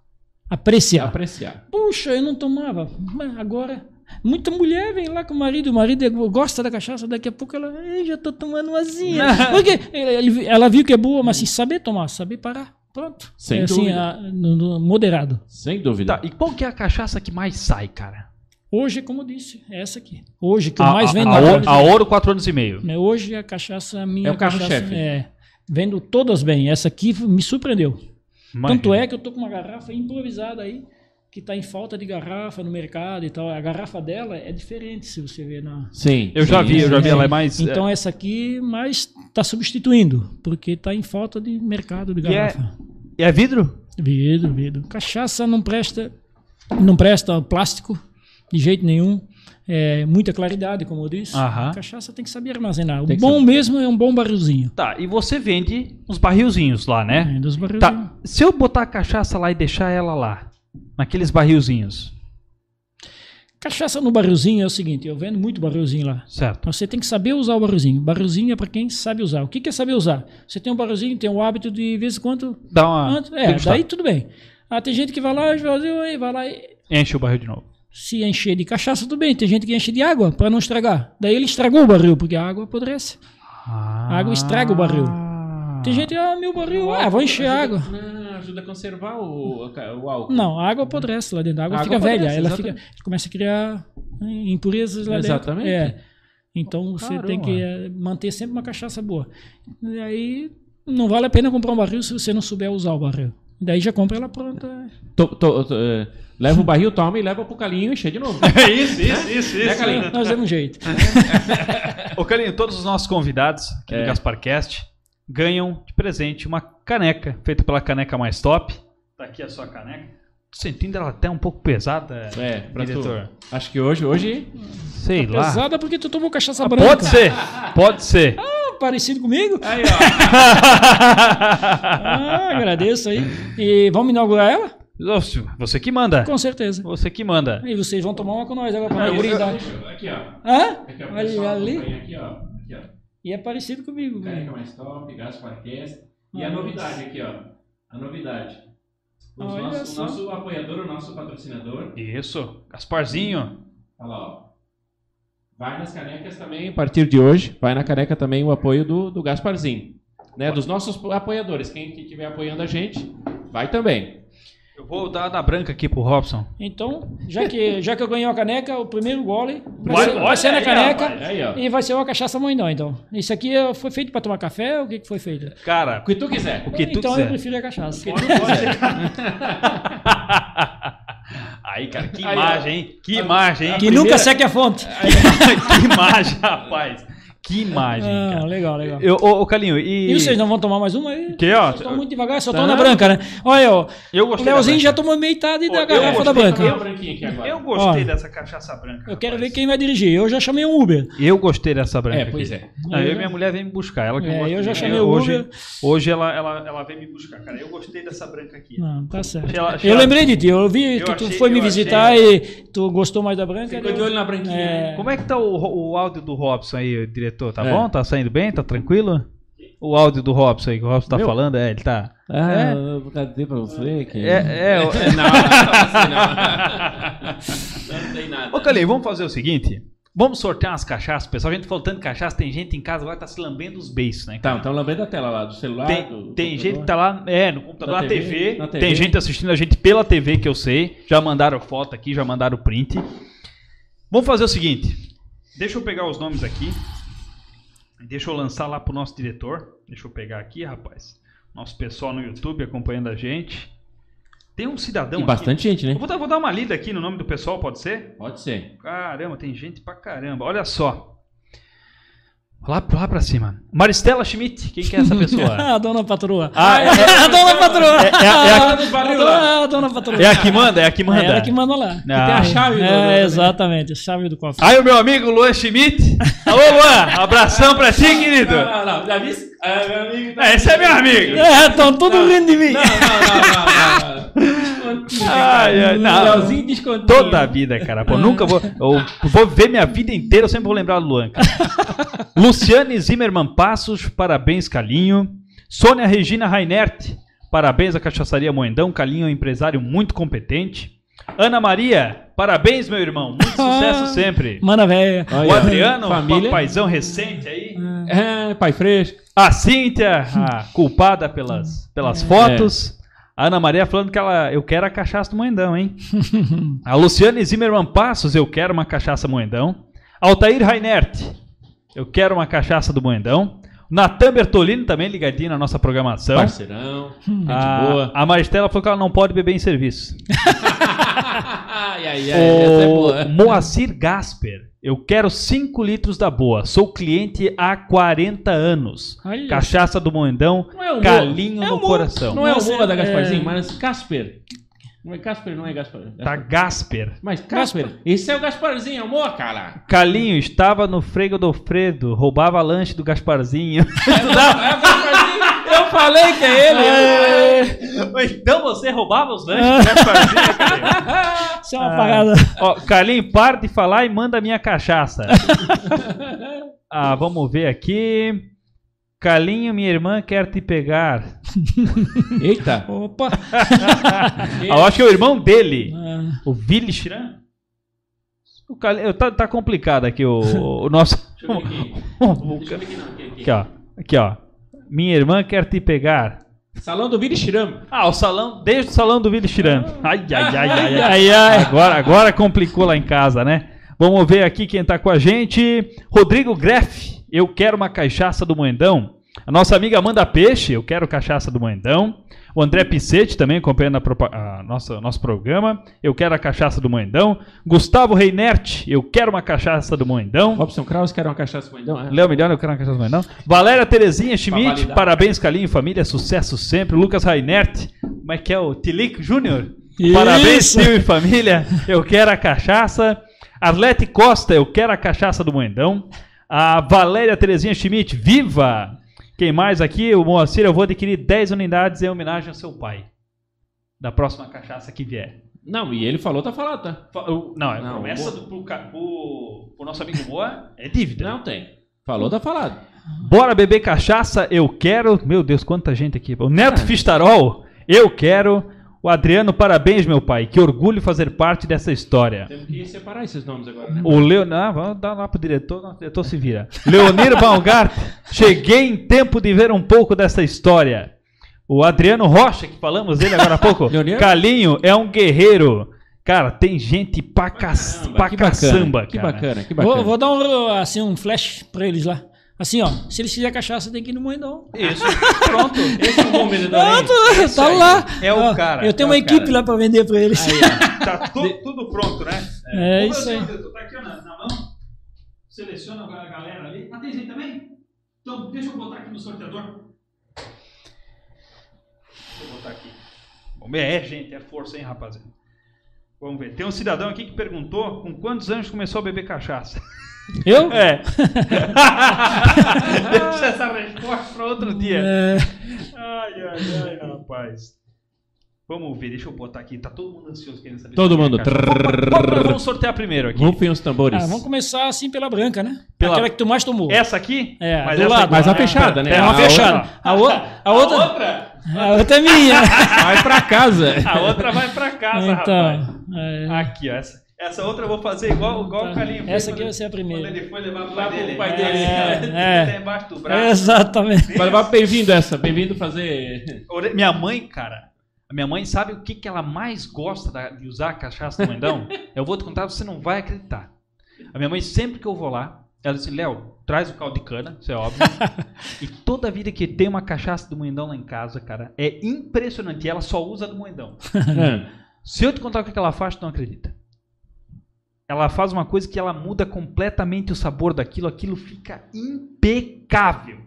C: apreciar.
B: Apreciar.
C: Puxa, eu não tomava. Mas agora. Muita mulher vem lá com o marido, o marido é- gosta da cachaça, daqui a pouco ela. "Ei, já tô tomando umazinha. Porque ele- ela viu que é boa, mas assim, saber tomar, saber parar. Pronto.
B: Sem
C: é assim,
B: dúvida.
C: a- no- no- moderado.
B: Sem dúvida.
A: Tá, e qual que é a cachaça que mais sai, cara?
C: Hoje, como eu disse, é essa aqui. Hoje, que eu
A: a,
C: mais
A: a-
C: vendo.
A: a,
C: na
A: ouro,
C: Rádio-
A: a ouro, 4 anos e meio.
C: né, Hoje a cachaça, a minha
B: É o carro-chefe.
C: cachaça, É, vendo todas bem. Essa aqui me surpreendeu. Tanto é que eu tô com uma garrafa improvisada aí, que tá em falta de garrafa no mercado e tal. A garrafa dela é diferente, se você ver na.
B: Sim.
A: Eu já
B: sim,
A: vi, eu já vi
C: É,
A: ela é mais.
C: Então essa aqui, mas tá substituindo, porque tá em falta de mercado de
A: E é-
C: garrafa.
A: é, é vidro?
C: Vidro, vidro. Cachaça não presta, não presta plástico de jeito nenhum. É, muita claridade, como eu disse.
A: Aham.
C: Cachaça tem que saber armazenar. O
B: Tem que
C: bom
B: saber.
C: mesmo é um bom barrilzinho.
A: Tá, e você vende uns barrilzinhos lá, né?
C: É, dos barrilzinhos.
A: Tá, se eu botar a cachaça lá e deixar ela lá, naqueles barrilzinhos,
C: Cachaça no barrilzinho é o seguinte, eu vendo muito barrilzinho lá.
A: certo?
C: Então você tem que saber usar o barrilzinho. Barrilzinho é para quem sabe usar. O que que é saber usar? Você tem um barrilzinho, tem o hábito de, de vez em quando.
A: Dá uma.
C: antes- é,
A: degustar.
C: daí tudo bem. Ah, tem gente que vai lá, vai vai lá e
A: Enche o barril de novo.
C: se encher de cachaça, tudo bem. Tem gente que enche de água para não estragar. Daí ele estragou o barril, porque a água apodrece.
A: A
C: água estraga o barril. Tem gente, ah, meu barril, ah, vou encher a água.
B: Não, ajuda a conservar o, o álcool.
C: Não, a água apodrece lá dentro. A água
B: A
C: fica
B: água
C: velha.
B: apodrece,
C: Ela fica,
B: exatamente.
C: começa a criar eh, impurezas lá
B: Exatamente.
C: dentro. É. Então você
A: Caramba.
C: tem que eh, manter sempre uma cachaça boa. E aí não vale a pena comprar um barril se você não souber usar o barril. Daí já compra ela pronta.
B: Tô- tô- tô, é, leva o barril, toma e leva pro calinho e enche de novo.
A: É isso, isso, isso,
B: Né, Calinho?
C: Nós demos um jeito.
A: É, Ô, Calinho, todos os nossos convidados aqui do
B: É.
A: GasparCast ganham de presente uma caneca feita pela Caneca Mais Top. Tá aqui a sua caneca. Tô sentindo ela até um pouco pesada.
B: É, pra
A: Diretor.
B: tu. Acho que hoje, hoje.
A: Sei lá.
C: Tá Pesada porque tu tomou cachaça branca.
A: Pode ser, pode ser.
C: Parecido comigo.
B: Aí, ó.
C: Ah, agradeço aí. E vamos inaugurar ela?
A: Ô, senhor, Você que manda.
C: Com certeza.
A: Você que manda.
C: E vocês vão tomar uma com nós agora pra brindar.
B: Aqui, ó.
C: Hã?
B: Aqui, ó.
C: Olha ali.
B: Aqui, ó. Aqui, ó.
C: E é parecido comigo.
B: Careca mais top, gasto podcast. E
C: Ah,
B: a novidade aqui, ó. A novidade. Os
C: Olha
B: nossos-
C: só.
B: o nosso apoiador, o nosso patrocinador.
A: Isso, Gasparzinho.
B: Olha lá, ó. Vai nas canecas também, a partir de hoje, vai na caneca também o apoio do, do Gasparzinho. né, dos nossos apoiadores. Quem que estiver apoiando a gente, vai também.
A: Eu vou dar da branca aqui pro Robson.
C: Então, já que, já que eu ganhei uma caneca, o primeiro gole vai,
B: Olha-
C: ser, vai ser
B: olha
C: na
B: aí,
C: caneca
B: rapaz, aí, ó.
C: e vai ser uma cachaça moindão, então. Isso aqui eh, foi feito para tomar café ou o que, que foi feito?
A: Cara,
B: O que tu quiser.
A: O que tu
C: então eu
A: quiser.
C: prefiro a cachaça.
A: Aí, cara, que
B: Aí, ó.
A: imagem, hein? Que imagem, hein?
C: que
A: Primeira-
C: nunca seque a fonte.
A: que imagem, rapaz. Que imagem,
C: Ah,
A: cara.
C: legal, legal.
A: Eu, ô, ô, Calinho, e.
C: E vocês não vão tomar mais uma aí?
A: Que, ó,
C: Vocês estão muito devagar, só estão na branca, né? Olha, ó.
A: Eu
C: O
A: gostei.
C: Leozinho
A: da
C: já
A: branca.
C: tomou metade da
A: eu
C: garrafa da
A: gostei
C: branca.
B: Dá uma branquinha aqui agora.
A: Eu gostei
C: Ó.
A: dessa cachaça branca.
C: Eu quero
A: rapaz.
C: ver quem vai dirigir. Eu já chamei um Uber.
A: Eu gostei dessa branca.
B: É, pois
A: aqui.
B: é.
A: Não, eu e minha mulher vem me buscar. Ela que
C: É,
A: gosta
C: eu
A: de
C: já
A: mim.
C: chamei o
A: hoje,
C: Uber.
A: Hoje ela, ela, ela vem me buscar, cara. Eu gostei dessa branca aqui.
C: Não, tá certo.
A: Achei ela- achei
C: eu
A: ela-
C: lembrei de ti. Eu vi
A: Eu
C: que tu
A: achei-
C: foi me
A: eu
C: visitar
A: achei-
C: e tu gostou mais da branca.
B: Ficou
C: eu-
B: de olho na branquinha.
C: É.
A: Como é que tá o, ro- o áudio do Robson aí, diretor? Tá
B: É.
A: bom? Tá saindo bem? Tá tranquilo? O áudio do Robson aí, que o Robson tá falando, é, ele tá.
B: Ah, eu cadê pra você? Que...
A: É, é, o-
B: Não, não, assim não. Não tem nada.
A: Ô, Calil, vamos fazer o seguinte. Vamos sortear umas cachaças, pessoal. A gente faltando cachaça, tem gente em casa agora que tá se lambendo os beiços, né?
B: Tá, então lembrei da tela lá, do celular.
A: Tem,
B: Ah, do
A: tem
B: computador.
A: gente que tá lá, é, no computador,
B: Na
A: na
B: TV,
A: TV,
B: na TV.
A: Tem gente assistindo a gente pela TV, que eu sei. Já mandaram foto aqui, já mandaram print. Vamos fazer o seguinte. Deixa eu pegar os nomes aqui. Deixa eu lançar lá pro nosso diretor. Deixa eu pegar aqui, rapaz. Nosso pessoal no YouTube acompanhando a gente. Tem um cidadão
B: E
A: aqui.
B: bastante gente,
A: Eu
B: né?
A: vou dar, vou dar uma lida aqui no nome do pessoal, pode ser?
B: Pode ser.
A: Caramba, tem gente pra caramba. Olha só. Lá, lá pra cima. Maristela Schmidt, quem que é essa pessoa?
C: Ah, a dona patroa.
A: Ah, é-
C: a dona patroa.
A: É- é- é a-
C: Ah, a dona- a dona patroa.
A: é a que manda, é a que
C: É
A: manda.
C: ela que manda lá.
A: Ah.
B: Tem a chave. do-
C: É,
B: do-
C: exatamente. A chave do cofre.
A: Aí o meu amigo Luan Schmidt. Alô, Luan, abração pra ti, querido.
B: Não, não, não. Já vi? É, meu amigo. tá-
A: É, esse é meu amigo.
C: É, estão tudo rindo de mim.
B: Não, não, não, não, não. Descontinho,
A: Ai,
B: cara.
A: ai, não.
B: Leozinho descontinho.
A: Toda a vida, cara.
B: Ah.
A: Pô, nunca vou. Eu vou ver minha vida inteira, eu sempre vou lembrar do Luan, cara. Luciane Zimmermann Passos, parabéns, Calinho. Sônia Regina Rainert, parabéns à Cachaçaria Moendão. Calinho é um empresário muito competente. Ana Maria, parabéns, meu irmão. Muito sucesso sempre.
C: Mana velha.
A: O Adriano,
B: família.
A: um paizão recente aí.
B: É, pai fresco.
A: A Cíntia, a culpada pelas, pelas
B: É.
A: fotos. A Ana Maria falando que ela, eu quero a cachaça do Moendão, hein? a Luciane Zimmermann Passos, eu quero uma cachaça Moendão. Altair Rainert, eu quero uma cachaça do Moendão. Natan Bertolini também ligadinho na nossa programação.
B: Parceirão. Gente
A: a,
B: boa.
A: a Maristela falou que ela não pode beber em serviço.
B: ai, ai, ai. Essa é
A: o
B: boa.
A: Moacir Gasper, eu quero 5 litros da boa. Sou cliente há 40 anos.
C: Olha.
A: Cachaça do Moendão,
B: Não é o
A: calinho
B: Mo- é
A: no
B: o Mo-
A: coração.
B: Não é o
C: Nossa,
B: Moa da
C: é-
B: Gasparzinho, mas Casper. Não é Casper, não é Gaspar.
A: Tá Gasper.
B: Mas Casper, esse é o Gasparzinho, é o Moa, cara.
A: Calinho estava no Frego do Fredo, roubava lanche do Gasparzinho.
B: É o Gasparzinho. Eu falei que é ele.
A: então você roubava os lanches do Gasparzinho, Calinho?
C: Isso
A: Ah.
C: é uma parada.
A: Ó, Calinho, para de falar e manda minha cachaça. ah, vamos ver aqui. Calinho, minha irmã quer te pegar.
B: Eita.
C: Opa.
A: Ah, eu acho que é o irmão dele,
C: Ah,
A: o Vili Schran. O Calinho, tá, tá complicado aqui o, o nosso.
B: Deixa eu ver aqui, não, aqui, aqui.
A: Aqui, ó. Aqui, ó. Minha irmã quer te pegar.
B: Salão do Vini Shirama.
A: Ah, o salão, desde o salão do Vila Estirando. Ai, ai, ai, ai, ai.
C: ai, ai.
A: Agora, agora complicou lá em casa, né? Vamos ver aqui quem tá com a gente. Rodrigo Greff, eu quero uma cachaça do Moendão. A nossa amiga Amanda Peixe, eu quero cachaça do Moendão. O André Picete também acompanhando a propa- a nossa, nosso programa. Eu quero a cachaça do Moendão. Gustavo Reinert, eu quero uma cachaça do Moendão.
B: Robson Kraus quer uma cachaça com então, é.
A: Léo Milhão, eu quero uma cachaça do Moendão. Valéria Terezinha
B: Pra
A: Schmidt,
B: validar.
A: parabéns, Calinho e família, sucesso sempre. Lucas Rainert, como é que é o Tilico Júnior?
C: Isso.
A: Parabéns, tio e família, eu quero a cachaça. Arlete Costa, eu quero a cachaça do Moendão. A Valéria Terezinha Schmidt, viva! Quem mais aqui? O Moacir, eu vou adquirir 10 unidades em homenagem ao seu pai. Da próxima cachaça que vier.
B: Não, e ele falou, tá falado, tá?
A: Fa- eu- Não, é
B: Não,
A: promessa
B: boa.
A: do, pro, ca- pro- pro nosso amigo Moa é dívida.
B: Não tem. Falou, tá falado.
A: Bora beber cachaça, eu quero. Meu Deus, quanta gente aqui. O Neto Fistarol, eu quero. O Adriano, parabéns, meu pai. Que orgulho fazer parte dessa história.
B: Temos que separar esses nomes agora, né?
A: O Leonir. Vamos dar lá pro diretor, nosso diretor se vira. Leonir Balgart, cheguei em tempo de ver um pouco dessa história. O Adriano Rocha, que falamos dele agora há pouco.
B: Leonir?
A: Calinho é um guerreiro. Cara, tem gente pra, caç... pra
B: que
A: caçamba,
B: bacana, que
A: cara.
B: bacana, que bacana.
C: Vou, vou dar um, assim, um flash pra eles lá. Assim, ó, se eles quiserem cachaça, tem que ir no Moedão.
A: Isso, pronto. Esse é o bom vendedor aí.
C: Pronto, tá
A: aí.
C: lá.
A: É o
C: Ó,
A: cara,
C: Eu tenho
A: é
C: uma
A: o cara.
C: equipe lá pra vender pra eles.
A: Tá tu- tudo pronto, né?
C: É,
A: Ô,
C: isso aí.
A: Brasil, diretor, Tá aqui ó, na, na mão. Seleciona agora a galera ali. Ah, tem gente também? Então, deixa eu botar aqui no sorteador. Deixa eu botar aqui. Bom, é, gente, é força, hein, rapaziada. Vamos ver. Tem um cidadão aqui que perguntou com quantos anos começou a beber cachaça.
C: Eu?
A: É. deixa essa resposta para outro dia.
C: É,
A: Ai, ai, ai, rapaz. Vamos ver, deixa eu botar aqui. Tá todo mundo ansioso querendo saber.
B: Todo
A: sobre a
B: mundo.
A: caixa. Vamos- Vamos, vamos sortear primeiro aqui.
B: Rufem os tambores.
C: ah, vamos começar assim pela branca, né?
A: Pela-
C: Aquela que tu mais tomou.
A: Essa aqui?
C: É,
A: Mas
C: do
A: essa
C: lado.
A: aqui-
B: Mas a
A: Ah,
B: fechada, né?
A: pera,
C: É uma
B: A
C: fechada. A, o- a outra, a,
A: outra?
C: outra... é minha.
B: Vai pra casa.
A: A outra vai pra casa, rapaz.
C: então, é,
A: Aqui, ó. Essa, essa outra eu vou fazer igual, igual o Calinho. fez
C: Tá. essa aqui
A: quando-
C: vai ser a
A: Quando
C: primeira.
A: ele foi levar pro pai dele.
B: pai
C: dele.
A: É,
C: É,
A: Até
C: é.
A: embaixo do braço.
C: Exatamente.
B: Vai levar bem-vindo essa. Bem-vindo fazer.
A: Ore- Minha mãe, cara, a minha mãe sabe o que, que ela mais gosta da- de usar a cachaça do Moedão? eu vou te contar, você não vai acreditar. A minha mãe, sempre que eu vou lá, ela diz, Léo, traz o caldo de cana, isso é óbvio. e toda vida que tem uma cachaça do Moedão lá em casa, cara, é impressionante. E ela só usa a do Moedão.
C: É.
B: Ah,
A: Se eu te contar o que que ela faz, tu não acredita. Ela faz uma coisa que ela muda completamente o sabor daquilo, aquilo fica impecável.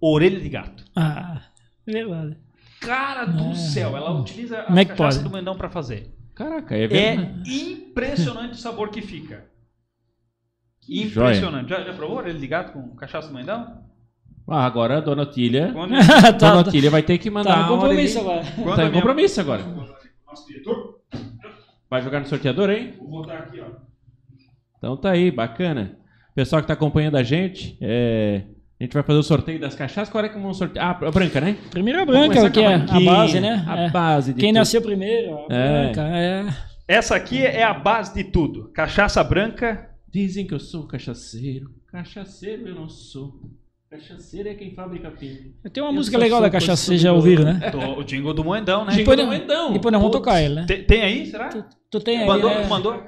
A: Orelha de gato.
C: Ah, verdade.
A: Cara do
B: É.
A: céu, ela utiliza a
C: Como é que
A: cachaça
C: pode?
A: do Mendão pra fazer.
B: Caraca, é
A: É
B: verdade.
A: impressionante o sabor que fica.
B: Que joia.
A: impressionante. Já, já provou ele ligado com cachaça do Mendão?
B: Ah, agora a dona Otília.
A: Quando,
C: tá,
B: Dona
C: tá,
B: Otília vai ter que
C: tá
B: mandar
C: no
B: uma
C: compromisso
B: orelhinha.
C: agora.
A: quando é
B: Tá
A: a
B: em
A: minha-
B: compromisso agora.
A: Nosso diretor,
B: Vai jogar no sorteador, hein?
A: vou botar aqui, ó.
B: Então tá aí, bacana. Pessoal que tá acompanhando a gente, é, a gente vai fazer o sorteio das cachaças. Qual é que vamos sortear? Ah, a branca, né?
C: Primeira
B: Vamos
C: branca,
B: começar
C: que
B: com
C: é a
B: branquinha,
C: base, né?
B: A
C: É.
B: base de
C: Quem
B: tudo.
C: nasceu primeiro, a
B: É.
C: branca, é.
A: Essa aqui é a base de tudo. Cachaça branca.
B: Dizem que eu sou cachaceiro. Cachaceiro eu não sou. Cachaceiro é quem fabrica pinho.
C: Tem uma
B: Eu
C: música
B: só
C: legal
B: sou
C: da cachaça, vocês já
B: consumidor.
C: ouviram, né?
A: do- o jingle do Moedão, né?
B: Jingle
C: Depois
B: do
C: não-
B: Moedão.
C: Depois nós vamos
B: Putz.
C: tocar ele, né?
A: Tem, tem aí, será?
C: Tu tem aí,
A: mandou,
C: né?
A: mandou?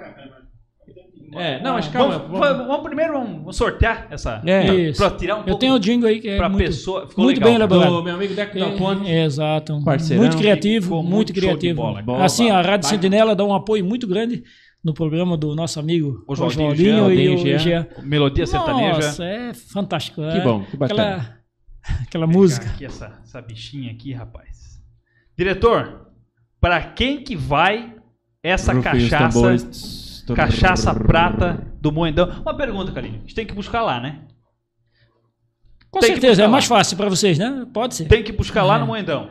B: É, não,
C: Ah,
B: mas calma.
A: vamos,
B: vamos-
A: vamos- vamos primeiro vamos sortear essa.
B: É,
C: Isso.
A: Pra tirar um
C: Eu
A: pouco
C: tenho o jingle aí que é
A: pra
C: muito,
A: pessoa. Ficou
C: muito
A: legal.
C: bem
B: do
C: elaborado.
B: meu amigo Deco
C: É,
B: Del Ponte.
C: Exato.
B: Parceirão,
C: muito criativo,
A: ficou
C: muito,
A: muito show de
C: criativo.
A: bola.
B: Bola,
C: assim, a Rádio
B: vai.
C: Sentinela dá um apoio muito grande no programa do nosso amigo
A: O
C: João
A: Joaldinho
C: e
B: Jean,
C: o Jean.
A: Melodia sertaneja.
C: é. Nossa, é fantástico.
B: Que
C: é.
B: bom, que bacana.
C: Aquela, aquela
A: Pegar
C: é música.
A: Aqui essa, essa bichinha aqui, rapaz. Diretor, pra quem que vai essa
B: Rufem os
A: cachaça,
B: tambores.
A: cachaça prata do Moedão? Uma pergunta, Calinho. A gente tem que buscar lá, né?
C: Com
A: Tem que
C: certeza, é
A: buscar
C: mais fácil pra vocês, né? Pode ser.
A: Tem que buscar lá
C: É.
A: no Moedão.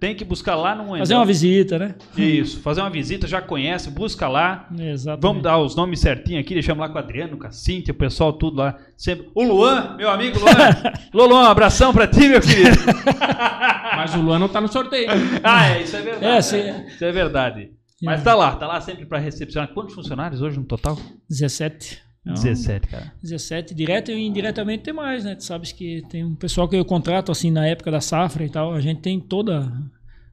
A: Tem que buscar lá no Moedão.
C: Fazer uma visita, né?
A: Isso, fazer uma visita, já conhece, busca lá.
C: Exatamente.
A: Vamos dar os nomes certinhos aqui, deixamos lá com o Adriano, com a Cíntia, o pessoal tudo lá. Sempre. O Luan, meu amigo Luan. Lolão, um abração pra ti, meu querido.
B: Mas o Luan não tá no sorteio.
A: Ah, é, isso é verdade.
C: É, sim.
A: né? Isso é verdade. Mas tá lá, tá lá sempre pra recepcionar. Quantos funcionários hoje no total?
C: 17. Não,
A: 17, cara.
C: 17, direto e indiretamente tem mais, né? Tu sabes que tem um pessoal que eu contrato assim na época da safra e tal. A gente tem toda,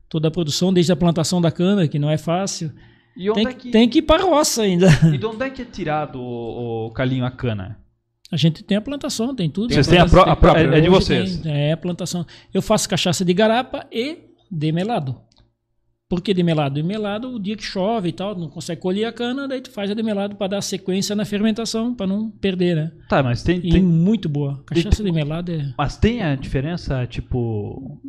C: toda a produção, desde a plantação da cana, que não é fácil.
A: E onde,
C: Tem,
A: é que,
C: tem que ir para a roça ainda.
A: e de onde é que é tirado o, o calinho a cana?
C: A gente tem a plantação, tem tudo.
A: Vocês têm a, pró- a pró- é, é de
C: Hoje
A: vocês.
C: tem- é a plantação. Eu faço cachaça de garapa e de melado. Por que de melado? De melado, o dia que chove e tal, não consegue colher a cana, daí tu faz a de melado para dar sequência na fermentação, para não perder, né?
A: Tá, mas tem,
C: E
A: tem-
C: muito boa. Cachaça de melado é
A: mas tem a diferença, tipo.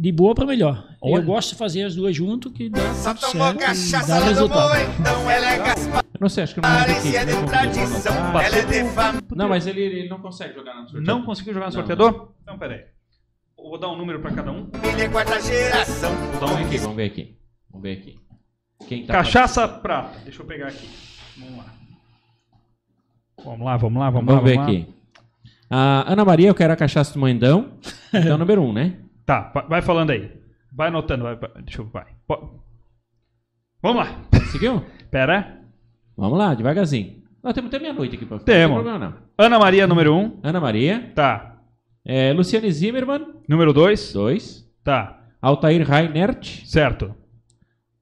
C: de boa para melhor.
A: Olha.
C: Eu gosto de fazer as duas junto que dá
I: Só
C: tudo
I: tomou
C: certo e
I: cachaça,
C: dá
I: ela tomou,
C: resultado.
I: então ela é gaspar.
B: Eu não sei, acho que não é
I: Parece de tradição,
A: Passou
I: ela é de
A: por-
I: família.
B: Não, mas ele, ele não consegue jogar no sorteio.
A: Não conseguiu jogar no
B: Não,
A: sorteador? Então, peraí. Eu Vou dar um número pra cada um.
I: Família quarta geração.
B: Vamos ver aqui, vamos ver aqui. Vamos ver aqui. Quem tá
A: Cachaça prata. Deixa eu pegar aqui. Vamos lá. Vamos lá, vamos lá, vamos,
B: Vamos,
A: lá.
B: ver
A: lá.
B: aqui. A Ana Maria, eu quero a cachaça do Moendão. Então, número um, né?
A: Tá, va- vai falando aí. Vai anotando, vai, vai- deixa eu. Vai. Po- Vamos lá.
B: Conseguiu?
A: Pera.
B: Vamos lá, devagarzinho. Nós temos até meia-noite aqui pra
A: Temos.
B: Não tem problema, não.
A: Ana Maria, número 1. Um.
B: Ana Maria.
A: Tá.
B: É, Luciane Zimmermann.
A: Número 2.
B: Dois.
A: Tá.
B: Altair Reinert.
A: Certo.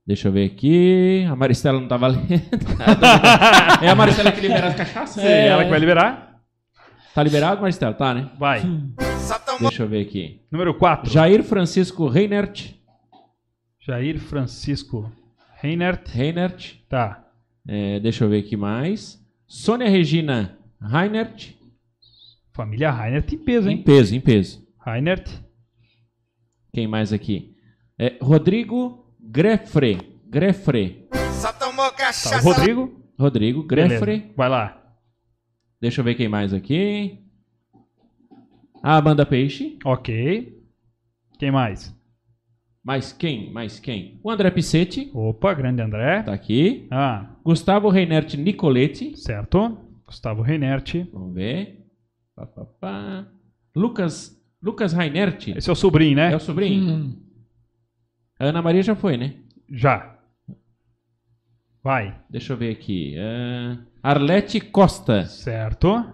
B: Deixa eu ver aqui. A Maristela não tá valendo. é a Maristela que libera as cachaças?
A: É ela que vai liberar?
B: Tá liberado, Maristela? Tá, né?
A: Vai.
I: Só tomou
B: Deixa eu ver aqui.
A: Número 4.
B: Jair Francisco Reinert.
A: Jair Francisco Reinert.
B: Reinert.
A: Tá.
B: É, deixa eu ver aqui mais. Sônia Regina Reinert.
A: Família Reinert tem peso,
B: Em
A: hein?
B: peso, em peso.
A: Reinert. Tá,
B: Quem mais aqui? É, Rodrigo Grefre. Grefre.
I: só tomou
A: Tá. O
I: cachaça.
A: Rodrigo.
B: Rodrigo
A: Beleza.
B: Grefre.
A: Vai lá.
B: Deixa eu ver quem mais aqui. A Amanda Peixe.
A: Ok. Quem mais?
B: Mais quem? Mais quem? O André Pissetti.
A: Opa, grande André.
B: Tá aqui.
A: Ah,
B: Gustavo Reinert Nicoletti.
A: certo. Gustavo Reinert.
B: Vamos ver. Pá, pá, pá. Lucas, Lucas Reinert.
A: Esse é o sobrinho,
B: É
A: né?
B: o sobrinho? A Ana Maria já foi, né?
A: Já. Vai.
B: Deixa eu ver aqui. Ah, Arlete Costa.
A: Certo.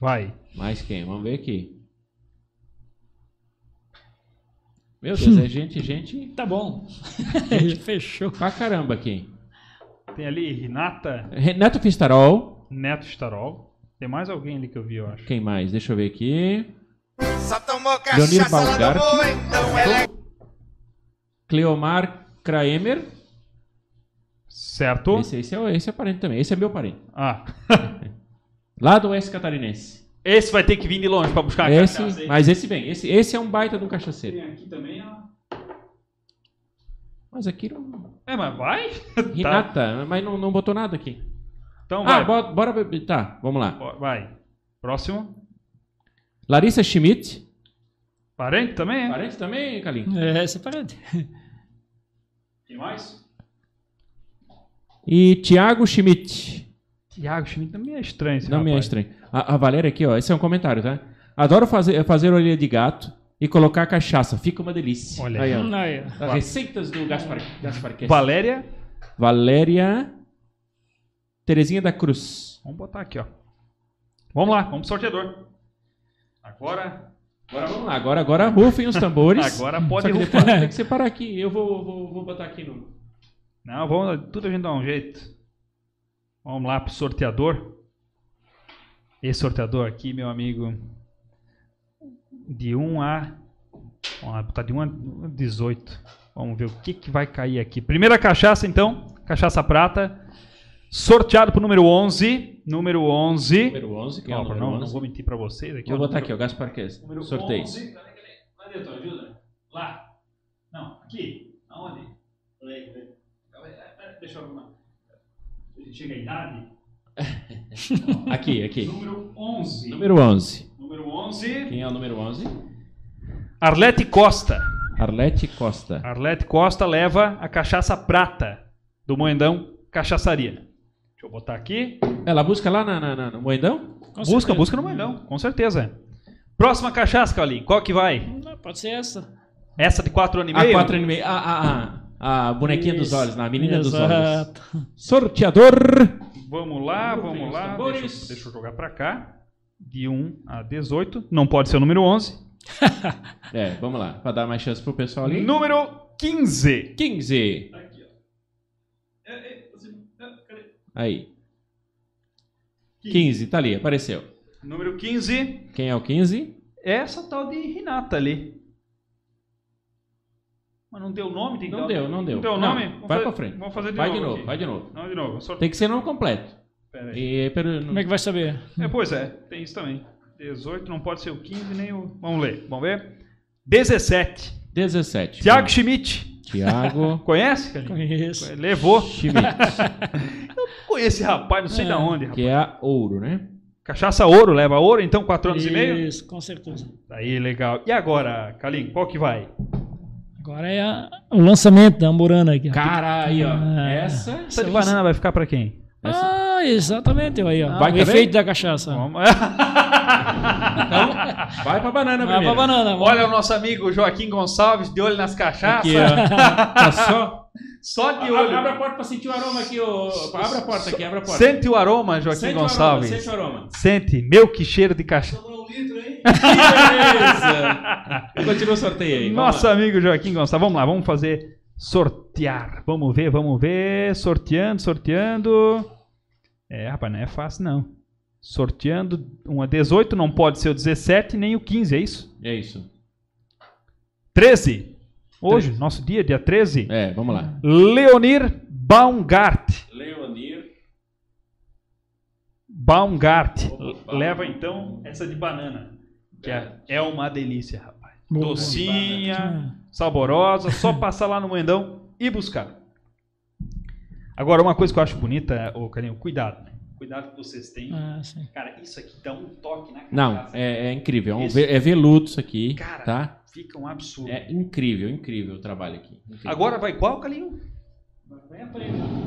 A: Vai.
B: Mais quem? Vamos ver aqui. Meu Deus, é gente, gente
C: Tá bom. Fechou.
B: pra caramba aqui.
A: Tem ali Renata,
B: Renato Fistarol.
A: Neto Starol. Tem mais alguém ali que eu vi, eu acho.
B: Quem mais? Deixa eu ver aqui.
I: Só tomou
B: Leonir
I: cachaça. Ela
B: Balgarte.
I: tomou, então ela é
B: Cleomar Kraemer.
A: Certo.
B: Esse, esse, é, esse é parente também. Esse é meu parente.
A: Ah.
B: Lá do Oeste Catarinense.
A: Esse vai ter que vir de longe pra buscar a
B: Esse,
A: cachaça, hein?
B: mas esse vem. Esse, esse é um baita de um cachaceiro.
A: aqui também, ó.
B: Mas aqui não...
A: É, mas vai?
B: Renata, mas não, não botou nada aqui.
A: Então
B: Ah,
A: vai.
B: bora, bora beber. Tá, vamos lá.
A: Ó, Vai. Próximo.
B: Larissa Schmidt.
A: Parente também, é?
B: Parente também, Calim?
C: É, essa parede.
A: Tem mais?
B: E Tiago Schmidt.
A: Tiago Schmidt também é estranho esse
B: Não me é
A: rapaz.
B: estranho. A, a Valéria aqui, ó. Esse é um comentário, tá? Adoro fazer, fazer orelha de gato e colocar cachaça. Fica uma delícia.
A: Olha
B: aí,
A: aí.
B: ó.
C: Aí, ó.
B: As receitas do Gaspar, Gaspar Kess.
A: Valéria.
B: Valéria Terezinha da Cruz.
A: Vamos botar aqui, ó. Vamos lá, vamos pro sorteador. Agora,
B: Agora vamos lá. Agora, agora rufem os tambores.
A: agora
B: Só
A: pode
B: que
A: rufar.
B: depois tem que separar aqui. Eu vou, vou, vou botar aqui no...
A: Não, vamos, tudo a gente dá um jeito. Vamos lá pro sorteador. Esse sorteador aqui, meu amigo, de 1 a Vamos lá, botar de 1 a 18. Vamos ver o que, que vai cair aqui. Primeira cachaça, então, cachaça prata, sorteado pro número 11, número 11.
B: Número 11, que é
A: Ó,
B: o número
A: não,
B: 11.
A: não vou mentir pra vocês aqui.
B: Vou
A: ó,
B: botar
A: número-
B: aqui, ó. Gaspar Kess.
A: Número
B: Sorteio.
A: 11. Cadê, cadê? Cadê, Antônio? Ajuda. Lá. Não, aqui. Aonde? Peraí, peraí. Calma aí, é, pera, Deixa eu arrumar. Chega a idade.
B: Aqui, aqui.
A: Número 11.
B: Número 11.
A: Número 11.
B: Quem é o número 11?
A: Arlete Costa.
B: Arlete Costa.
A: Arlete Costa leva a cachaça prata do Moendão Cachaçaria. Deixa eu botar aqui.
B: Ela busca lá na, na- na- no Moedão?
C: Com
A: busca,
C: certeza.
A: busca no Moendão, com certeza. Próxima cachaça, Calim. Qual que vai?
C: Não, pode ser essa.
A: Essa de 4 anos e
B: A
A: meio?
B: quatro anime. A, a, a, a bonequinha dos
C: Isso.
B: olhos, na menina dos olhos.
C: Exato.
B: Sorteador.
A: Vamos lá, vamos
B: os
A: lá.
B: tambores.
A: Deixa, eu- deixa eu jogar pra cá. De 1 a 18. Não pode ser o número 11.
B: É, vamos lá, pra dar mais chance pro pessoal ali.
A: Número 15.
B: 15.
A: Tá É,
B: Aí. 15, tá ali, apareceu.
A: Número 15
B: Quem é o 15?
A: é essa tal de Renata ali. Mas não deu o nome? Tem que
B: Não
A: dar-
B: deu, não deu.
A: Não deu Então o
B: Não,
A: nome? Vamos
B: vai
A: fazer-
B: pra frente.
A: Vamos fazer de
B: vai
A: novo.
B: de novo,
A: aqui.
B: vai de novo.
A: Não, de novo. Só...
B: Tem que ser não completo.
A: Pera aí.
B: E, pera,
C: Como é que vai saber?
A: É, pois é, tem isso também. 18 não pode ser o 15 nem o... Vamos ler, vamos ver. 17.
B: 17.
A: Tiago Schmidt.
B: Tiago
A: Conhece, Calim?
C: Conheço.
A: É, Levou.
B: Schmidt,
A: Conhece esse rapaz, não sei
C: É,
A: da onde, rapaz.
B: que é a ouro, né?
A: Cachaça ouro, leva ouro, então 4 anos e meio?
C: Isso, com certeza.
A: Aí, legal. E agora, Kalim, qual que vai?
C: Agora é a- o lançamento da Amburana aqui. ó.
B: Cara, aí, ó.
C: Ah.
B: Essa. é
A: Essa de banana vai ficar pra quem?
B: essa-
C: Ah, exatamente. Aí, ó.
B: Vai
C: o
B: também?
C: efeito da cachaça.
B: Vai pra banana,
C: Vai pra
B: primeiro.
C: banana.
A: Olha o nosso amigo Joaquim Gonçalves, de olho nas cachaças.
B: Aqui, ó. Tá só,
A: Só de
B: Abre, abre a
A: olho.
B: porta pra sentir o aroma aqui, ô. Abre a porta aqui, abre a porta.
A: Sente o aroma, Joaquim
B: Sente o aroma,
A: Gonçalves.
B: sente o aroma.
A: Sente, meu que cheiro de cachaça.
B: Beleza! Continua o sorteio aí. vamos
A: Nosso
B: lá.
A: amigo Joaquim Gonçalves. Vamos lá, vamos fazer sortear. Vamos ver, vamos ver. Sorteando, sorteando. É, rapaz, não é fácil não. Sorteando uma 18, não pode ser o 17 nem o 15, é isso?
B: É isso.
A: 13. Hoje, nosso dia, dia 13.
B: É, vamos lá.
A: Leonir Baumgart.
B: Leonir.
A: Baumgart.
B: Opa.
A: Leva então essa de banana, que é, é uma delícia, rapaz.
H: Bom,
A: Docinha, saborosa, só passar lá no Moedão e buscar. Agora, uma coisa que eu acho bonita, ô Carinho, cuidado, né? Cuidado que vocês têm.
C: Ah, sim.
A: Cara, isso aqui dá um toque na
B: É. Não,
A: cachaça.
B: é, é incrível. É, um
A: Isso.
B: ve- é veludo isso aqui,
A: Cara.
B: tá?
A: Fica um absurdo.
B: É incrível, incrível o trabalho aqui. Incrível.
A: Agora vai qual, Calinho?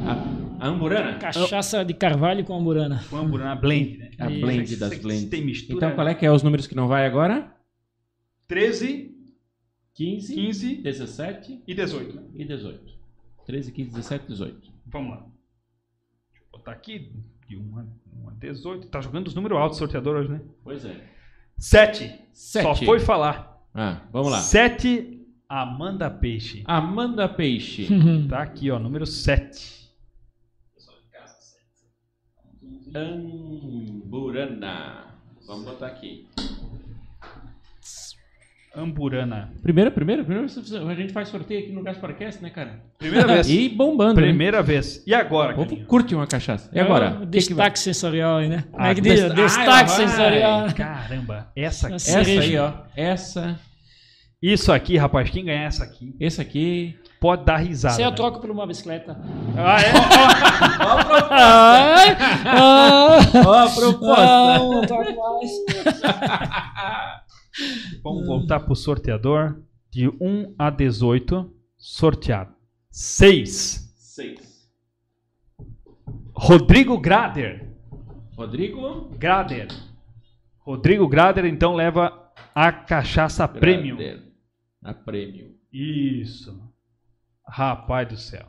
B: A, a Amburana?
C: Cachaça de carvalho com amburana.
A: Vamos na blend, né?
B: A
C: Isso,
B: blend
A: Isso
B: das
A: aqui
B: blends.
A: Tem mistura.
B: Então, qual é que é os números que não vai agora?
A: 13,
B: 15,
A: 15
B: 17
A: e 18, né?
B: e 18. 13, 15, 17, 18.
A: Vamos lá. Deixa eu botar aqui. De 1 a 18. Tá jogando os números altos, sorteador hoje, né?
B: Pois é.
A: 7.
B: 7.
A: Só foi falar.
B: Ah, vamos lá.
A: 7. Amanda Peixe.
B: Amanda Peixe.
A: Tá aqui, ó, número 7.
B: Amburana. Vamos botar aqui.
A: Amburana.
B: Primeiro, primeiro, primeiro a gente faz sorteio aqui no Gasparcast, né, cara?
A: Primeira vez.
B: E bombando. né?
A: Primeira vez. E agora,
B: O povo
A: Carinho?
B: curte uma cachaça. E
C: É o
B: agora?
C: Destaque sensorial aí, né? Como
A: Ah,
C: é que diz?
B: dest- Ah,
C: Destaque
B: vai.
C: sensorial.
A: Caramba, essa aqui.
C: Essa-
B: Essa
C: cereja.
B: aí, ó. Essa,
A: Isso aqui, rapaz, quem ganhar essa aqui
B: esse aqui.
A: pode dar risada.
B: é
C: Isso aí eu
A: né?
C: troco por uma bicicleta.
A: Ah, é?
C: Ah,
B: Ó, a proposta.
C: não troco mais.
A: Vamos voltar pro sorteador. De 1 a 18, sorteado. 6.
B: Seis.
A: Rodrigo Grader.
B: Rodrigo.
A: Grader. Rodrigo Grader, então, leva a cachaça prêmio.
B: Grader. A prêmio.
A: Isso. Rapaz do céu.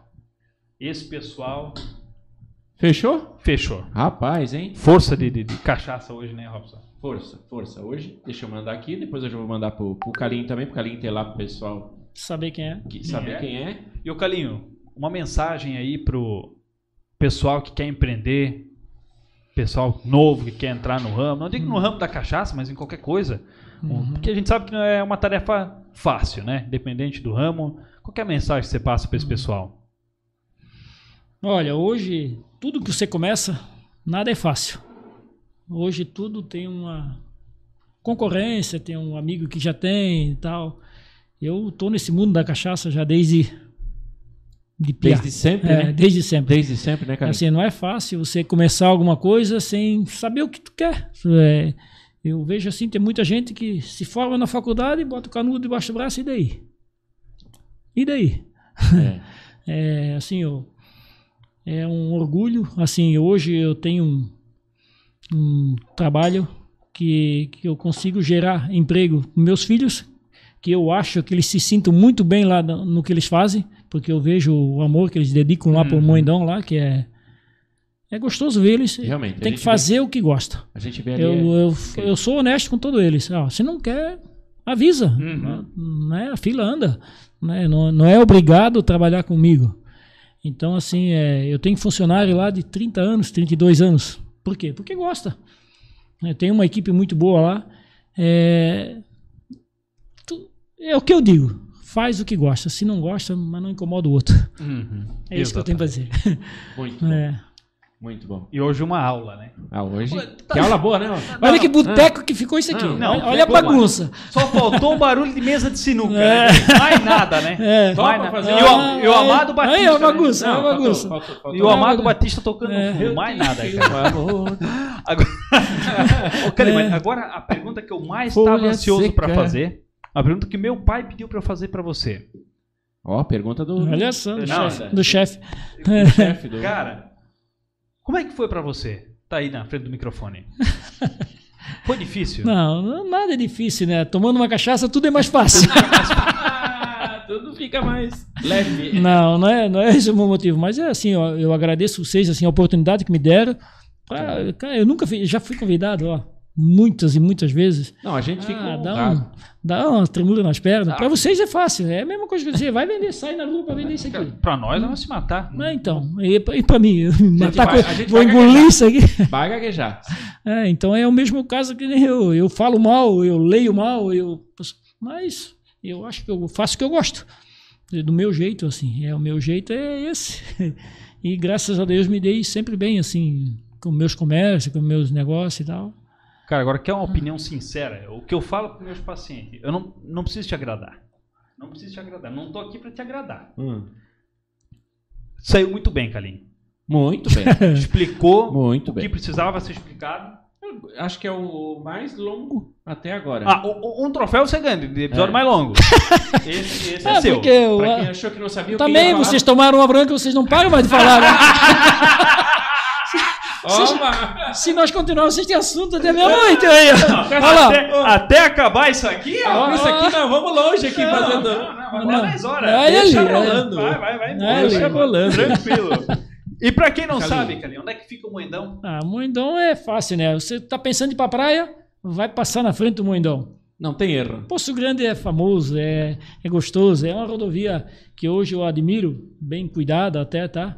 A: Esse pessoal
B: Fechou?
A: fechou.
B: Rapaz, hein?
A: Força de, de- de cachaça hoje, né, Robson?
B: Força, força. Hoje, deixa eu mandar aqui, depois eu já vou mandar pro, pro Calinho também, pro Calinho ter lá pro pessoal
C: Saber quem é.
B: que saber
A: é?
B: quem é.
A: E o Calinho, uma mensagem aí pro pessoal que quer empreender, pessoal novo que quer entrar no ramo. Não digo
C: Uhum.
A: no ramo da cachaça, mas em qualquer coisa. Porque a gente sabe que não é uma tarefa fácil, né? Independente do ramo. Qual que é a mensagem que você passa pra esse
C: Uhum.
A: pessoal?
C: Olha, hoje tudo que você começa, nada é fácil. Hoje tudo tem uma concorrência, tem um amigo que já tem e tal. Eu tô nesse mundo da cachaça já desde de piá.
B: Desde sempre,
C: É,
B: né?
C: desde sempre.
B: Desde sempre, né, Calinho?
C: Assim, não é fácil você começar alguma coisa sem saber o que tu quer. É, eu vejo assim, tem muita gente que se forma na faculdade, bota o canudo debaixo do braço e daí? E daí?
B: É.
C: É, assim, eu, é um orgulho. Assim, hoje eu tenho um, um trabalho que, que eu consigo gerar emprego com meus filhos, que eu acho que eles se sintam muito bem lá no, no que eles fazem, porque eu vejo o amor que eles dedicam lá
B: Uhum.
C: pro Moindão lá, que é é gostoso ver eles.
B: Realmente, a
C: Tem que
B: gente
C: fazer o que gosta.
B: A gente vê ali.
C: Eu,
B: é-
C: eu, eu sou honesto com todos eles. Ó, se não quer, avisa.
B: Uhum.
C: Né? A fila anda. Né? Não, não é obrigado trabalhar comigo. Então, assim, é, eu tenho funcionário lá de 30 anos, 32 anos. Por quê? Porque gosta. Né? Tem uma equipe muito boa lá. É, tu- é o que eu digo. Faz o que gosta. Se não gosta, mas não incomoda o outro. É isso que eu tenho pra dizer.
B: Muito bom.
C: É.
B: Muito bom.
A: E hoje uma aula, né?
B: Ah, hoje. Que aula boa, né?
C: Olha que boteco que ficou isso aqui.
B: Não,
A: não,
C: olha olha a
A: boteco-
C: bagunça.
A: Só faltou um barulho de mesa de sinuca.
C: É.
A: Né? Mais nada, né?
C: É.
A: Mais
B: Só pra
A: nada.
B: fazer
A: E
C: uma-
A: o, e o Amado Batista.
C: Aí é uma
A: né?
C: bagunça, é uma É. bagunça.
A: E o Amado Batista tocando no fundo. Mais nada, cara. Agora, Ô, Caliman, agora a pergunta que eu mais
B: É. Folha
A: estava ansioso para
B: seca.
A: fazer, a pergunta que meu pai pediu para eu fazer para você.
B: Ó, pergunta do
C: Olha só, do
A: Não,
C: chefe.
B: é.
C: Do chefe.
B: chefe do.
A: Cara, como é que foi para você? Tá aí na frente do microfone. Foi difícil?
B: é.
C: Não, não- nada é difícil, né? Tomando uma cachaça tudo é mais fácil.
B: Ah, tudo fica mais leve.
C: Não, não é, não é esse o meu motivo, mas é assim, ó, eu agradeço vocês assim, a oportunidade que me deram.
B: Tá
C: pra- cara, eu nunca fui, já fui convidado, ó, muitas e muitas vezes.
B: Não, a gente fica.
C: Ah, dá, um, dá uma tremula nas
B: Tá.
C: pernas. Pra vocês é fácil, é a mesma coisa que você vai vender, sai na rua pra vender isso
B: Então,
C: aqui.
A: Pra nós, nós vamos se matar.
C: Não, então, e pra, e pra mim,
B: vai-
C: matar co-
B: é a gente
C: vou
B: vai
C: engolir
B: ganhar.
C: isso aqui.
B: Vai gaguejar.
C: É, então é o mesmo caso que nem eu. Eu falo mal, eu leio mal, eu. Mas eu acho que eu faço o que eu gosto. Do meu jeito, assim. É, o meu jeito é esse. E graças a Deus me dei sempre bem, assim, com meus comércios, com meus negócios e tal.
A: Cara, agora quer uma opinião sincera? O que eu falo pros meus pacientes, eu não, não preciso te agradar. Não preciso te agradar. Não tô aqui pra te agradar.
B: Hum.
A: Saiu muito bem, Kalim.
B: Muito bem.
A: Explicou
B: Muito
A: o que
B: bem.
A: precisava ser explicado.
B: Acho que é o mais longo até agora.
A: Ah, o- o- um troféu você ganha, de episódio
B: É.
A: mais longo. Esse, esse é,
C: Ah,
A: seu.
C: porque eu-
B: Pra
C: ah,
B: quem achou que não sabia o que
C: também
B: ia falar,
C: vocês tomaram uma branca, vocês não param mais de falar. né?
B: Opa!
C: Se nós continuarmos, vocês têm assunto até meia-noite aí. Olha lá.
A: Até, até acabar isso aqui, ó.
B: Isso aqui nós vamos longe aqui fazendo.
A: Agora
C: Não.
A: 10 horas.
C: Olha
A: Deixa
C: ali,
A: rolando.
B: olha.
A: Vai, vai, vai.
C: Olha
A: Deixa
C: ali.
A: rolando. Tranquilo. E pra quem não
B: Calinho.
A: sabe, Calinho, onde é que fica o Moendão?
C: Ah, Moindão é fácil, né? Você tá pensando em ir pra praia, vai passar na frente do Moindão.
B: Não tem erro.
C: Poço Grande é famoso, é, é gostoso, é uma rodovia que hoje eu admiro, bem cuidada até, tá?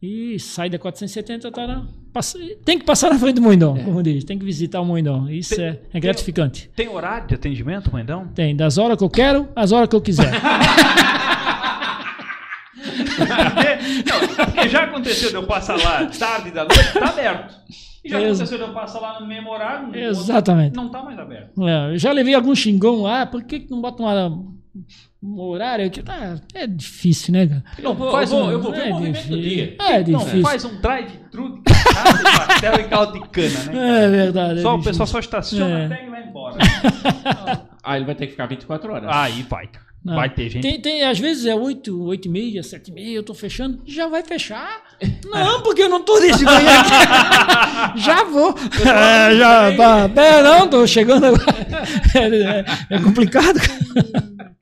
C: E sai da 470, tá na, passa- tem que passar na frente do Moindão,
B: É.
C: como diz, tem que visitar o Moindão, isso
A: Tem-
C: é, é gratificante.
A: Tem horário de atendimento, Moendão?
C: Tem das horas que eu quero, às horas que eu quiser.
A: Porque, não, porque já aconteceu de eu passar lá tarde da noite, tá aberto. E já
C: Ex-
A: aconteceu de eu passar lá no mesmo horário, no outro,
C: Exatamente.
A: não tá mais aberto.
C: É, eu já levei algum xingão lá, por que que não bota uma- um horário? Que, tá, é difícil, né, cara?
B: Eu vou,
C: Faz
B: eu vou,
C: um-
B: eu vou ver
C: é
B: o movimento do
C: difícil.
B: dia. Então,
C: É
A: Não,
C: difícil.
A: faz um drive-thru de cachaça, de pastel e caldo de cana, né? cara?
C: É verdade. é
A: só, o
C: difícil.
A: pessoal só estaciona,
C: É.
A: pega e vai embora.
B: Ah, ele vai ter que ficar 24 horas.
C: Ah,
A: Aí vai, cara.
C: Não.
A: Vai ter gente.
C: Tem, tem, às vezes é 8, 8 e meia, 7 e meia, eu tô fechando. Já vai fechar? Não, porque eu não tô desde manhã aqui. já vou. É, já, tá. É, não, tô chegando agora. É, é- é complicado.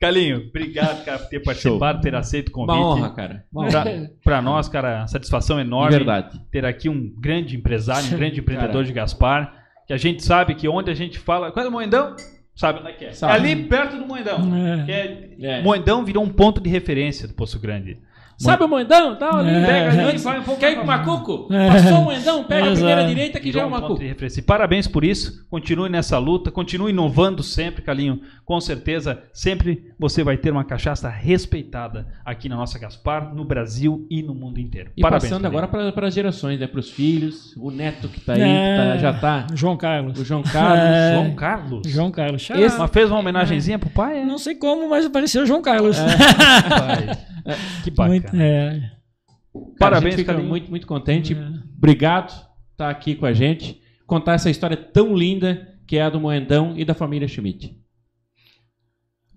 A: Calinho, obrigado, cara, por ter participado, ter aceito o convite.
B: Uma honra, cara. Uma
A: Pra,
B: honra.
A: pra nós, cara, uma satisfação
B: De
A: enorme
B: verdade.
A: ter aqui um grande empresário, um grande empreendedor
B: Cara.
A: de Gaspar, que a gente sabe que onde a gente fala. Qual é o Moendão? Sabe onde é que é?
B: Sabe.
A: É ali perto do Moendão. Que
C: É.
A: é-
B: É.
A: Moendão virou um ponto de referência do Poço Grande.
B: Sabe o Moendão? Tá ali.
C: É.
B: Pega ali, antes,
A: Vai um pouco
B: Quer ir
A: pra
B: pro Macuco?
C: É.
B: Passou o Moendão, pega a primeira
C: Exato.
B: direita que já
A: Virou
B: é
A: um
B: o
A: ponto
B: Macuco.
A: de referência. E Parabéns por isso. Continue nessa luta, continue inovando sempre, Calinho. Com certeza, sempre você vai ter uma cachaça respeitada aqui na nossa Gaspar, no Brasil e no mundo inteiro.
B: E
A: Parabéns.
B: passando
A: Calinho.
B: agora para, para as gerações, né? Para os filhos, o neto que tá aí,
C: É.
B: que tá- já tá,
C: João
B: o
C: Carlos.
B: João Carlos.
C: É.
A: João Carlos.
C: João Carlos. Xará.
A: Esse- Mas fez uma homenagenzinha pro pai? é?
C: Não sei como, mas apareceu João Carlos. É.
A: Que bacana.
C: Muito- é.
B: Cara,
A: Parabéns,
B: a gente fica
A: Carlinhos.
B: muito, muito contente. Obrigado por estar aqui com a gente, contar essa história tão linda que é a do Moendão e da família Schmidt.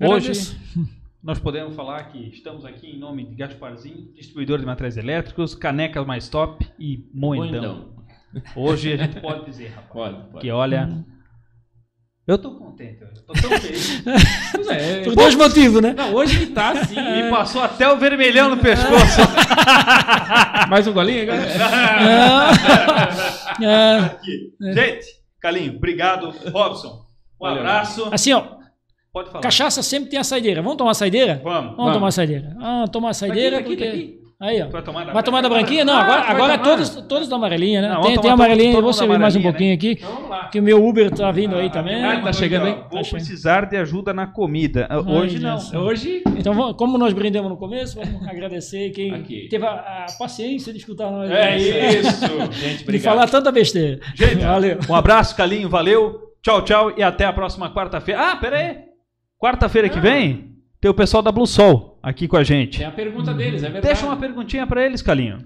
A: Hoje,
C: Agradeço.
A: Nós podemos falar que estamos aqui em nome de Gasparzinho, distribuidor de materiais elétricos, canecas mais top e moendão. Hoje a gente pode dizer, rapaz,
B: Pode, pode.
A: que
C: Hum.
A: olha... Eu tô contente, eu tô tão feliz.
B: Pois é,
C: Por dois motivos, né?
B: não, hoje ele tá assim.
C: é.
A: E passou até o vermelhão no pescoço. é-
B: Mais um golinho agora?
C: É.
A: Gente, Calinho, obrigado. Robson, um
B: Valeu.
A: abraço.
C: Assim, ó,
A: Pode falar.
C: cachaça sempre tem a saideira. Vamos tomar a saideira?
A: Vamos.
C: Vamos
B: Vamos.
C: tomar a saideira. Vamos tomar a saideira
B: Daqui, daqui,
C: porque... Aí, ó.
A: Vai tomar da
C: Vai tomar da branquinha? Não,
B: Ah,
C: agora,
B: vai
C: agora
B: tomar.
C: todos, todos da amarelinha, né?
A: Não, vamos
C: tem, tem
A: tomar
C: amarelinha,
A: todo- todo
C: vou
A: da
C: servir mais um
A: amarelinha,
C: pouquinho aqui,
B: Então vamos lá.
C: que o meu Uber tá vindo aí também.
B: Ah, tá chegando aí?
A: Vou
C: Tá chegando.
A: precisar de ajuda na comida. Hoje
C: Olha
A: não.
C: só.
B: Hoje.
C: Então, vamos- como nós brindamos no começo, vamos agradecer quem
B: Aqui.
C: teve a, a paciência de escutar nós.
A: É isso.
B: Gente,
C: De
B: obrigado.
C: falar tanta besteira.
A: Gente,
C: Valeu.
A: Um abraço, Calinho, valeu. Tchau, tchau e até a próxima quarta-feira. Ah, pera aí. Quarta-feira
C: Ah.
A: que vem tem o pessoal da Blue Sol aqui com a gente.
B: Tem a pergunta deles, é verdade.
A: Deixa uma perguntinha pra eles, Calinho.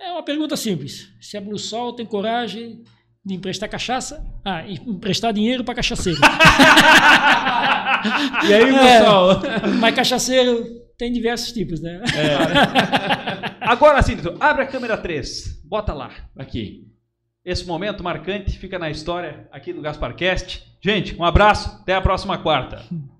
C: É uma pergunta simples. Se a Blue Sol tem coragem de emprestar cachaça? Ah, e emprestar dinheiro para cachaceiro.
B: E aí, pessoal?
C: Mas cachaceiro tem diversos tipos, né?
B: É.
A: Agora sim, doutor, abre a câmera 3. Bota lá.
B: Aqui.
A: Esse momento marcante fica na história aqui do GasparCast. Gente, um abraço, até a próxima quarta.